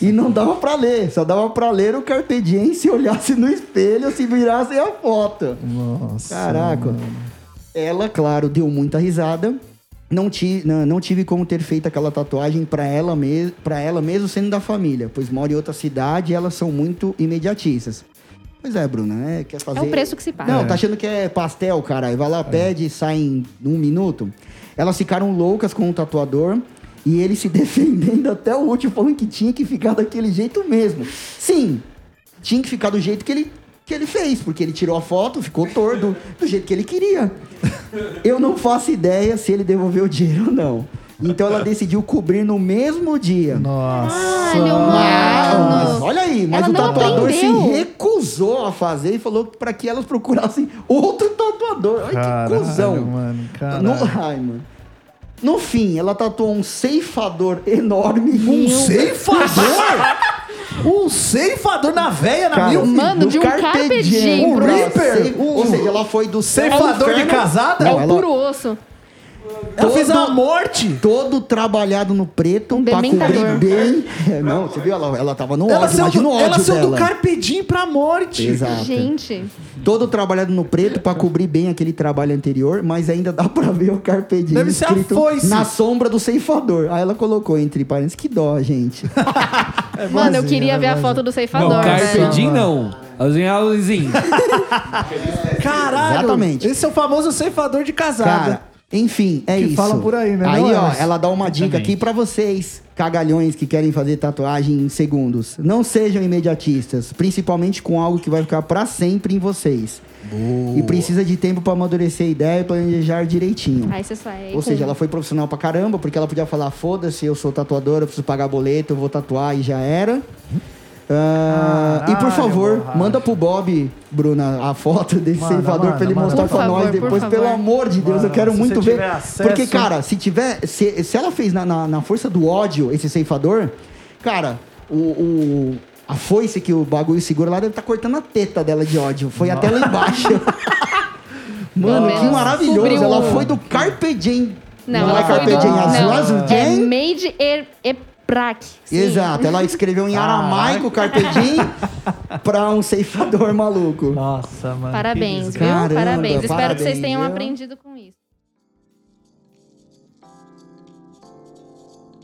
F: E não dava pra ler, só dava pra ler o carpe diem se olhasse no espelho, se virasse a foto.
B: Nossa.
F: Caraca. Ela, claro, deu muita risada. Não, ti, não, não tive como ter feito aquela tatuagem pra ela, me, pra ela mesmo sendo da família, pois mora em outra cidade e elas são muito imediatistas. Pois é, Bruna, né? Quer fazer...
E: É o preço que se paga.
F: Não, tá achando que é pastel, caralho. Vai lá, pede e sai em um minuto. Elas ficaram loucas com o tatuador e ele se [laughs] defendendo até o último, falando que tinha que ficar daquele jeito mesmo. Sim, tinha que ficar do jeito que ele, que ele fez, porque ele tirou a foto, ficou torto, do jeito que ele queria. Eu não faço ideia se ele devolveu o dinheiro ou não. Então ela decidiu cobrir no mesmo dia.
B: Nossa.
E: Olha o
F: Mas
E: mano.
F: olha aí, mas
E: Ela
F: o
E: não
F: tatuador se
E: aprendeu.
F: recusou a fazer e falou para que elas procurassem outro tatuador. Olha
B: Caralho,
F: que cuzão.
B: mano, caralho.
F: No, ai, mano. No fim, ela tatuou um ceifador enorme.
B: Um
F: Meu
B: ceifador? um ceifador na veia, na
F: Cara,
B: Milf?
E: Mano,
F: no
E: de um carpe diem
B: Um
E: pro-
B: Reaper?
F: Sei-
B: Um-
F: Ou seja, ela foi do céu ao
B: Ceifador de
F: inferno.
B: casada?
E: É
F: Não,
E: o
F: ela,
E: puro osso.
B: Eu fiz a
F: todo-
B: morte.
F: todo trabalhado no preto
E: Um
F: pra cobrir
E: dementador.
F: bem. É, não, você viu? Ela, ela tava no
B: Ela
F: ódio,
B: saiu
F: imagina
B: do,
F: o
B: ela
F: ódio
B: saiu do
F: dela.
B: carpedim pra morte.
F: Exato.
E: Gente,
F: Todo trabalhado no preto pra cobrir bem aquele trabalho anterior, mas ainda dá pra ver o carpe diem
B: Deve ser a
F: escrito
B: foice.
F: na sombra do ceifador. Aí ela colocou entre parênteses que dó,
B: [laughs]
F: gente.
E: mano, eu
B: boazinha,
E: queria
F: né,
B: ela é
E: ver a
B: boazinha.
E: foto do
G: Não,
E: ceifador.
G: Carpe
E: velho.
G: Diem não. Assim, a luzinha.
B: Caralho.
F: Exatamente.
B: Esse é o famoso ceifador de casada.
F: Cara, enfim, é
B: Que
F: isso.
B: fala por aí, né?
F: Aí,
B: Não,
F: ó,
B: Emerson?
F: ela dá uma dica aqui pra vocês, cagalhões que querem fazer tatuagem em segundos. Não sejam imediatistas, principalmente com algo que vai ficar pra sempre em vocês. E precisa de tempo pra amadurecer a ideia e planejar direitinho.
E: Aí você sai.
F: Ou seja,
E: com-
F: ela foi profissional pra caramba, porque ela podia falar: foda-se, eu sou tatuadora, eu preciso pagar boleto, eu vou tatuar e já era. Ah, e por
B: Caralho,
F: favor,
B: borracha.
F: manda pro Bob, Bruna, a foto desse
B: Manda,
F: ceifador
B: manda,
F: pra ele
B: manda.
F: mostrar
E: Por
F: pra nós
E: favor, por
F: depois,
E: favor.
F: pelo amor de Deus, eu
B: Manda,
F: quero
B: se
F: muito
B: você
F: ver.
B: tiver acesso-
F: Porque, cara, se tiver. Se, se ela fez na, na- na força do ódio esse ceifador, cara, o. o- a foice que o bagulho segura lá deve estar cortando a teta dela de ódio. Foi
B: [laughs]
F: até lá embaixo. Mano,
E: Pelo
F: que
E: menos
F: maravilhoso.
E: cobriu
F: Ela
E: o-
F: foi do Carpe Diem.
E: um Não,
F: é
E: ela foi
F: Carpe
E: do...
F: Diem, Azul,
E: não.
F: Azul
E: É
F: Diem.
E: made er... Ebrac. Sim.
F: Exato, ela escreveu em aramaico Carpe Diem pra um ceifador maluco.
B: Nossa, mano.
E: Parabéns, viu?
F: Caramba,
E: parabéns. Espero que
F: parabéns,
E: vocês tenham
F: viu?
E: aprendido com isso.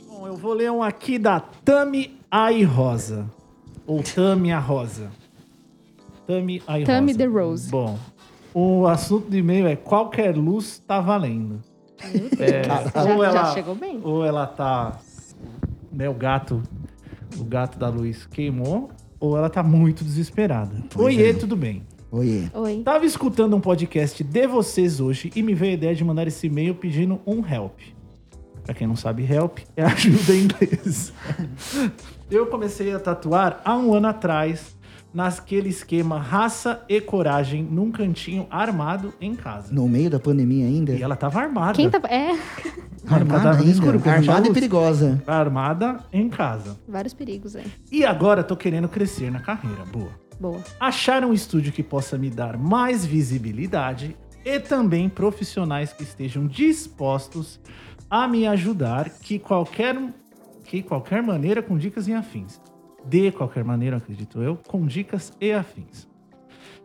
B: Bom, eu vou ler um aqui da Tami Ai Rosa. Ou Tami a Rosa. Tami Ai Rosa.
E: Tami the Rose.
B: Bom, o assunto do e-mail é qualquer luz tá valendo. É,
E: Já-
B: ou
E: já
B: ela,
E: chegou bem.
B: Ou ela tá... Né, o gato... O gato da luz queimou. Ou ela tá muito desesperada. Oiê, tudo bem?
F: Oiê.
E: Oi.
B: Tava escutando um podcast de vocês hoje e me veio a ideia de mandar esse e-mail pedindo um help. Pra quem não sabe, help é [laughs] ajuda em inglês. [laughs] Eu comecei a tatuar há um ano atrás, naquele esquema raça e coragem, num cantinho armado em casa.
F: No meio da pandemia ainda?
B: E ela tava armada.
E: Quem tá. É,
B: Mano,
F: Armada
B: tava no
F: ainda?
B: escuro, porque não tinha
F: Armada e
B: luz.
F: perigosa.
B: Armada em casa.
E: vários perigos aí.
B: E agora tô querendo crescer na carreira. Boa.
E: Boa.
B: achar um estúdio que possa me dar mais visibilidade e também profissionais que estejam dispostos a me ajudar que qualquer que qualquer maneira com dicas e afins. De qualquer maneira, acredito eu, com dicas e afins.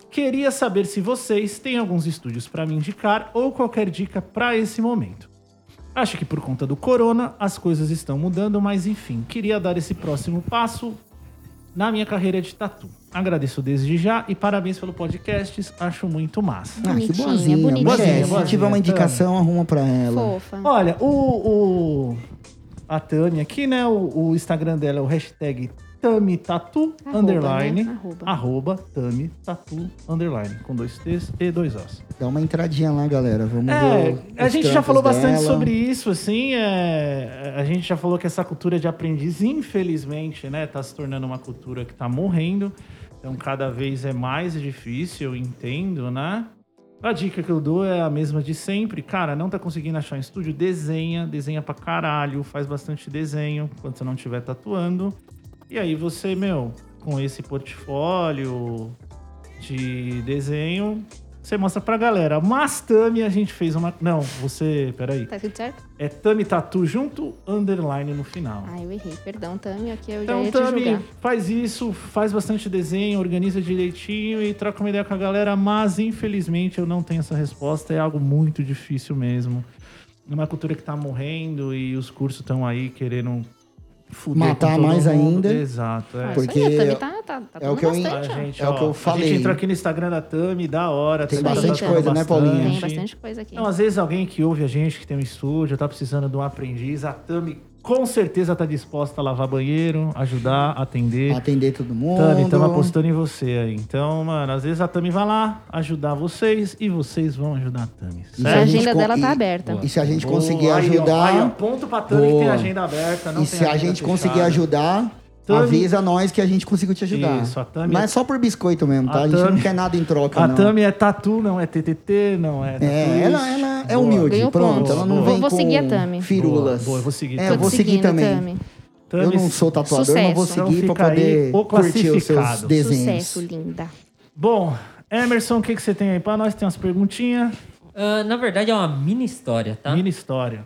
B: Queria saber se vocês têm alguns estúdios para me indicar ou qualquer dica para esse momento. Acho que por conta do corona as coisas estão mudando, mas enfim, queria dar esse próximo passo na minha carreira de tatu. Agradeço desde já e parabéns pelo podcast, acho muito massa.
F: Ah, que
E: Bonitinha,
F: boazinha.
E: bonitinha.
F: Mulher,
B: Boazinha,
F: Se tiver uma
B: boazinha,
F: indicação, arruma pra ela.
E: Fofa.
B: Olha, o, o- a Tami aqui, né? O, o Instagram dela é o hashtag TamiTatu,
E: Arroba,
B: underline,
E: né? Arroba.
B: arroba TamiTatu, underline, com dois T's e dois O's.
F: Dá uma entradinha lá, galera. Vamos ver.
B: É, a
F: os
B: gente já
F: trampos
B: falou bastante
F: dela.
B: sobre isso, assim, é, a gente já falou que essa cultura de aprendiz, infelizmente, né, tá se tornando uma cultura que tá morrendo.
A: Então cada vez é mais difícil, eu entendo, né? A dica que eu dou é a mesma de sempre. Cara, não tá conseguindo achar um estúdio? Desenha, desenha pra caralho, faz bastante desenho quando você não estiver tatuando. E aí você, meu, com esse portfólio de desenho, você mostra pra galera. Mas Tami, a gente fez uma. Não, você. Peraí.
E: Tá escrito certo?
A: É Tami Tatu junto, underline no final.
E: Ah, eu errei. Perdão, Tami, aqui eu já
A: Então,
E: ia te
A: Tami,
E: julgar.
A: faz isso, faz bastante desenho, organiza direitinho e troca uma ideia com a galera, mas infelizmente eu não tenho essa resposta, é algo muito difícil mesmo. Numa cultura que tá morrendo e os cursos estão aí querendo fuder
F: Matar
A: com todo
F: mais
A: mundo.
F: ainda.
A: Exato, é.
E: Ah,
F: Porque
E: isso aí, a Tami tá, tá, tá
F: é o que eu-
E: dando
A: A
E: bastante, ó.
A: Ah, gente,
F: É o
A: ó,
F: que eu
A: A gente
F: falei.
A: entra aqui no Instagram da Tami, da hora. a
F: Tem
A: Tami tá
F: bastante
A: tratando
F: coisa, né, Paulinha?
E: Tem bastante coisa aqui.
A: Então, às vezes alguém que ouve a gente, que tem um estúdio, tá precisando de um aprendiz, a Tami com certeza tá disposta a lavar banheiro, ajudar, atender.
F: Atender Tá todo mundo.
A: Tami, estamos apostando em você aí. Então, mano, às vezes a Tami vai lá ajudar vocês e vocês vão ajudar a Tami.
F: E se
E: A
A: Certo?
E: agenda
F: gente con-
E: dela tá
F: e-
E: aberta.
F: E se a gente
A: Boa,
F: conseguir
A: aí, ó, Aí, ó,
F: ajudar.
A: ponto pra Tami que tem
F: Boa.
A: agenda aberta. Não tem
F: E se a
A: agenda
F: gente
A: fechada.
F: conseguir ajudar,
A: Tami-
F: avisa nós que a gente conseguiu te ajudar.
A: Isso, a Tami-
F: Não é só por biscoito mesmo, tá?
A: A
F: A, gente
A: Tami-
F: não quer nada em troca,
A: A
F: não.
A: Tami é tatu, não é TTT, não é.
F: É,
A: tatuíste.
F: ela, ela é
A: Boa.
F: humilde,
E: Ganhou
F: pronto.
E: ponto.
F: Ela não
E: Vou-
F: vem
E: vou
F: com
E: seguir a Tami.
F: firulas.
A: Boa, boa, eu vou seguir
F: É,
A: Tami.
F: eu vou
E: te
F: seguir
E: seguindo,
F: também.
E: Tami.
A: Tami,
F: Eu não sou tatuador, mas vou
E: Sucesso.
A: Então
F: seguir
A: fica
F: pra
A: aí
F: poder
A: o
F: curtir os seus
A: classificado.
F: desenhos.
E: Sucesso, linda.
A: Bom, Emerson, o que, que você tem aí pra nós? Tem umas perguntinhas.
D: Ah, na verdade, é uma mini história, tá?
A: Mini história.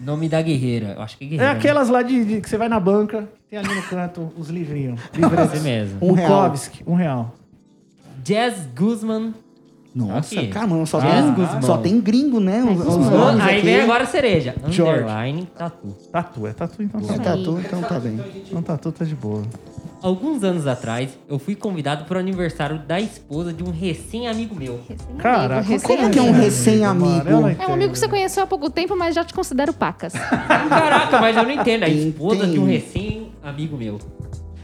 D: Nome da guerreira. Eu acho que é
A: É
D: guerreira. né?
A: aquelas lá de, de- que você vai na banca, tem ali no canto os livrinhos.
D: [laughs]
A: Livreto.
D: Você É mesmo.
F: Um real.
A: Bukowski, um real.
D: Jazz Guzman.
F: Nossa,
D: Aqui.
F: caramba, só,
D: Yes,
F: tem,
D: Guzmão.
F: só tem gringo, né? Os, os
E: Guzmão.
F: nomes
D: aí
F: aqui.
D: vem agora a cereja.
A: George.
D: Underline Tatu.
A: Tatu, é tatu, então tá
F: É,
A: bom.
F: tá tudo, então tá bem.
A: Então tatu tá de boa.
D: Alguns anos atrás, eu fui convidado para o aniversário da esposa de um recém-amigo meu.
A: Caraca,
E: é Amigo,
A: como assim?
E: recém-
F: que é um recém-amigo?
A: mano? Eu não
E: É um amigo
A: entendo.
E: que você conheceu há pouco tempo, mas já te considero pacas.
D: Caraca, mas eu não entendo. A esposa de um
F: Entendi.
D: recém-amigo meu.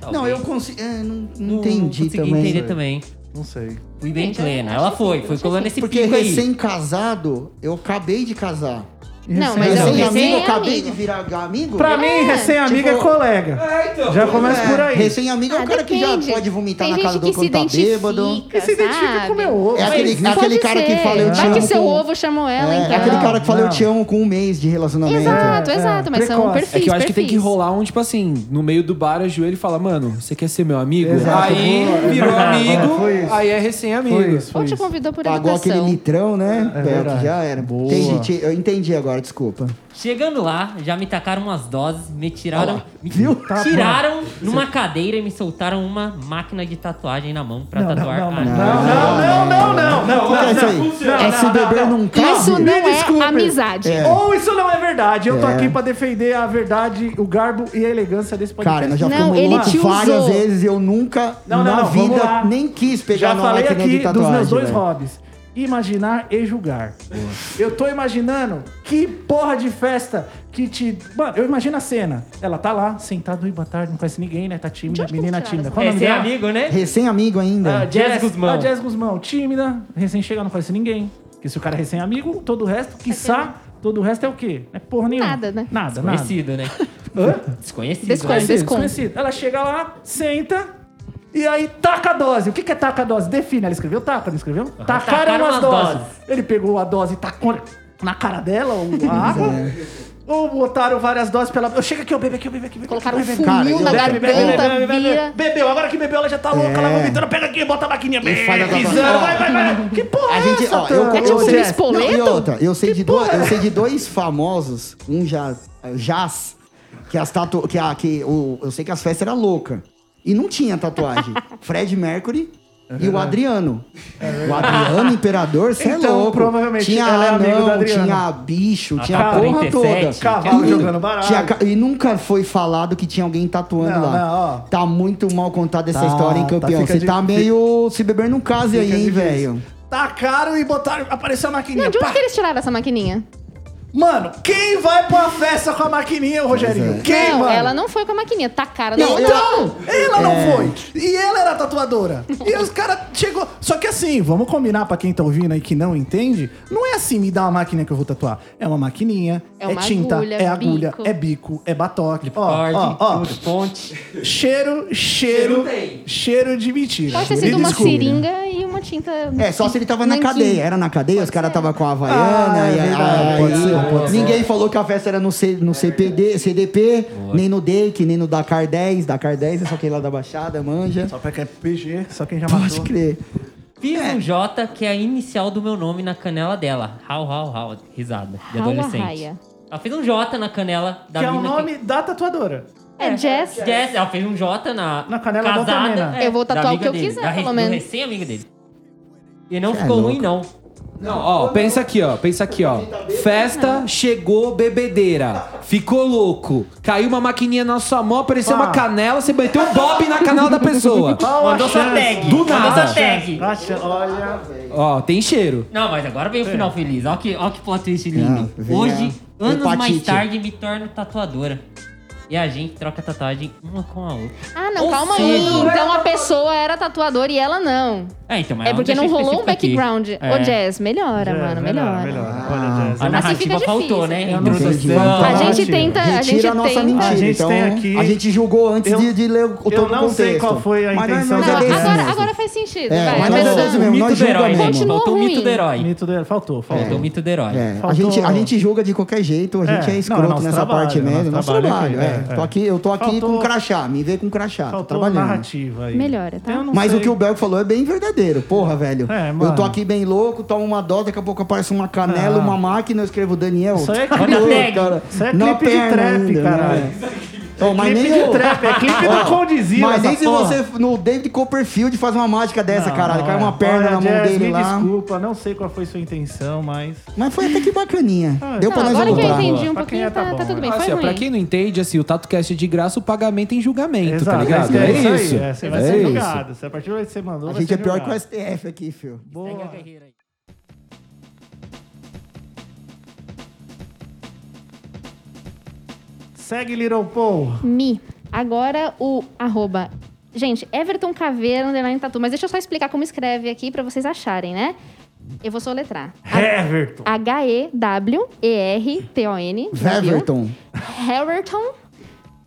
D: Talvez.
F: Não, eu consigo. não, não
D: Não-
F: entendi
D: não consegui
F: também.
D: entender também.
A: Não sei.
D: Fui bem
E: Gente,
D: plena.
E: eu
D: Ela
E: acho
D: foi,
E: que-
D: foi
E: acho
D: colando
E: que-
D: esse
F: Porque
D: pico aí.
F: recém-casado, eu acabei de casar.
E: Não, mas é um
F: Recém-amigo, assim, eu
E: recém-amigo.
F: acabei de virar amigo?
A: Pra mim, recém-amigo é
F: tipo-
A: colega. Já começa por aí.
F: Recém-amigo é
E: Ah,
F: o cara que
E: depende.
F: já pode vomitar
E: Tem
F: na casa
E: gente
F: do
E: que
F: outro
E: se
F: quando tá bêbado.
E: identifica,
A: E se identifica
E: sabe?
A: com o meu ovo.
F: É aquele, é
E: Pode
F: aquele cara que
E: ser.
F: fala eu te
E: Vai
F: amo.
E: que seu
F: com-
E: ovo chamou ela,
F: é,
E: então.
F: é aquele cara que fala
A: Não.
F: eu te amo com um mês de relacionamento.
E: Exato,
A: É,
E: exato.
A: é,
E: Mas são
A: precoce.
E: perfis,
G: É que eu acho que tem que
E: perfis.
G: rolar um, tipo assim, no meio do bar, ajoelho e fala, mano, você quer ser meu amigo?
A: Exato,
G: aí
A: boa, é
G: virou
A: verdade, boa, foi
G: amigo,
A: isso.
G: aí é recém-amigo.
E: Ou te convidou por
F: Pagou aquele
E: educação.
F: litrão, né?
A: É
F: Pé, que
A: verdade.
F: já era.
A: Boa.
F: Entendi, eu entendi agora, desculpa.
D: Chegando lá, já me tacaram umas doses, me tiraram. me
A: Viu? Tá,
D: tiraram numa cadeira e me soltaram uma máquina de tatuagem na mão pra
A: Não, não,
D: tatuar
A: não, não,
D: a-
A: não, não, não, não, não,
F: O que é
A: não,
F: isso
A: não.
F: aí?
A: não,
F: É se
A: não,
F: beber
A: não.
F: num
E: Isso
F: carro?
E: não é
A: desculpe.
E: amizade.
F: É.
A: Ou isso não é verdade. Eu tô
F: É.
A: aqui pra defender a verdade, o garbo e a elegância desse podcast.
F: Cara, nós já
E: Não,
F: fomos
E: ele
F: loucos
E: te
F: várias
E: usou.
F: vezes e eu nunca,
A: Não, não,
F: na
A: não, vamos
F: vida,
A: lá.
F: nem quis pegar
A: Já
F: na
A: falei
F: máquina
A: aqui
F: de tatuagem.
A: dos meus dois
F: velho.
A: hobbies. Imaginar e julgar. Eu tô imaginando que porra de festa que te. Mano, eu imagino a cena. Ela tá lá, sentada no Ibatar, não conhece ninguém, né? Tá tímida,
E: onde que
A: menina
E: eles
A: tímida.
E: tiraram É
A: Qual o nome dela?
D: Recém-amigo, né?
F: Recém-amigo ainda.
A: A Jazz,
D: Jazz Guzmão.
A: A Jazz Guzmão, tímida, recém chega, não conhece ninguém. Porque se o cara é recém-amigo, todo o resto, quiçá, todo o resto é o quê? Não é porra nenhuma.
E: Tá Nada, né?
A: Nada, nada.
D: Desconhecido, né?
F: [laughs]
A: Hã?
D: Desconhecido.
E: Desconhecido.
D: né?
A: Desconhecido. Ela chega lá, senta. E aí, taca a dose. O que, que é taca a dose? Define. Ela escreveu taca, não escreveu? Tacaram
D: Tacaram
A: as
D: as
A: doses.
D: doses.
A: Ele pegou a dose e tacou na cara dela,
F: [laughs]
A: ou a água. Ou botaram várias doses pela. Eu chego aqui, eu bebo aqui, eu bebo aqui. eu bebo aqui,
E: Colocaram
A: eu
E: um
A: bebo aqui.
E: funil
F: Cara, eu-
E: na
F: Bebe, bebe,
E: garganta, vira...
A: Bebeu, agora que bebeu, ela já tá louca,
F: É.
A: ela vomitando. Pega aqui, bota a maquininha. Bebe,
F: faz a dose.
A: pisando,
F: Ó.
A: vai, vai, vai. Que porra
F: A
A: é
F: gente,
A: essa,
F: ó, eu,
A: Tânia?
E: É tipo
F: eu
E: um
F: sei-
E: espoleto?
F: Não, e outra, eu sei, de dois, eu sei de dois famosos, um já, Jazz, que as tatu, que a, que o, eu sei que as festas eram loucas. E não
A: [laughs]
F: tinha tatuagem. Fred Mercury
A: É
F: e o Adriano. o Adriano Imperador, você é
A: Então,
F: louco.
A: provavelmente,
F: tinha
A: ela é amigo do
F: anão,
A: Adriano.
F: tinha bicho, tinha a
D: tá,
F: porra
D: 47,
F: toda.
A: cavalo
F: E-
A: tá jogando baralho.
F: tinha ca- e nunca foi falado que tinha alguém tatuando
A: Não,
F: lá.
A: não, ó.
F: Tá muito mal contada essa
A: Tá,
F: história, hein,
A: tá,
F: campeão.
A: fica
F: Você
A: de-
F: tá meio se beber num case aí,
A: Fica
F: hein,
A: difícil.
F: velho.
A: Tacaram e botaram. Apareceu a maquininha.
E: Não, de onde
A: pá.
E: que eles tiraram essa maquininha?
B: Mano, quem vai pra uma festa com a maquininha, Rogerinho?
F: Pois é.
B: Quem,
E: não,
B: mano?
E: ela não foi com a maquininha, tá a cara da
F: Não,
E: louca.
B: Então, ela não foi. E ela era tatuadora. E os caras chegou. Só que assim, vamos combinar pra quem tá ouvindo aí que não entende, não é assim, me dá uma máquina que eu vou tatuar. É uma maquininha, é,
E: É uma
B: tinta,
E: agulha,
B: é agulha,
E: bico.
B: é bico, é batoque. Ó,
D: Ford,
B: ó, ó.
D: tudo, ponte.
B: Cheiro, cheiro, cheiro de mentira.
E: Pode ter
B: Me
E: sido uma
B: desculpe.
E: seringa e uma tinta.
F: É, só se ele tava na
E: nanquim.
F: cadeia. Era na cadeia, os caras tava com a Havaiana.
B: Ah, é
F: e aí-
B: verdade,
F: aí-
B: pode ser, pode
F: ninguém falou que a festa era no, C- no CPD, CDP, nem no DEIC, nem no Dakar 10. Dakar 10 é só quem lá da Baixada, manja.
B: Só pra que é PG, só quem já
F: Pode
B: matou.
F: crer.
D: Fiz um J, que é a inicial do meu nome na canela dela. Hau, hau, hau. Risada. De
E: Raul
D: adolescente.
E: Arraia.
D: Ela fez um J na canela da
B: Que é o
A: um
D: mina
B: nome da tatuadora.
E: É jazz.
D: Jess, ela fez um J na,
B: Na canela da outra
D: casada.
B: mina.
D: é,
E: Eu vou
D: da
E: tatuar o
D: amiga
E: que eu
D: dele,
E: quiser,
D: da re-
E: pelo
D: do
E: menos.
D: recém-amiga dele. E não
F: Cê é
D: ficou ruim,
F: louco.
D: não.
G: Não, ó, pensa aqui, ó. Pensa aqui, ó.
E: Uhum.
G: Festa, chegou, bebedeira. Ficou louco. Caiu uma maquininha na sua mão, apareceu
A: Ah.
G: uma canela, você meteu um bob na canela da
A: [laughs]
G: pessoa.
B: Qual a
D: Mandou sua
B: chance?
D: tag.
G: Do
D: Mandou
G: nada.
D: sua tag.
B: A chan- Olha,
G: Ó, tem cheiro.
D: Não, mas agora
A: É.
D: vem o final feliz. Olha que, olha que plot twist lindo.
F: Ah, vem
D: Hoje,
F: a
D: anos mais
F: hepatite.
D: tarde, me torno tatuadora. E a gente troca tatuagem uma com a outra.
E: Ah, não,
D: Ou
E: calma
D: seja-
E: aí. Então a pessoa era tatuadora e ela não.
D: É, então, mas
E: É
D: ela
E: porque não
D: deixou
E: rolou um
D: específico
E: background.
D: aqui. É.
E: Ô, Jazz,
F: É,
E: melhora, mano, melhora.
A: Olha, Jazz.
D: A narrativa
E: fica difícil. É,
D: faltou, né?
A: Eu não sei
F: se
D: Introdução.
F: vai
E: A
F: falar.
E: gente tenta. Tá, A
F: Retira
E: gente
F: a nossa
E: tenta.
F: mentira.
A: A gente
F: então,
A: tem aqui-
F: A gente julgou antes
A: Eu-
F: de, de ler o todo
A: eu
F: o
A: não
F: contexto.
A: sei qual foi a
F: Mas nós-
A: intenção
F: nós
E: Não,
A: da-
F: é desse
E: agora,
F: mesmo.
E: agora faz sentido.
F: É,
E: vai.
F: mas nós é
E: Pensando.
F: desse mesmo.
D: Mito
F: Nós
D: do herói,
F: julgamos.
D: gente.
E: assim, Continua
D: Faltou o mito
E: ruim.
D: do herói.
A: Mito dele. Faltou,
D: Faltou
A: faltou.
D: o mito do herói.
F: É,
A: Faltou-
F: a, gente, a gente julga de qualquer jeito, a gente
A: É,
F: é,
A: não, é
F: escroto
A: nosso
F: nessa
A: trabalho,
F: parte
A: é nosso
F: mesmo. Nosso
A: trabalho
F: trabalho,
A: aqui,
F: é.
A: é,
F: Tô aqui, eu tô aqui
A: Faltou-
F: com crachá, me vê com crachá, tô
A: Faltou
F: tá trabalhando.
A: narrativa aí.
E: Melhora, tá?
A: Eu não
F: Mas
A: sei.
F: o que o Belk falou é bem verdadeiro, porra, velho.
A: É, mano.
F: eu tô aqui bem louco, tomo uma dose, daqui a pouco aparece uma canela,
A: Ah.
F: uma máquina, eu escrevo Daniel.
A: Isso aí é
F: Acabou,
D: clipe.
F: cara.
A: Isso aí é
F: Na
A: clipe de
F: perna
A: trap,
F: ainda,
A: caralho.
F: né? Ô, mas
A: clipe
F: nem
A: de
F: eu-
A: trap, é clipe do
F: Ó,
A: Condizila
F: Mas nem
A: essa
F: se
A: porra.
F: você, no David Copperfield, faz uma mágica dessa,
A: Não,
F: caralho.
A: não,
F: Cai
A: é.
F: uma perna
A: Olha,
F: na mão
A: Jazz,
F: dele
A: me
F: lá.
A: Desculpa, não sei qual foi sua intenção, mas.
F: Mas foi até que bacaninha.
A: Ah,
F: Deu
E: Não,
F: pra nós
E: Tá, agora que eu
F: comprar.
E: entendi um
A: Pra quem
E: pouquinho,
A: é,
E: tá,
A: tá bom,
E: tá tudo
A: né?
E: bem.
C: Ah,
G: Assim,
E: Foi
G: ó, pra
E: ruim.
G: quem não entende, assim, o TatoCast é de graça, o pagamento é em julgamento, tá ligado? É
A: é, isso.
G: isso.
A: aí, é, você vai
G: É
A: ser
G: isso.
A: julgado. Se a partir do que você mandou,
F: A
A: vai
F: gente
A: ser
F: é pior que o
A: julgado.
F: STF aqui, filho.
D: Segue a
A: Boa.
D: carreira aí.
A: Segue Little Paul.
E: Me. Agora o arroba. Gente, Everton Caveira, underline tatu. Mas deixa eu só explicar como escreve aqui pra vocês acharem, né? Eu vou soletrar.
A: Everton.
E: H-E-W-E-R-T-O-N. Brasil.
F: Everton.
E: Everton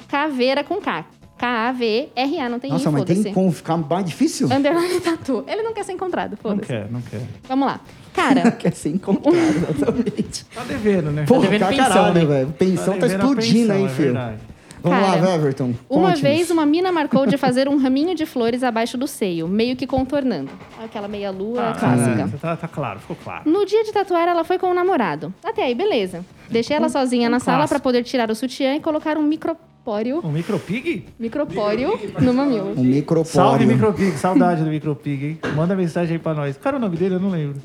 E: Caveira com K. K-A-V-E-R-A. Não tem
F: Nossa,
E: I,
F: mas tem
E: foda-se. É.
F: como ficar mais difícil? [laughs]
E: Underline tatu. Ele não quer ser encontrado,
A: Não
E: foda-se.
A: quer, não quer.
E: Vamos lá.
F: [laughs]
E: Cara,
F: Quer ser encontrado, é exatamente.
A: Tá devendo, né?
F: Porra,
D: devendo
F: pra
D: pensão,
F: caralho,
D: né?
F: velho. Pensão tá
A: devendo a
F: explodindo aí,
A: pensão, é
F: filho.
A: verdade.
F: Vamos lá,
E: Cara,
F: velho, Everton.
E: uma
F: Conte-nos.
E: vez uma mina marcou de fazer um raminho de flores abaixo do seio, meio que contornando. Aquela meia-lua clássica.
A: Ah, tá, tá claro, ficou claro.
E: No dia de tatuar, ela foi com o namorado. Até aí, beleza. Deixei
F: Um
E: ela sozinha na sala
A: clássico.
E: pra poder tirar o sutiã e colocar um micropório,
A: O Micropig? [laughs]
E: micropório no mamilo.
F: Um micropólio.
A: Salve,
F: [laughs]
A: Micropig. Saudade do Micropig, hein? Manda mensagem aí pra nós. Cara, o nome dele eu não lembro.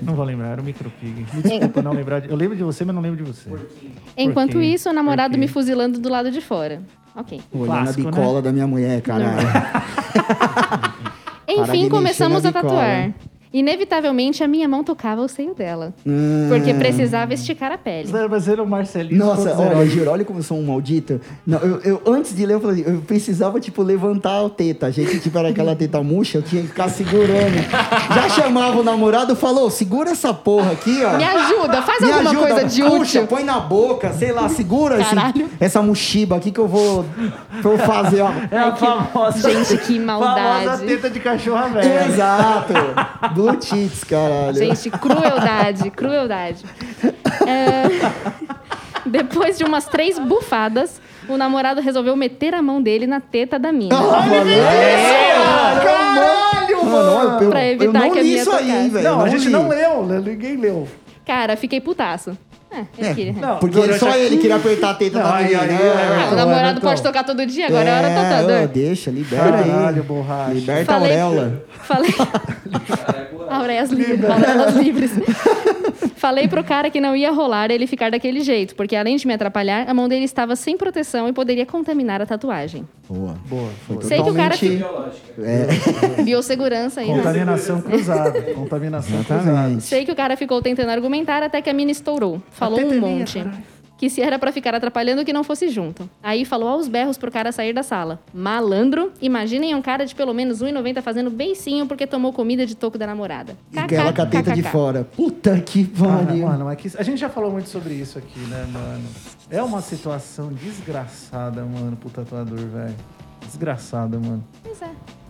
A: Não vou lembrar, era o Micropig. Me desculpa não lembrar. de- Eu lembro de você, mas não lembro de você.
E: Enquanto
A: Por quê?
E: isso, o namorado
A: Por quê?
E: me fuzilando do lado de fora. Ok.
F: Olhando
A: Clássico, né?
F: a bicola da minha mulher,
E: [laughs]
F: caralho.
E: Enfim,
F: de
E: começamos
F: mexer
E: a
F: na bicola.
E: tatuar. Inevitavelmente, a minha mão tocava o seio dela.
F: Ah.
E: Porque precisava esticar a pele.
A: Mas era o Marcelinho.
F: Nossa,
A: Ponto zero.
F: olha, juro, olha como eu sou um maldito. Não, eu, eu- antes de ler, eu falei, eu precisava, tipo, levantar a teta. A gente, tipo, era aquela teta murcha, eu tinha que ficar segurando. Já chamava o namorado, falou, segura essa porra aqui, ó.
E: Me ajuda, faz
F: Me
E: alguma
F: ajuda,
E: coisa de
F: puxa,
E: útil.
F: põe na boca, sei lá, segura esse-
E: Caralho.
F: essa mochiba aqui que eu vou, vou fazer, ó.
A: É a famosa.
E: Gente, que
A: Famosa
E: maldade.
A: teta de cachorra velha.
F: Exato. Blue Cheats, caralho. [laughs]
E: Gente, crueldade, crueldade. É, [laughs] Depois de umas três bufadas, o namorado resolveu meter a mão dele na teta da minha.
F: Caralho, mano. Eu,
E: Pra
F: eu
E: evitar
F: não
E: que a
F: li
E: minha
F: isso aí,
E: tocasse.
F: velho.
A: Não, a gente
F: li.
A: não leu, né? ninguém leu.
F: Ah.
E: Cara, fiquei putaço. É, ele queria.
A: Não,
F: Porque
A: durante
F: só
A: a-
F: ele queria apertar a teta
A: Não,
F: da
A: aí,
F: menina.
A: aí,
E: Ah,
A: aí,
E: o
A: Everton,
E: namorado
A: Everton.
E: pode tocar todo dia, agora é hora do
F: ô,
E: tatuador.
F: Deixa, libera
A: Caralho,
F: aí.
A: borracha.
F: Liberta a auréola.
E: Falei. Auréolas livres. Auréolas livres. Falei pro cara que não ia rolar ele ficar daquele jeito, porque além de me atrapalhar, a mão dele estava sem proteção e poderia contaminar a tatuagem.
F: Boa.
A: Boa.
F: Foi
E: Sei que o cara
F: totalmente...
E: Biossegurança aí, né?
A: Contaminação cruzada. Contaminação cruzada.
E: Sei que o cara ficou tentando argumentar até que a mina estourou. Falou um monte.
F: né?
E: Que se era pra ficar atrapalhando, que não fosse junto. Aí falou aos berros pro cara sair da sala. Malandro, imaginem um cara de pelo menos 1,90 fazendo beicinho porque tomou comida de toco da namorada.
F: E aquela com a teta de
E: KKKKK.
F: fora. Puta que
A: Cara,
F: pariu.
A: mano, mas que- a gente já falou muito sobre isso aqui, né, mano? É uma situação desgraçada, mano, pro tatuador, velho. Desgraçada, mano.
E: Pois é.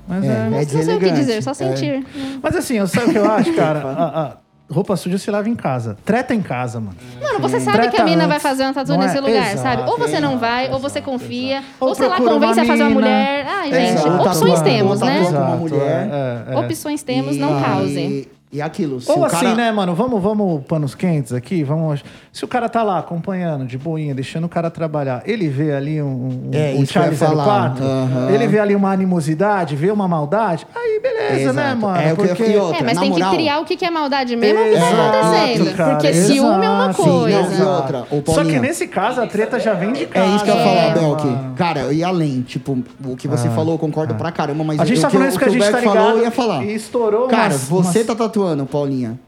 A: Mas
F: É,
A: é.
E: Não, não
F: é
E: sei o que
F: deselegante.
E: dizer, só
F: É.
E: sentir.
A: Mas assim, eu- sabe o que eu acho, [laughs] cara? A- a roupa suja se lava em casa. Treta em casa, mano.
E: Mano, você sabe
A: Trata
E: que a mina vai
A: antes,
E: fazer uma tatu
A: não é?
E: nesse lugar,
A: Exato,
E: sabe? Ou você não
A: exato,
E: vai, ou
A: exato,
E: você confia,
A: exato.
E: ou, sei lá,
A: procura uma
E: convence a fazer uma
A: mina.
E: mulher. Ai, gente,
A: Exato. tá
E: opções
A: Ou
E: temos,
F: tatua-
E: né?
F: ou tatua uma mulher.
A: é, é.
E: Opções temos, não
F: E-
E: cause. É,
F: E aquilo, se
A: Ou
F: o
A: assim,
F: cara...
A: né, mano? Vamos, vamos panos quentes aqui, vamos. Se o cara tá lá acompanhando, de boinha, deixando o cara trabalhar, ele vê ali um, um,
F: É,
A: um
F: isso que eu ia
A: Charlie
F: falar.
A: 04,
F: Aham.
A: ele vê ali uma animosidade, vê uma maldade, aí beleza, né,
F: Exato.
A: mano?
F: É, o que eu- e outra,
E: É, mas
F: na
E: tem
F: moral-
E: que criar o que que é maldade mesmo, o que tá
A: Exato,
E: acontecendo.
A: cara,
E: Porque ciúme é uma
A: exato.
E: coisa.
F: Sim, não, e outra, ô,
A: Só que
F: Paulinho.
A: nesse caso, a treta já vem de
F: É
A: casa. né?
F: isso que eu ia
E: É,
F: falar,
A: mano.
F: Belk. Cara, e além, tipo, o que você falou, eu concordo pra caramba, mas
A: Ah, A gente
F: o
A: tá
F: que, o-
A: falando isso
F: o
A: que
F: que
A: a
F: o
A: gente
F: Beto
A: tá ligado
F: falou, eu ia falar.
A: e estourou
F: Cara,
A: umas-
F: você
A: umas-
F: tá tatuando, Paulinha.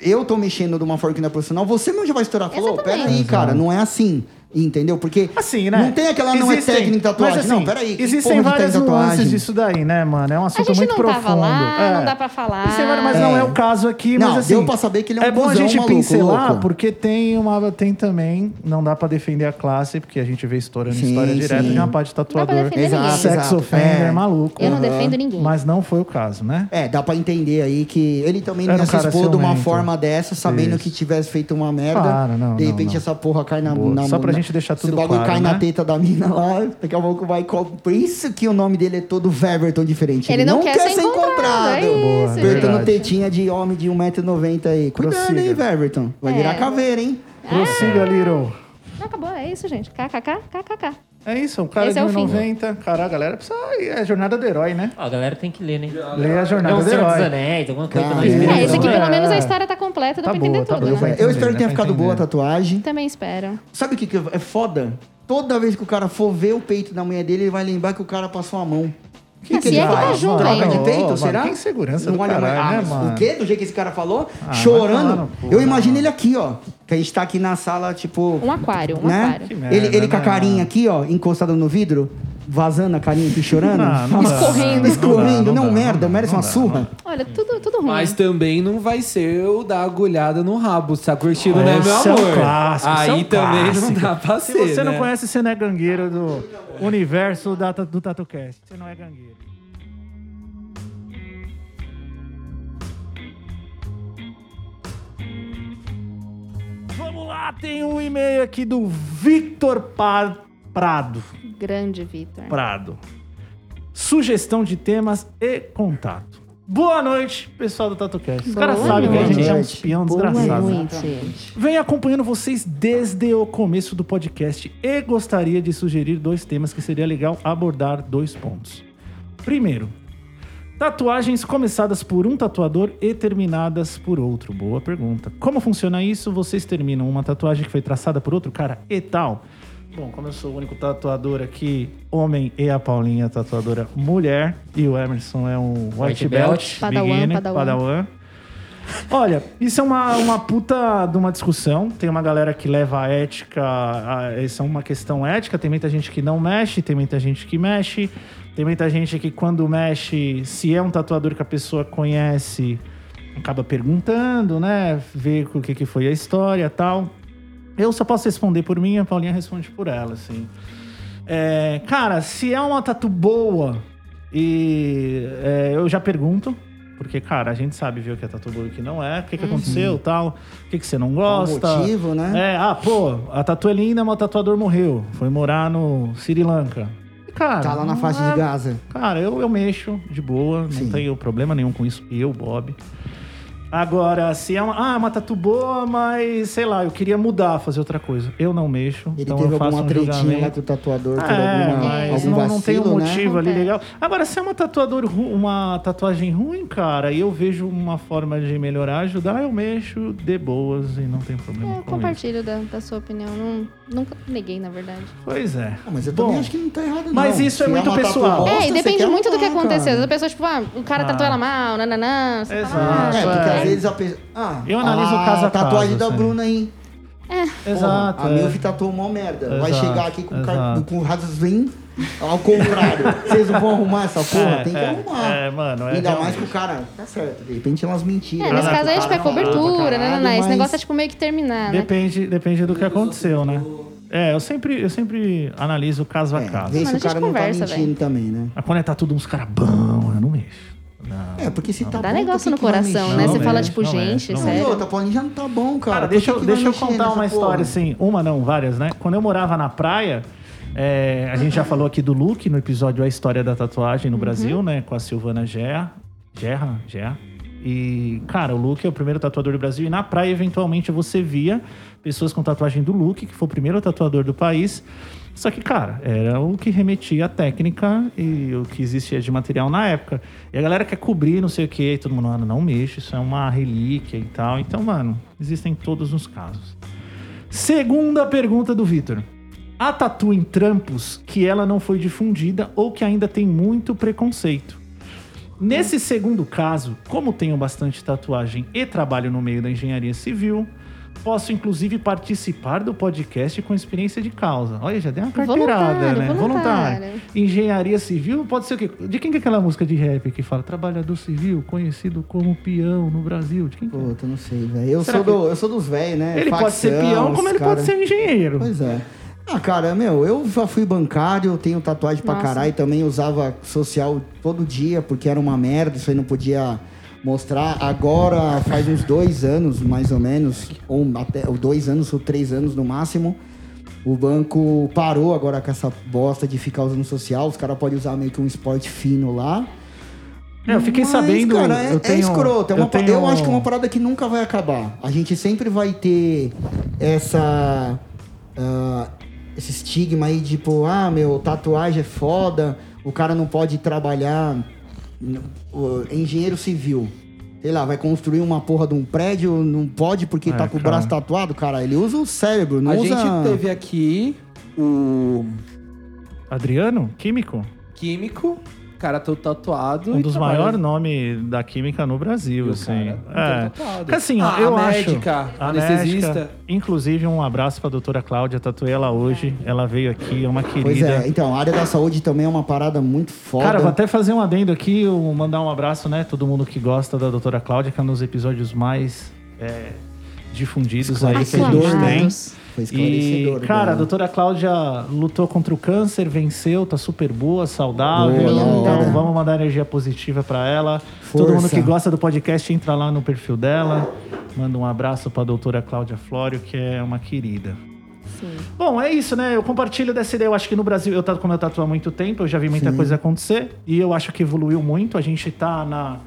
F: Eu tô mexendo de uma forma que não é profissional, você mesmo já vai estourar. Falou,
E: Exatamente.
F: peraí, cara, não é assim. Entendeu? Porque
A: Assim, né?
F: não tem aquela não
A: Existem-
F: é técnica de tatuagem.
A: Mas, assim,
F: não, peraí. que
A: Existem
F: porra de
A: várias
F: técnica de
A: nuances
F: tatuagem?
A: disso daí, né, mano? É um assunto
E: gente
A: muito
E: não
A: profundo.
E: tava lá,
A: é.
E: não dá pra falar.
A: Existem várias, mas não
F: É.
A: é o caso aqui,
F: Não,
A: mas assim.
F: deu pra saber que ele é um
A: bom a
F: cuzão
A: gente
F: maluco,
A: pincelar,
F: louco.
A: porque tem uma. Tem também. Não dá pra defender a classe, porque a gente vê estourando
F: Sim,
A: história direta
F: sim.
A: de uma parte de
E: pra
A: tatuador.
E: defender
F: Exato,
E: ninguém.
A: Sex
F: exato.
A: offender,
F: É.
A: maluco.
E: Eu não defendo ninguém.
A: Mas não foi o caso, né?
F: É, dá pra entender aí que ele também não
A: Era
F: ia
A: um
F: se
A: cara
F: expor de uma
A: ciumento.
F: forma dessa, sabendo
A: Isso.
F: que tivesse feito uma merda.
A: Claro, não,
F: de
A: não,
F: repente
A: não.
F: essa porra cai na,
A: Boa.
F: na
A: Só pra gente
F: na-
A: deixar tudo
F: Esse bagulho
A: claro,
F: cai
A: né?
F: na teta da mina lá, daqui a pouco vai. co- Por isso que o nome dele é todo Verberton diferente.
E: Ele não quer ser encontrado, é
A: Boa, isso,
F: Apertando
A: verdade.
F: tetinha de homem de 1,90m aí. Cuidado,
A: Prossiga.
F: hein, Verberton. Vai
E: É.
F: virar caveira, hein?
A: Prossiga, Little.
E: Não, acabou, é isso, gente. KKK, KKK.
A: É isso, o cara
E: Esse
A: de
E: é o fim.
A: 90. Cara, a galera precisa. É a jornada do herói, né?
D: Ó, a galera tem que ler, né?
A: Lê a jornada
D: Não,
A: do
D: Senhor dos
A: herói.
D: Anéis, alguma coisa
F: Cara,
D: mais
A: isso.
E: É,
D: espiritual.
E: esse aqui pelo
A: É.
E: menos a história tá completa, dá
A: Tá
E: pra entender
A: boa, tá
E: tudo,
A: boa,
E: né?
A: vai.
F: Eu
A: Entendi,
F: espero que
A: dá
F: tenha
A: pra
F: ficado
A: entender.
F: boa a tatuagem.
E: Também espero.
F: Sabe o que, que é foda? Toda vez que o cara for ver o peito da mulher dele, ele vai lembrar que o cara passou a mão.
E: Que é que tá ele faz? Troca
F: Troca de
A: de
F: peito,
A: mano,
F: será?
A: que insegurança do
F: olha
A: caralho,
F: mais. Ah,
A: né,
F: mas
A: mano?
F: O quê? Do jeito que esse cara falou?
A: Ah,
F: Chorando.
A: vai tomar no cu,
F: eu
A: né,
F: imagino
A: mano?
F: ele aqui, ó. Que a gente tá aqui na sala, tipo...
E: Um aquário, um
F: né?
E: aquário.
A: Que merda,
F: ele ele com a
A: né,
F: carinha
A: mano?
F: aqui, ó, encostada no vidro, vazando a carinha aqui chorando.
A: Ah, não dá,
E: Escorrendo.
A: não dá,
F: Escorrendo. Não,
A: dá,
F: merda,
A: dá,
F: merece
A: não
F: uma
A: dá,
F: surra.
A: não dá.
E: Olha, tudo, tudo ruim.
A: Hum.
C: Mas também não vai ser eu dar agulhada no rabo, sacurtido, né, meu
A: Esse é um
C: amor?
A: clássico, esse é um
C: Aí também
A: clássico.
C: não dá pra
A: Se
C: ser,
A: você não
C: né?
A: conhece, você não é gangueiro do universo da, do TatuCast. Você não é gangueiro. Vamos lá, tem um e-mail aqui do Victor Pa- Prado.
E: Grande, Vitor.
A: Prado. Sugestão de temas e contato. Boa noite, pessoal do TatuCast. Os caras
E: Boa
A: sabem que a
E: noite.
A: gente é um espião
E: Boa
A: desgraçado. né?
E: noite.
A: Venho acompanhando vocês desde o começo do podcast e gostaria de sugerir dois temas que seria legal abordar dois pontos. Primeiro, tatuagens começadas por um tatuador e terminadas por outro. Boa pergunta. Como funciona isso? Vocês terminam uma tatuagem que foi traçada por outro cara e tal? Bom, como eu sou o único tatuador aqui, homem, e a Paulinha é tatuadora mulher, e o Emerson é um white,
D: White
A: belt,
D: belt.
E: Padawan,
A: beginner,
E: padawan.
A: padawan. Olha, isso é uma, uma puta de uma discussão. Tem uma galera que leva a ética, a- isso é uma questão ética. Tem muita gente que não mexe, tem muita gente que mexe. Tem muita gente que quando mexe, se é um tatuador que a pessoa conhece, acaba perguntando, né? Ver o que, que foi a história e tal. Eu só posso responder por mim, a Paulinha responde por ela, assim. É, cara, se é uma tatu boa, e é, eu já pergunto, porque, cara, a gente sabe ver o que é tatu boa e o que não é, o que, que aconteceu tal, o que, que você não
F: Uhum. Qual o
A: gosta.
F: É motivo, né?
A: É, ah, pô, a tatu é linda, mas o tatuador morreu. Foi morar no Sri Lanka. E, Cara,
F: Tá lá na
A: não
F: faixa
A: é-
F: de Gaza.
A: Cara, eu, eu mexo de boa, não tenho problema nenhum com isso. Eu, Bob. Agora, se é uma. Ah, é uma tatu boa, mas sei lá, eu queria mudar, fazer outra coisa. Eu não mexo.
F: Ele
A: então
F: teve
A: eu faço
F: alguma
A: um
F: tretinha lá
A: julgamento.
F: com o tatuador, teve
A: É,
F: alguma,
A: mas
F: algum
A: não,
F: vacilo,
A: não tem um
F: né?
A: motivo ali
E: Acontece.
A: legal. Agora, se é uma, tatuador ru- uma tatuagem ruim, cara, e eu vejo uma forma de melhorar, ajudar, eu mexo de boas e não tem problema
E: Eu
A: com isso.
E: compartilho da, da sua opinião. Não- nunca neguei, na verdade.
A: Pois é.
F: Ah, Mas eu
A: Bom,
F: também acho que não tá errado, não.
A: mas isso é
F: Se
A: muito
F: uma tatu
A: pessoal.
F: bosta,
E: é,
F: você
E: e depende
F: quer
E: muito do que
F: mudar, cara.
E: aconteceu. A pessoa, tipo, ah, o cara
A: Ah.
E: tratou ela mal, nananã. você fala,
A: Exato,
E: ah,
F: É, porque
A: É.
F: às vezes a pessoa... Ah,
A: Eu analiso
F: ah,
A: caso a
F: tatuagem
A: caso,
F: da
A: assim.
F: Bruna, hein?
A: Exato.
F: a
A: é.
F: Milf tatuou mó merda. Vai
A: Exato,
F: chegar aqui com, o car...
A: exato.
F: com o Razin ao contrário.
A: [laughs]
F: Vocês não vão arrumar essa porra?
A: É,
F: Tem que
A: é,
F: arrumar.
A: é, mano, é
F: Ainda mais
A: realmente.
F: que o cara... Tá certo. De repente elas mentiram.
E: É, nesse caso aí, tipo, é cobertura, né, nananã. Esse
F: mas-
E: negócio é, tipo, meio que
F: tá
E: terminar, né?
A: Depende, depende do que aconteceu, né? É, eu sempre, eu sempre analiso caso a
F: É,
A: caso.
F: vê
E: Mano,
F: se
E: a
F: o
E: gente
F: cara não tá
E: conversa,
F: mentindo
E: velho.
F: também, né?
A: Mas quando é tudo uns caras bão, eu não mexo. Não.
F: É, porque se tá
E: Dá
F: bom, por que
E: negócio no
F: que vai
E: coração,
F: mexer?
E: né?
A: Não
E: Você fala,
A: mexe,
E: tipo,
A: não mexe,
E: gente,
A: não
F: é. Não, e
E: sério.
F: outra, Paulinho já não tá bom, cara.
A: Cara,
F: Por
A: deixa,
F: que
A: eu-
F: que vai
A: deixa eu
F: mexer
A: contar
F: nessa
A: uma história
F: porra?
A: assim, uma não, várias, né? Quando eu morava na praia, é, a gente já falou aqui do Luke no episódio A História da Tatuagem no Brasil, né? Com a Silvana Gerra. Gerra? Gerra. E, cara, o Luke é o primeiro tatuador do Brasil. E na praia, eventualmente, você via pessoas com tatuagem do Luke, que foi o primeiro tatuador do país. Só que, cara, era o que remetia à técnica e o que existia de material na época. E a galera quer cobrir, não sei o quê, e todo mundo, mano, não mexe, isso é uma relíquia e tal. Então, mano, existem todos os casos. Segunda pergunta do Vitor. A tatu em trampos que ela não foi difundida ou que ainda tem muito preconceito. Nesse segundo caso, como tenho bastante tatuagem e trabalho no meio da engenharia civil, posso inclusive participar do podcast com experiência de causa. Olha, já deu uma carteirada,
E: Voluntário,
A: né?
E: voluntário.
A: Engenharia civil pode ser o quê? De quem que é aquela música de rap que fala trabalhador civil, conhecido como peão no Brasil? De quem que é?
F: Puta, não sei, velho. Eu,
A: Será
F: sou
A: que-
F: do- eu sou dos velhos, né?
A: Ele pode ser
F: Facção,
A: peão, como
F: os
A: ele
F: cara-
A: pode ser um engenheiro.
F: Pois é. Ah, cara, meu, eu já fui bancário, tenho tatuagem pra
E: Nossa.
F: caralho, também usava social todo dia, porque era uma merda, isso aí não podia mostrar. Agora, faz uns dois anos, mais ou menos, ou até ou dois anos ou três anos no máximo, o banco parou agora com essa bosta de ficar usando social, os caras podem usar meio que um esporte fino lá.
A: É, eu fiquei
F: Mas,
A: sabendo.
F: Cara, é,
A: eu
F: é
A: tenho,
F: escroto. É uma
A: eu,
F: eu,
A: tenho,
F: eu acho que é uma parada que nunca vai acabar. A gente sempre vai ter essa. ah, esse estigma aí, tipo, ah, meu, tatuagem é foda, o cara não pode trabalhar. n- o- engenheiro civil. Sei lá, vai construir uma porra de um prédio, não pode porque
A: É,
F: tá com o
A: cara.
F: braço tatuado, cara. Ele usa o cérebro, não
G: A
F: usa.
G: gente teve aqui o
A: Adriano, químico,
G: Químico, cara todo tatuado.
A: um
G: e
A: dos
G: trabalha-
A: maiores nomes da química no Brasil,
G: E o
A: assim.
G: cara,
A: é.
G: então, tatuado.
A: Porque, assim, ó,
G: Ah,
A: eu
G: a
A: acho.
G: médica,
A: a
G: anestesista.
A: médica, inclusive, um abraço pra doutora Cláudia, tatuei ela hoje. Ela veio aqui, é uma
F: Pois
A: querida.
F: é, então, a área da saúde também é uma parada muito foda.
A: Cara, vou até fazer um adendo aqui, eu mandar um abraço, né? Todo mundo que gosta da doutora Cláudia, que é um dos episódios mais é, difundidos aí que a gente
F: Esclarecedor, né?
A: tem.
F: Foi esclarecedor.
A: E, cara, a
F: né?
A: doutora Cláudia lutou contra o câncer, venceu, tá super boa, saudável.
F: Boa, da
A: então
F: hora.
A: vamos mandar energia positiva pra ela. Todo
F: Força.
A: mundo que gosta do podcast, entra lá no perfil dela. Manda um abraço pra doutora Cláudia Flório, que é uma querida.
E: Sim.
A: Bom, é isso, né? Eu compartilho dessa ideia. Eu acho que no Brasil, eu tava como eu tatuo há muito tempo, eu já vi muita coisa acontecer. E eu acho que evoluiu muito. A gente tá na.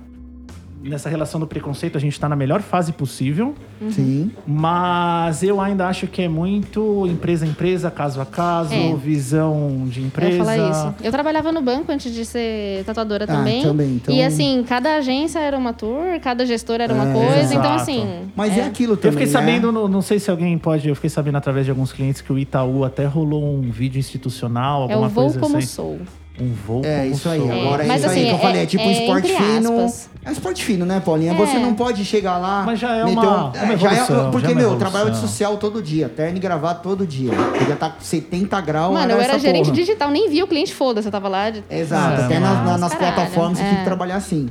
A: Nessa relação do preconceito, a gente tá na melhor fase possível.
F: Sim.
A: Mas eu ainda acho que é muito empresa a empresa, caso a caso,
E: É.
A: visão de
E: Eu ia
A: empresa.
E: falar isso. Eu trabalhava no banco antes de ser tatuadora
F: Ah,
E: também.
F: também, então-
E: E assim, cada agência era uma tour, cada gestora era uma coisa. Então,
A: É, exato.
E: assim.
F: Mas é, aquilo
A: Eu
F: também,
A: fiquei
F: né?
A: sabendo, no- não sei se alguém pode, eu fiquei sabendo através de alguns clientes que o Itaú até rolou um vídeo institucional,
E: É o
A: alguma
E: voo
A: coisa
E: como
A: assim.
E: sou.
A: Um voo
F: É,
A: como
F: isso aí.
A: sou.
F: Agora é
E: Mas
F: isso aí
E: assim,
F: que eu
E: é-
F: falei. É tipo um
E: é
F: esporte
E: entre
F: fino.
E: aspas. É.
F: É um esporte fino, né, Paulinha? Você não pode chegar lá.
A: Mas já é
F: meter
A: uma- uma
F: é,
A: evolução,
F: já é, porque,
A: já é uma
F: meu, eu
A: evolução.
F: trabalhava de social todo dia. Terno e gravata todo dia. Podia estar com 70 graus.
E: Mano, eu era
F: essa
E: gerente
F: porra.
E: digital, nem vi o cliente, foda-se, eu tava lá. De...
F: Exato.
A: Ah,
F: Até nas,
A: mas-
F: na- nas
E: Caralho,
F: plataformas você tinha
E: é.
F: que trabalhar assim.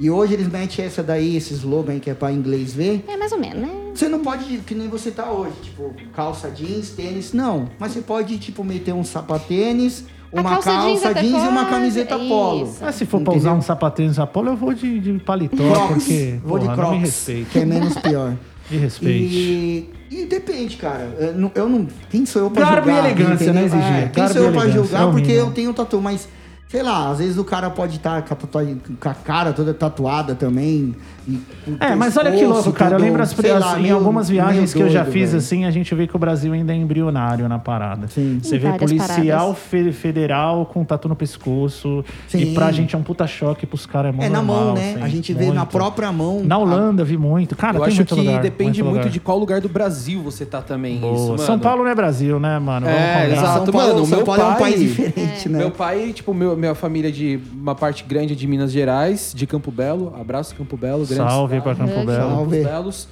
F: E hoje eles metem essa daí, esse slogan aí que é pra inglês ver.
E: É mais ou menos, né?
F: Você não pode, que nem você tá hoje, tipo, calça jeans, tênis, não. Mas você pode, tipo, meter um sapatênis,
E: A
F: uma
E: calça
F: calça,
E: jeans até
F: jeans, e uma
E: pode,
F: camiseta polo.
E: isso.
A: Mas se for pra usar um sapatinho de Apolo, eu vou de, de paletó,
F: Crocs.
A: porque
F: Vou de
A: porra, não me
F: Crocs, que
A: respeite.
F: é menos pior.
A: Me respeite.
F: e, e depende, cara. Eu não, eu não- quem sou eu pra
A: Garbo e
F: julgar?
A: elegância,
F: entendeu?
A: né, Gigi?
F: É, quem
A: Garbo
F: sou
A: e
F: eu pra
A: elegância, é
F: julgar?
A: horrível.
F: porque eu tenho tatu, mas Sei lá, às vezes o cara pode estar com, a tatuagem- com a cara toda tatuada também. e com
A: É, mas olha que
F: pescoço
A: louco, cara. Eu
F: todo,
A: lembro as,
F: sei lá,
A: em
F: meio-
A: algumas viagens
F: meio
A: que eu já
F: doido,
A: fiz,
F: velho.
A: assim, a gente vê que o Brasil ainda é embrionário na parada.
F: Sim.
A: Você
E: Em
A: vê
E: várias
A: policial fe- federal com tatu no pescoço. E
F: Sim.
A: pra gente é um puta choque, pros caras é mó
F: É na
A: normal,
F: mão, né?
A: assim,
F: a gente vê na
A: muito.
F: própria mão. Ah,
A: Na Holanda vi muito. Cara,
C: Eu
A: tem
C: acho
A: muito
C: que
A: lugar,
C: depende muito,
A: lugar.
C: de qual lugar do Brasil você tá também.
A: Boa.
C: Isso, mano.
A: São Paulo não é Brasil, né, mano? Vamos
C: É,
A: combinar.
F: São
C: exato.
F: Paulo-
C: Mano,
F: São
C: meu
F: Paulo é um
C: pai-
F: país diferente, né?
C: Meu pai, tipo, meu, minha família de uma parte grande de Minas Gerais, de Campo Belo. Abraço, Campo Belo. Grande
A: Salve
C: cidade,
A: pra Campo
E: Grande
A: Belo.
F: Salve.
C: Campos Belos.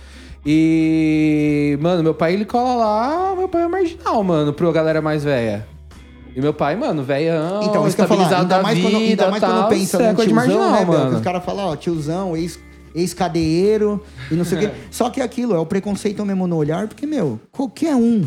C: E, mano, meu pai, ele cola lá. Meu pai é marginal, mano, pra galera mais velha. E meu pai, mano, velhão,
F: Então, isso que eu ia falar.
C: estabilizado
F: Ainda
C: da
F: mais,
C: vida,
F: quando, ainda mais
C: tal,
F: quando pensa
C: isso é
F: no
C: coisa de
F: tiozão,
C: marginal,
F: né, mano? Os
C: mano.
F: caras falam, ó, tiozão, ex- ex-cadeiro e não sei o quê. Só que aquilo, é o preconceito mesmo no olhar, porque, meu, qualquer um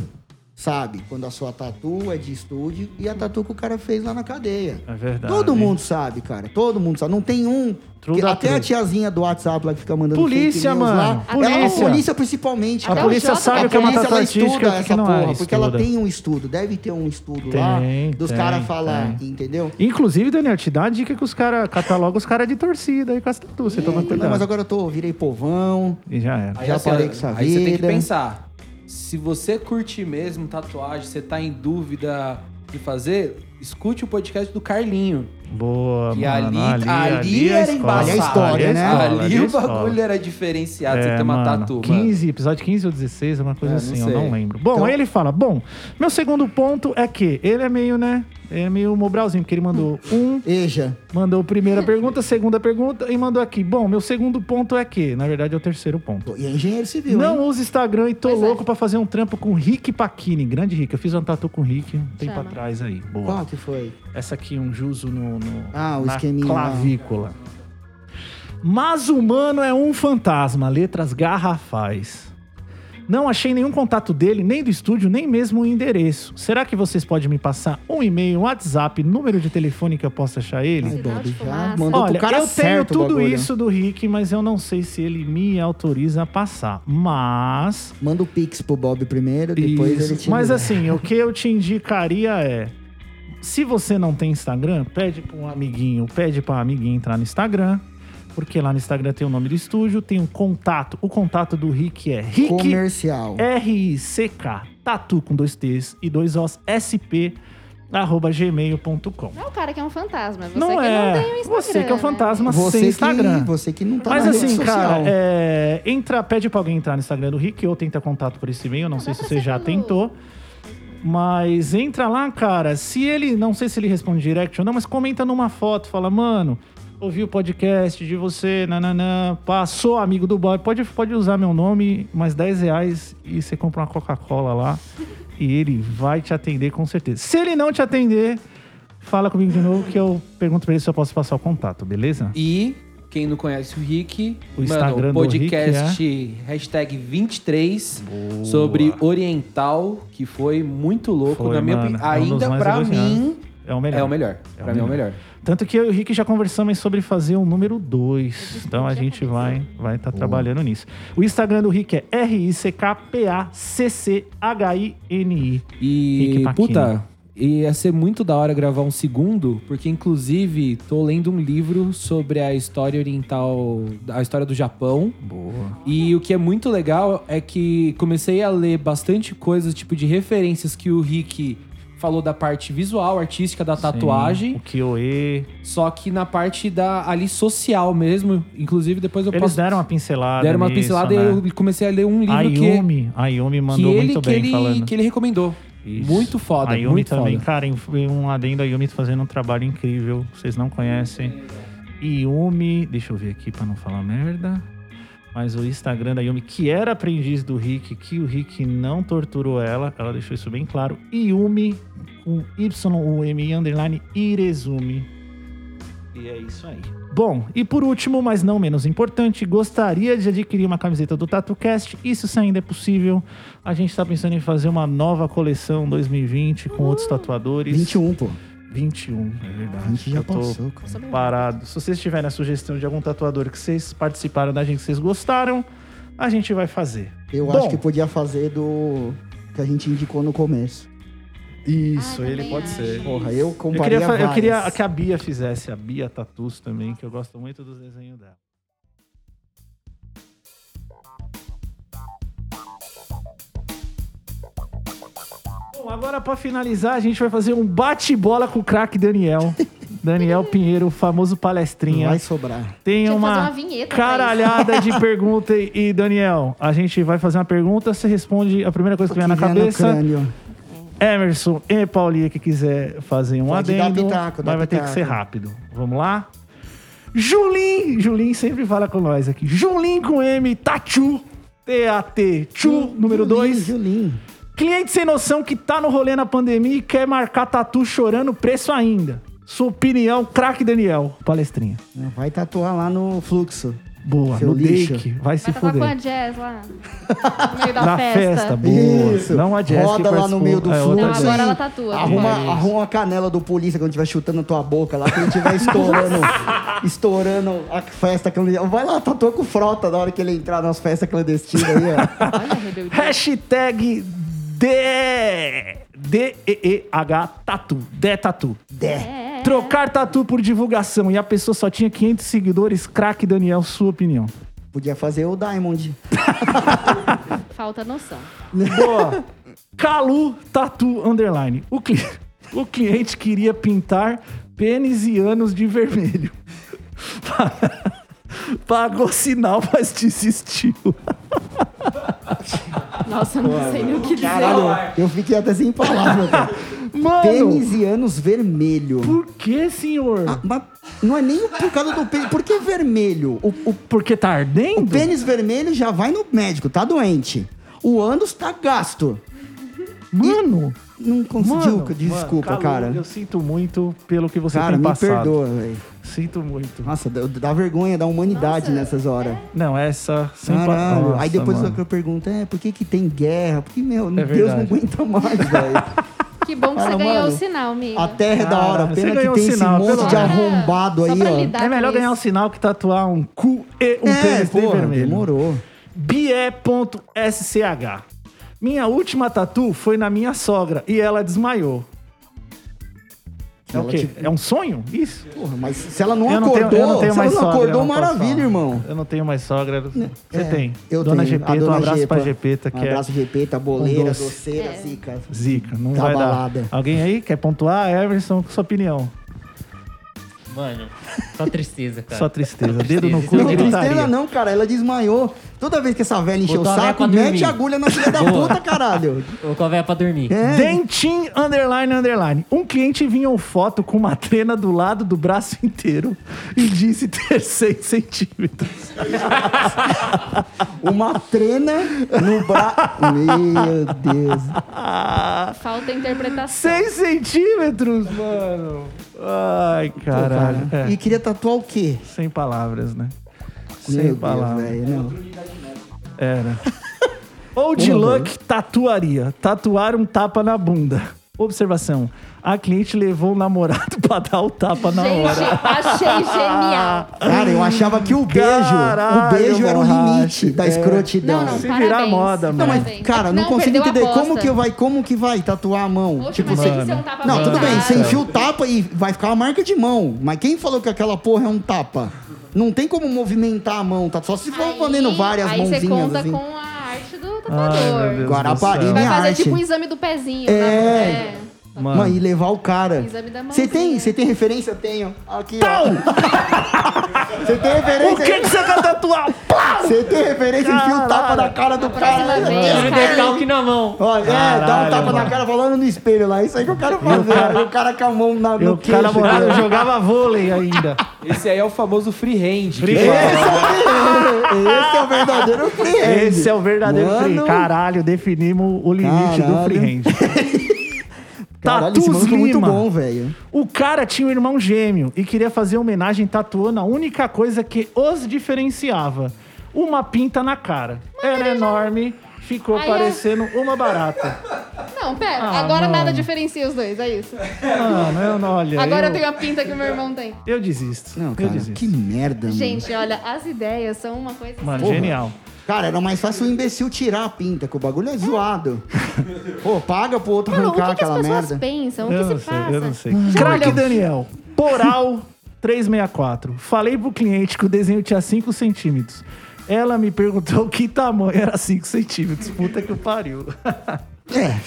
F: sabe quando a sua tatu é de estúdio e a tatu que o cara fez lá na cadeia.
A: É verdade.
F: Todo mundo sabe, cara. Todo mundo sabe. Não tem um.
A: True
F: que-
A: da
F: até
A: true.
F: a tiazinha do WhatsApp lá que fica mandando
A: Polícia,
F: fake news
A: mano.
F: lá. Ela, a
A: Polícia.
F: polícia principalmente.
A: A
E: Até
F: cara.
E: o
A: polícia
E: Jota
A: sabe
E: da
A: o que é uma
F: polícia,
A: tatu
F: ela
A: artística
F: estuda
A: e o que
F: essa
A: não
F: porra,
A: é.
F: porque ela
A: estuda.
F: tem um estudo, deve ter um estudo
A: Tem,
F: lá dos
A: tem,
F: caras falar, entendeu?
A: Inclusive, Daniel, te dá a dica que os caras catalogam os caras de torcida aí com as tatu. Você toma
F: É, Não,
A: cuidado.
F: mas agora eu tô, virei povão.
A: E já era.
F: Já
C: você-
F: parei com essa
C: Aí você tem que
F: vida.
C: pensar. Se você curte mesmo tatuagem, você tá em dúvida de fazer, escute o podcast do Carlinho.
A: Boa,
C: E
A: mano.
C: ali, ali,
A: a
C: era
A: escola.
C: embaçado.
F: Ali é a história, né?
A: escola,
C: Ali
A: é
C: o
A: escola.
C: bagulho era diferenciado,
A: É,
C: você ter uma
A: mano,
C: tatu, mano.
A: 15, episódio 15 ou 16, uma coisa
C: É, não
A: assim, eu
C: sei. Então-
A: não lembro. Bom, aí ele fala, bom, meu segundo ponto é que ele é meio, né, é meio mobralzinho, porque ele mandou um,
F: Eja.
A: mandou primeira pergunta, segunda pergunta e mandou aqui. Bom, meu segundo ponto é que, na verdade é o terceiro ponto.
F: E é engenheiro civil, hein?
A: Não uso Instagram e tô louco pra fazer um trampo com Rick Paquini. Grande Rick. Eu fiz uma tatu com o Rick um tempo
E: Chama.
A: atrás aí. Boa.
F: Qual que foi?
A: Essa aqui, um juso no, no-
F: Ah, o
A: na
F: esqueminha lá.
A: clavícula. Mas o humano é um fantasma, letras garrafais. Não achei nenhum contato dele, nem do estúdio, nem mesmo o endereço. Será que vocês podem me passar um e-mail, um WhatsApp, número de telefone que eu possa achar ele?
F: Ai, Bob,
E: de
F: já
E: fumaça.
F: mandou
A: Olha,
F: pro cara
A: eu tenho
F: certo o
A: tudo
F: bagulho.
A: isso do Rick, mas eu não sei se ele me autoriza a passar. Mas
F: Manda o Pix pro Bob primeiro, depois
A: isso.
F: ele te
A: Mas
F: liga.
A: assim, o que eu te indicaria é. Se você não tem Instagram, pede pra um amiguinho, pede pra uma amiguinha entrar no Instagram. Porque lá no Instagram tem o nome do estúdio, tem um contato. O contato do Rick é Rick
F: Comercial.
A: é R-I-C-K, tatu com dois T's e dois O's, SP, arroba gmail.com.
E: Não é o cara que é um fantasma, é você
A: Não
E: que não tem o
A: é.
E: Instagram.
A: Você que é o
E: né?
A: fantasma
F: você
A: sem
F: que,
A: Instagram.
F: Você que não tá
A: Mas
F: na
A: assim,
F: rede
A: cara,
F: social.
A: é, entra, pede pra alguém entrar no Instagram do Rick ou tenta contato por esse e-mail, não, sei
E: dá
A: se
E: pra
A: você
E: ser
A: já
E: pelo-
A: tentou. Mas entra lá, cara. Se ele, não sei se ele responde direct ou não, mas comenta numa foto, fala, mano, ouvi o podcast de você, nananã, passou amigo do boy, pode, pode usar meu nome, mais 10 reais e você compra uma Coca-Cola lá. e ele vai te atender com certeza. Se ele não te atender, fala comigo de novo que eu pergunto pra ele se eu posso passar o contato, beleza?
C: E quem não conhece o Rick,
A: O Instagram do é?
C: podcast hashtag 23 sobre Oriental, que foi muito louco.
A: Foi,
C: na minha
A: mano.
C: opini-
A: É um dos
C: ainda
A: mais
C: pra
A: elogiados.
C: mim
A: É o melhor.
C: é o melhor.
A: É o
C: pra mim é o
A: melhor.
C: melhor.
A: Tanto que eu e o Rick já conversamos sobre fazer o número 2. Então a gente vai vai estar trabalhando nisso. O Instagram do Rick é R-I-C-K-P-A-C-C-H-I-N-I. Rick
C: E
A: Paquini.
C: puta, ia ser muito da hora gravar um segundo, porque inclusive tô lendo um livro sobre a história oriental, a história do Japão.
A: Boa.
C: E o que é muito legal é que comecei a ler bastante coisas, tipo de referências que o Rick falou da parte visual, artística da tatuagem,
A: O Kyoe.
C: só que na parte da ali social mesmo, inclusive depois eu
A: Eles
C: posso
A: deram uma pincelada.
C: deram uma
A: nisso,
C: pincelada
A: né?
C: e eu comecei a ler um
A: A
C: livro que
A: Yumi, a Yumi
C: que
A: mandou
C: ele,
A: muito
C: que,
A: bem
C: ele,
A: falando.
C: que ele recomendou.
A: Isso.
C: Muito foda,
A: A Yumi
C: muito
A: também,
C: foda.
A: cara, inf- um adendo a Yumi tá fazendo um trabalho incrível, vocês não conhecem. Yumi, deixa eu ver aqui pra não falar merda. Mas o Instagram da Yumi, que era aprendiz do Rick, que o Rick não torturou ela, ela deixou isso bem claro. Yumi, com Y, U, M, underline, Irezume. E é isso aí. Bom, e por último, mas não menos importante, gostaria de adquirir uma camiseta do TatuCast. Isso se ainda é possível. A gente tá pensando em fazer uma nova coleção 2020
F: Uh,
A: com outros tatuadores.
F: 21, pô.
A: 21, é verdade.
F: 20 um. já
A: Eu tô
F: passou, cara.
A: Parado. Se vocês tiverem a sugestão de algum tatuador que vocês participaram da gente, que vocês gostaram, a gente vai fazer.
F: Eu
A: Bom.
F: acho que podia fazer do que a gente indicou no começo.
B: Isso,
E: Ah,
B: ele
E: também
B: pode
E: acho.
B: ser.
F: Porra, eu
A: Eu
F: compraria
A: queria, fa- eu
F: várias.
A: queria que a Bia fizesse, a Bia Tatus também, que eu gosto muito dos desenhos dela. Bom, agora pra finalizar, a gente vai fazer um bate-bola com o craque
F: [laughs]
A: Daniel. Daniel Pinheiro, o famoso palestrinha.
F: Vai sobrar.
A: Tem
E: Tinha que
A: uma,
E: fazer uma vinheta pra
A: caralhada de pergunta. E, e, Daniel, a gente vai fazer uma pergunta, você responde a primeira coisa que vier na
F: Que vier no
A: cabeça.
F: crânio.
A: Emerson e Paulinha que quiser fazer um
F: Pode dar
A: adendo,
F: pitaco, dá
A: mas vai ter que
F: pitaco.
A: ser rápido. Vamos lá? Julim, Julim sempre fala com nós aqui. Julim com M, Tatu, T-A-T, Tchu, número 2.
F: Julinho.
A: Cliente sem noção que tá no rolê na pandemia e quer marcar tatu chorando, preço ainda. Sua opinião, craque Daniel, palestrinha.
F: Não, Vai tatuar lá no fluxo.
A: Boa,
F: Seu
A: no
F: lixo.
A: Dake, vai se
E: Vai tatuar com a
A: fuder.
E: Jazz lá. No
A: [laughs]
E: meio da
A: Na festa. boa.
F: Isso.
A: Não a Jess
F: Roda
A: que
F: lá no
A: participou.
F: meio do assim.
A: É,
F: fluxo.
A: outra
E: Não,
A: Jess.
E: agora
F: aí.
E: ela tatua.
F: Arruma,
E: Parede.
F: arruma a canela do polícia quando estiver chutando a tua boca lá, quando
A: [laughs]
F: estiver estourando, estourando a festa clandestina. Vai lá, tatua com frota na hora que ele entrar nas festas clandestinas aí, ó.
A: [laughs]
E: Olha, rebeldia.
A: Hashtag D... D-E-E-H Tatu. D Tatu.
E: É, é.
A: Trocar tatu por divulgação e a pessoa só tinha 500 seguidores. Craque Daniel, sua opinião.
F: Podia fazer o Diamond.
E: Falta noção.
A: [laughs] Boa. Calu Tatu Underline. O, cli- o cliente queria pintar pênis e anos de vermelho. [laughs] Pagou sinal, mas desistiu.
E: Nossa, eu não sei nem o que dizer.
F: Caralho, eu fiquei até sem palavras. cara.
A: [laughs] Mano,
F: Denisianos vermelho.
A: por que, senhor?
F: Ah, mas não é nem por causa do pênis. Por que vermelho? O, o
A: Porque tá ardendo?
F: pênis vermelho já vai no médico, tá doente. O ânus tá gasto.
A: Mano,
F: Não conseguiu,
A: mano,
F: desculpa,
A: mano,
F: cara.
A: Eu sinto muito pelo que você
F: Cara,
A: tem
F: me
A: passado.
F: perdoa, velho.
A: Sinto muito.
F: Nossa, dá, dá vergonha da humanidade
E: Nossa,
F: nessas horas.
A: Não, essa sem pa-
F: Caralho.
A: Nossa,
F: Aí depois
A: mano. É
F: eu pergunto, é, por que que tem guerra? Porque, meu, Deus
A: verdade.
F: não aguenta mais,
E: [laughs]
F: velho.
E: Que bom que
F: Fala,
E: você ganhou o
F: mano.
E: sinal, amigo.
F: A terra é da hora,
A: Cara, você
F: pena que
A: ganhou
F: tem
A: um sinal,
F: esse
A: pelo
F: monte de
A: amor.
F: arrombado
E: Só
F: aí,
E: pra
F: ó.
E: lidar.
A: É melhor ganhar um sinal que tatuar um cu e um
F: é,
A: pênis de
F: porra,
A: vermelho.
F: demorou.
A: Bie.sch. Minha última tatu foi na minha sogra e ela desmaiou. É o
F: Ela
A: quê?
F: te-
A: É um sonho? Isso?
F: Porra, mas se ela não
A: eu não
F: acordou,
A: tenho, eu não tenho
F: se ela
A: mais
F: não
A: sogra.
F: acordou,
A: eu não posso
F: maravilha,
A: falar.
F: irmão.
A: Eu não tenho mais sogra. Você
F: É,
A: tem.
F: Eu
A: dona
F: tenho.
A: Gepeta,
F: A
A: um abraço
F: Gepa.
A: pra Gepeta, que
F: Um abraço, Gepeta,
A: um
F: boleira,
A: doce.
F: doceira,
E: É.
F: zica.
A: é zica. Não
F: Tá
A: vai
F: balada.
A: dar. Alguém aí quer pontuar? Everson, com sua opinião.
D: Mano, só tristeza, cara.
A: Só tristeza. Dedo no cu
D: Isso
F: Não,
A: e
D: é
A: gritaria.
F: tristeza não, cara. Ela desmaiou. Toda vez que essa velha encheu o
D: Botou a velha
F: saco,
D: pra
F: mete
D: dormir.
F: a agulha na filha da
D: Boa.
F: puta, caralho.
D: Ou qual é pra dormir.
F: É.
A: Dentin underline underline. Um cliente vinha foto com uma trena do lado do braço inteiro e disse ter [laughs] 6 centímetros.
F: Uma trena no braço. Meu Deus.
E: Falta interpretação.
A: 6 centímetros, mano. Ai, caralho.
F: Cara,
A: É,
F: E queria tatuar o quê?
A: sem palavras, né?
F: Meu
A: Sem
F: Deus,
A: palavras.
F: velho, não.
A: [laughs] Era. Old Luck tatuaria. Tatuar um tapa na bunda. Observação. A cliente levou o namorado [laughs] pra dar o tapa na hora.
E: Gente, achei genial.
A: [laughs]
F: Cara, eu achava que o beijo,
A: Caralho,
F: o beijo era o
A: borracha.
F: limite da
A: É.
F: escrotidão.
E: Não, não,
A: Se
E: parabéns.
A: virar moda,
E: parabéns.
A: mano. Não,
F: Cara, não, consigo
E: É perdeu a
F: entender como
E: aposta.
F: que vai, como que vai tatuar a mão?
E: Poxa,
F: tipo,
E: mas
F: você-
E: tem que ser um tapa
F: Não, tudo bem,
E: voltado.
F: você enfia o tapa e vai ficar uma marca de mão. Mas quem falou que aquela porra é um tapa? Não tem como movimentar a mão, tá? Só se for
E: Aí-
F: fazendo várias
E: aí
F: mãozinhas
E: você conta
F: assim.
E: com a arte do
A: Ai, meu
E: tatuador.
A: Deus
F: Guarapari,
A: do céu.
E: Vai
F: Minha
E: fazer
F: arte.
E: tipo um exame do pezinho.
F: É.
E: Né?
A: Mano.
F: Mãe, e levar o cara.
E: Exame da
F: Você tem,
E: mãozinha.
F: você tem referência? Eu tenho. Aqui, ó. [laughs] Você tem referência?
A: O que, que
F: tá
A: você quer tatuar? Pá!
F: Você tem referência, enfia o tapa na cara do cara.
E: próxima vez.
D: Mano,
E: Cara.
D: decalque na mão.
F: Olha, é, dá um
A: Caralho,
F: tapa na
A: mano.
F: cara falando no espelho lá. Isso aí que eu quero fazer. O cara, com a mão na, no
A: Meu
F: queixo.
A: namorado jogava vôlei
F: [laughs]
A: ainda.
G: Esse aí é o famoso freehand.
A: Free-
F: Esse é, esse é o verdadeiro freehand.
A: Esse é o verdadeiro
F: Mano.
A: free. Caralho, definimos o limite do
F: Caralho.
A: freehand.
F: [laughs] Caralho, esse
A: Tatus
F: maluco é muito
A: Lima.
F: bom, velho.
A: O cara tinha um irmão gêmeo e queria fazer homenagem tatuando a única coisa que os diferenciava: uma pinta na cara. Era enorme, ficou
E: Aí é.
A: parecendo uma barata.
E: Não, pera.
A: Ah,
E: agora
A: mano.
E: nada diferencia os dois, é isso.
A: Mano, eu não olha.
E: Agora
A: eu,
E: eu... tenho a pinta que o meu irmão tem.
F: Hum.
A: eu desisto.
F: Não,
A: eu
F: cara,
A: desisto.
F: que merda, mano.
E: Gente, olha, as ideias são uma coisa...
A: Mano,
E: assim.
A: genial.
F: Cara, era mais fácil o imbecil tirar a pinta, que o bagulho é zoado. Pô, paga pro outro
E: Mano, o
F: arrancar
E: que, que as
F: aquela
E: pessoas
F: merda.
E: pensam? O que
A: Eu
E: se
A: não sei,
E: passa?
A: eu não sei.
E: Já
A: Crack
E: olhou-
A: Daniel, Poral 364. Falei pro cliente que o desenho tinha 5 centímetros. Ela me perguntou que tamanho era 5 centímetros. Puta que pariu. [laughs]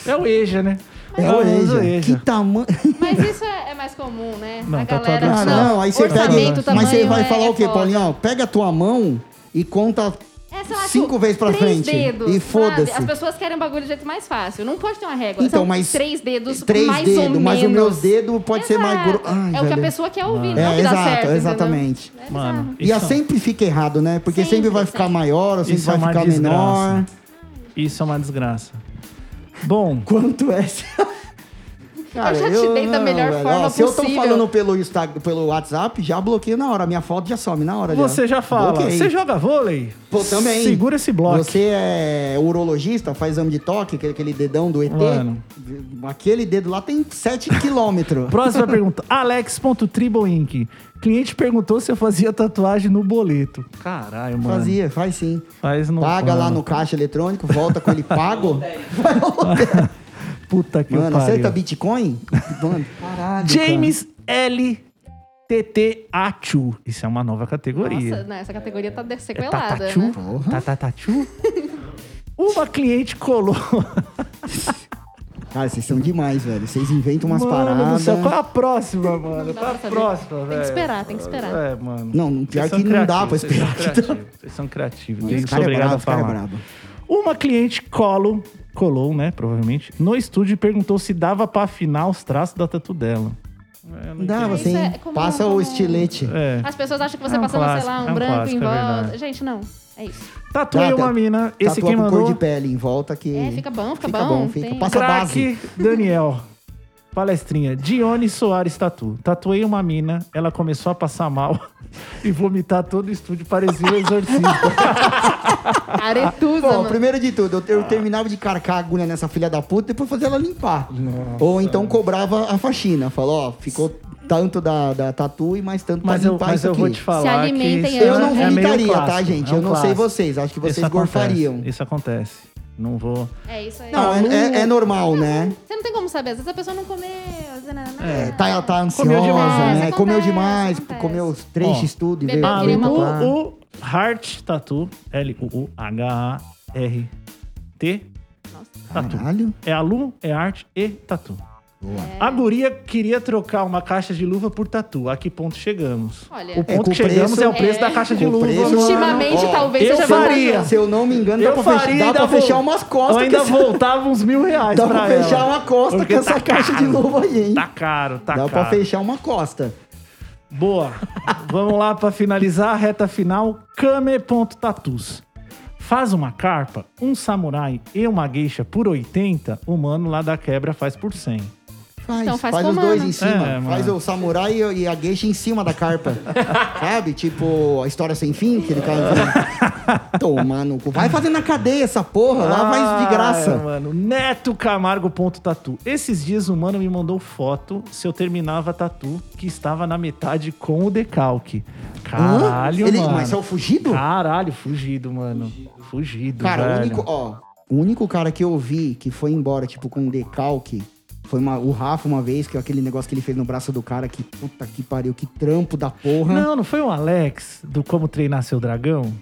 A: É. o EJA, né?
F: É,
A: o
F: o
A: EJA.
F: Que tamanho.
E: Mas isso é, é mais comum, né?
A: Não,
E: a
A: tatuador
E: galera.
F: Ah, não, aí você pega.
E: orçamento,
F: Mas você
E: tamanho
F: vai
E: é-
F: falar
E: é
F: o quê,
E: foda.
F: Paulinho? Pega a tua mão e conta
E: É, sei lá,
F: cinco
E: tipo,
F: vezes pra
E: três
F: frente.
E: dedos,
F: e
E: sabe?
F: foda-se.
E: As pessoas querem um bagulho do jeito mais fácil. Não pode ter uma régua.
F: Então,
E: São
F: mas-
E: três dedos,
F: Três
E: mais ou
F: dedos,
E: menos.
F: mas o meu dedo pode ser mais
E: Exato.
F: grosso. Ai,
E: é o que a
F: velho.
E: pessoa quer ouvir, não é o
F: É,
E: que dá
F: exato,
E: certo. entendeu?
F: exatamente.
E: É bizarro.
A: Mano,
F: E a
A: isso, um-
F: sempre fica errado, né? Porque sempre,
E: Sempre,
F: vai ficar
E: sempre.
F: maior, ou sempre
A: Isso é
F: vai
A: uma
F: ficar
A: desgraça.
F: menor.
A: isso é uma desgraça. Bom,
F: Quanto
E: [laughs]
F: é? esse- Cara,
E: já te dei da melhor forma
F: Se eu tô
E: possível.
F: falando pelo, Instagram, pelo WhatsApp, já bloqueio na hora. Minha foto já some na hora.
A: você já fala.
F: Bloqueei.
A: Você joga vôlei?
F: Pô, também.
A: Segura esse bloco.
F: Você é urologista, faz exame de toque, aquele, aquele dedão do ET.
A: Mano.
F: Aquele dedo lá tem 7
A: [laughs]
F: quilômetros.
A: Próxima pergunta. Alex.triboink. Cliente perguntou se eu fazia tatuagem no boleto. Caralho, mano.
F: Fazia, faz sim.
A: Faz no
F: Paga lá no caixa eletrônico, volta com
E: [laughs]
F: ele pago. Vai no hotel.
A: Puta que
F: Mano, tá
A: pariu.
F: aceita Bitcoin? Mano, caralho.
A: James L. TT Achu. Isso é uma nova categoria.
E: Nossa, não, essa categoria tá de-
A: é
E: sequelada.
A: tatachu?
E: né?
A: Tatatachu? [laughs] Uma cliente colou.
F: Cara. cara, vocês são demais, velho. Vocês inventam umas
A: mano do
F: paradas.
A: céu, qual é a próxima, mano?
E: Não dá
A: Qual é a
E: pra saber.
A: próxima,
E: Tem que
A: velho?
E: esperar, tem que esperar.
A: É, mano.
F: Não, não, pior
A: Vocês são
F: que não dá
A: criativos,
F: pra
A: vocês são
F: esperar. então.
A: criativos, Vocês são criativos. Tem
F: Esse
A: que ser
F: cara é
A: obrigado
F: brabo,
A: a
F: esse cara é
A: falar.
F: brabo.
A: Uma cliente colo, colou, né? Provavelmente. No estúdio e perguntou se dava pra afinar os traços da tatu dela. É, eu não
F: Dá,
E: Isso
F: você
E: é comum,
F: passa o
E: comum.
F: estilete.
A: É.
E: As pessoas acham que você
A: É um
E: passando,
A: clássico,
E: sei lá, um
A: é um
E: branco
A: clássico,
E: em
A: é
E: volta.
A: verdade.
E: Gente, não. É isso.
A: Tatuei
F: Tá, tá-
A: uma mina. Esse
F: Tatua
A: quem
F: com cor
A: mandou.
F: de pele em volta que.
E: É, fica bom, fica
F: Fica
E: bom,
F: bom, fica.
E: tem-
F: Passa base.
A: Craque Daniel. Palestrinha. Dione Soares Tatu. Tatuei uma mina, ela começou a passar mal [laughs] e vomitar todo o estúdio, parecia um exorcista.
E: Aretusa,
F: [laughs] Bom,
E: mano.
F: primeiro de tudo,
A: Ah.
F: eu, eu terminava de carcar a agulha nessa filha da puta e depois fazer ela limpar. Ou então cobrava a faxina. Falou, ó, ficou tanto da, da tatu e mais tanto
A: mas
F: pra
A: eu,
F: limpar
A: mas
F: isso
A: eu
F: aqui.
A: vou te falar.
E: alimentem
A: que isso
E: falar,
F: Eu
E: é-
F: não
E: é
A: meio
F: vomitaria, tá,
A: clássico,
F: gente?
A: é um
F: eu não sei
A: clássico.
F: vocês. Acho que vocês
A: Isso acontece,
F: gorfariam.
A: Isso acontece. Não vou.
E: É isso aí.
F: Não, é, é- é normal, né?
E: Você não tem como saber. Às vezes a pessoa não comeu. às vezes não-
F: É, tá, tá ansiosa,
A: Comeu demais,
F: né?
E: acontece,
F: comeu demais,
E: acontece.
F: comeu os três
A: Ó,
F: x tudo e
E: bebeu
F: veio
A: Ah,
E: queria
F: pra cá.
A: o, o Heart Tatu. L-U-U-H-A-R-T. Tatu.
F: Caralho.
A: É aluno, é arte e tatu. A guria queria trocar uma caixa de luva por tatu. A que ponto chegamos?
E: Olha.
A: o
F: É,
A: ponto
F: com
A: que chegamos
F: preço-
A: é o preço
E: É.
A: da caixa de
F: Com
A: luva.
F: preço-
E: Ultimamente,
F: Ó,
E: talvez
A: eu
E: seja
A: faria.
E: vantajoso.
F: Se eu não me engano, dá pra fechar, dá pra
A: ainda
F: fechar
A: vou-
F: umas costas.
A: Eu
F: com
A: ainda
F: esse-
A: voltava uns mil reais
F: Dá
A: pra,
F: pra fechar
A: ela.
F: uma costa
A: Porque
F: com essa
A: tá
F: caixa de
A: caro.
F: luva aí, hein?
A: Tá caro, tá
F: Dá
A: caro.
F: pra fechar uma costa.
A: Boa. Vamos lá pra finalizar a reta final. Kame.tatus. Faz uma carpa, um samurai e uma gueixa por 80, o mano lá da quebra faz por 100.
F: Faz,
E: Então faz
F: faz,
E: com
F: os
E: mano.
F: dois em cima.
A: É,
F: faz
A: mano.
F: o samurai e e a geisha em cima da
A: [laughs]
F: carpa. Sabe? Tipo, a história sem fim, que ele cara. Toma no cu. Vai fazer na cadeia essa porra, lá vai de
A: Ah,
F: graça.
A: mano. Neto Camargo ponto tatu. Esses dias o mano me mandou foto se eu terminava tatu que estava na metade com o decalque.
F: Hã?
A: Caralho,
F: Ele-
A: mano.
F: Mas é o fugido?
A: Caralho, fugido, mano. Fugido,
F: Cara, o
A: velho.
F: único, ó, o único cara que eu vi que foi embora, tipo, com um decalque, foi uma- o Rafa uma vez, que é aquele negócio que ele fez no braço do cara, que puta que pariu, que trampo da porra.
A: Não, não foi o Alex do Como Treinar Seu Dragão?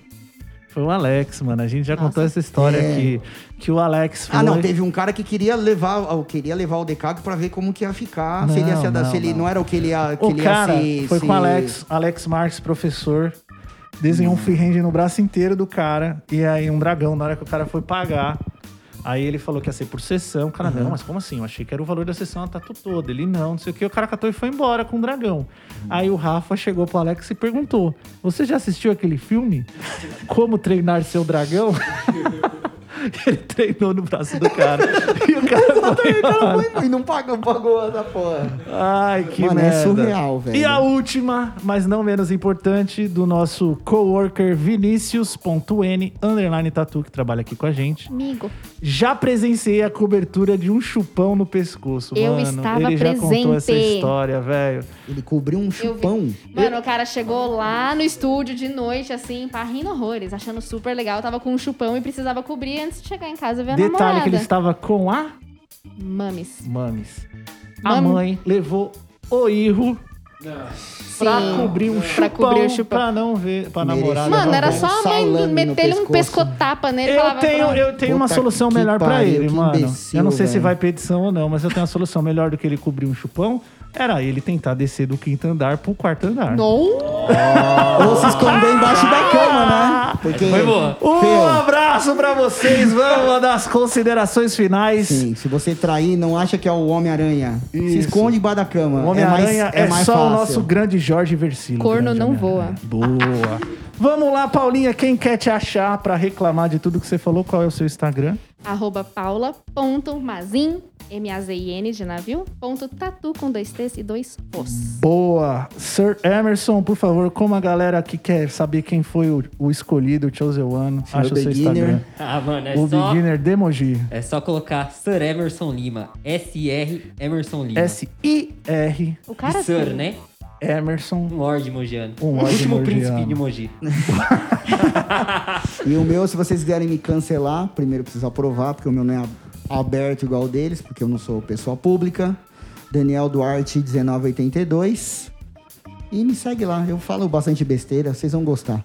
A: Foi o Alex, mano. A gente já contou essa história aqui. Que o Alex foi...
F: É. Ah, não, teve um cara que queria levar, ó, queria levar o decalque pra ver como que ia ficar, se ele ia
A: Não,
F: se, adaptar,
A: não,
F: se ele não.
A: não.
F: era o que ele ia, que
A: O
F: ele ia
A: cara
F: se-
A: foi
F: se-
A: com o
F: [laughs]
A: Alex, Alex Marques, professor, desenhou um freehand no braço inteiro do cara, e aí um dragão, na hora que o cara foi pagar, aí ele falou que ia ser por sessão, o cara, não, mas como assim? Eu achei que era o valor da sessão, a tatu toda, ele, não, não sei o que, o cara catou e foi embora com o dragão. Aí o Rafa chegou pro Alex e perguntou, você já assistiu aquele filme? Como Treinar Seu Dragão? [laughs] Ele treinou no braço do cara. e o cara
F: Exatamente, o
A: [laughs]
F: cara foi e não pagou, pagou essa porra.
A: Ai, que
F: Mano, é
A: merda.
F: surreal, velho.
A: E a última, mas não menos importante, do nosso coworker Vinicius.n, underline tatu, que trabalha aqui com a gente.
E: Amigo,
A: Já presenciei a cobertura de um chupão no pescoço,
E: Eu
A: mano.
E: estava
A: Ele já contou
E: presente.
A: essa história, velho.
F: Ele cobriu um chupão.
E: mano, o cara chegou lá no estúdio de noite, assim, pá, rindo horrores, achando super legal. Tava com um chupão e precisava cobrir antes de chegar em casa e ver a
A: Detalhe
E: namorada.
A: que ele estava com a
E: Mames.
A: Mames. A
E: Mami-
A: mãe levou o irro
E: Sim.
A: pra cobrir um chupão,
E: Pra cobrir o chupão.
A: pra não ver, pra um
F: Merecia.
A: namorada.
E: Mano,
A: não
E: era
A: ver.
E: só a mãe
F: Salame no
E: meter-lhe um
F: pescoço.
E: pescotapa nele. e
A: Eu
E: falava,
A: tenho,
E: "Pronto."
A: eu tenho uma
F: Puta
A: solução
F: que
A: melhor pra
F: pariu,
A: ele,
F: que
A: mano.
F: imbecil,
A: eu não sei se
F: velho.
A: vai pra edição ou não, mas eu tenho uma solução melhor do que ele cobrir um chupão. Era ele tentar descer do quinto andar pro quarto andar.
E: Não.
A: Ah.
F: Ou se esconder embaixo da cama, né? Porque...
D: Foi boa.
A: Um
F: Fê.
A: abraço pra vocês.
F: [laughs]
A: Vamos dar as considerações finais.
F: Sim, se você trair, não acha que é o Homem-Aranha. Se
A: Isso.
F: esconde embaixo da cama.
A: O Homem-Aranha
F: mais-
A: é,
F: mais
A: só o
F: fácil.
A: nosso grande Jorge Versilo.
E: Corno
A: grande
E: não
A: Homem-Aranha. Boa. Vamos lá, Paulinha. Quem quer te achar pra reclamar de tudo que você falou? Qual é o seu Instagram?
E: Arroba paula.mazin, M-A-Z-I-N de navio, ponto tatu com dois T's e dois O's.
A: Boa. Sir Emerson, por favor, como a galera que quer saber quem foi o, o escolhido, o Chosen One, acha o seu
F: beginner.
A: Instagram.
D: Ah, mano, é
A: O
D: só...
A: beginner de Mogi.
D: É só colocar Sir Emerson Lima. S-R Emerson Lima.
A: S-I-R
E: O cara
D: E Sir,
E: assim,
D: né?
A: Emerson.
D: Um Lorde Mogiano.
A: Um
D: o
A: Lorde
D: último
A: Mogiano.
D: príncipe de Mogi.
F: E o meu, se vocês quiserem me cancelar, primeiro eu preciso aprovar, porque o meu não é aberto igual o deles, porque eu não sou pessoa pública. Daniel Duarte, 1982. E me segue lá, eu falo bastante besteira, vocês vão gostar.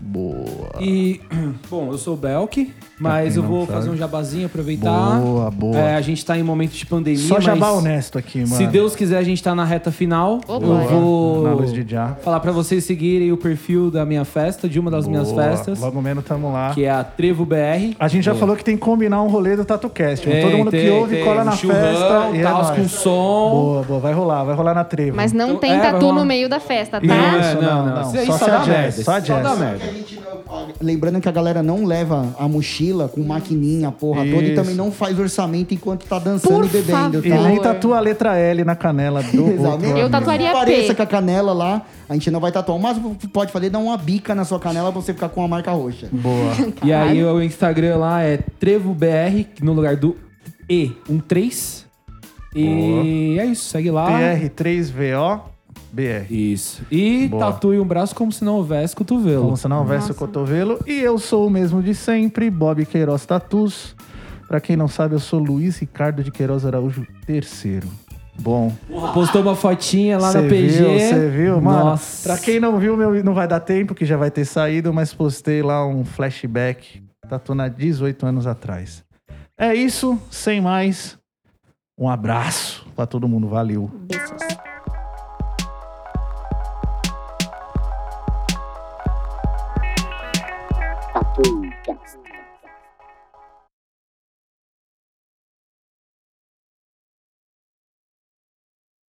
C: [clears throat]
G: E, bom, eu sou o Belk, mas eu vou fazer um jabazinho, aproveitar.
B: Boa, boa.
G: É, a gente tá em momento de pandemia,
A: Só jabá
G: mas
A: honesto aqui, mano.
G: Se Deus quiser, a gente tá na reta final.
E: Opa.
G: eu
A: Na luz de
G: vou
A: já.
G: falar pra vocês seguirem o perfil da minha festa, de uma das minhas
A: Boa.
G: festas,
A: Logo menos tamo lá.
G: que é a Trevo BR.
A: A gente já falou que tem que combinar um rolê do TatuCast. mano.
G: Tem,
A: Todo mundo que
G: tem,
A: ouve
G: tem.
A: cola na
G: Um churrão,
A: festa. E é
G: tals com
A: nóis.
G: som.
A: Boa, boa. Vai rolar, vai rolar na trevo.
E: Mas não
G: Então,
E: tem
G: é,
E: tatu
G: vamos lá.
E: no meio da festa, tá?
G: Não, é,
A: Isso, não,
G: não, não.
A: não.
G: Isso aí
A: Só
G: só
A: se
G: dá
A: a jazz,
G: merda.
A: só a
G: Só dá
A: jazz.
G: merda.
F: Lembrando que a galera não leva a mochila com maquininha, a porra toda,
A: Isso.
F: e também não faz orçamento enquanto tá dançando e bebendo,
A: E
F: tá?
A: nem tatua a letra L na canela
E: [laughs]
A: do outro
F: [laughs] Exatamente.
E: Eu
A: amigo.
E: tatuaria
F: Pareça
E: P.
F: com a canela lá, a gente não vai tatuar. O máximo que pode fazer é dar uma bica na sua canela pra você ficar com a marca roxa.
A: Boa.
G: E aí o Instagram lá é TrevoBR, no lugar do E, um 3. E é isso, segue lá.
A: PR3VO-BR.
G: Isso. E
A: Boa.
G: tatue um braço como se não houvesse cotovelo.
A: Como se não houvesse o cotovelo. E eu sou o mesmo de sempre, Bob Queiroz Tatus. Pra quem não sabe, eu sou Luiz Ricardo de Queiroz Araújo III. Bom,
G: Postou uma fotinha lá
A: cê
G: na PG.
A: viu, cê viu, mano.
G: Nossa.
A: Pra quem não viu, meu, não vai dar tempo, que já vai ter saído, mas postei lá um flashback tatuando há 18 anos atrás. É isso, sem mais. Um abraço pra todo mundo, valeu.
E: Beijos.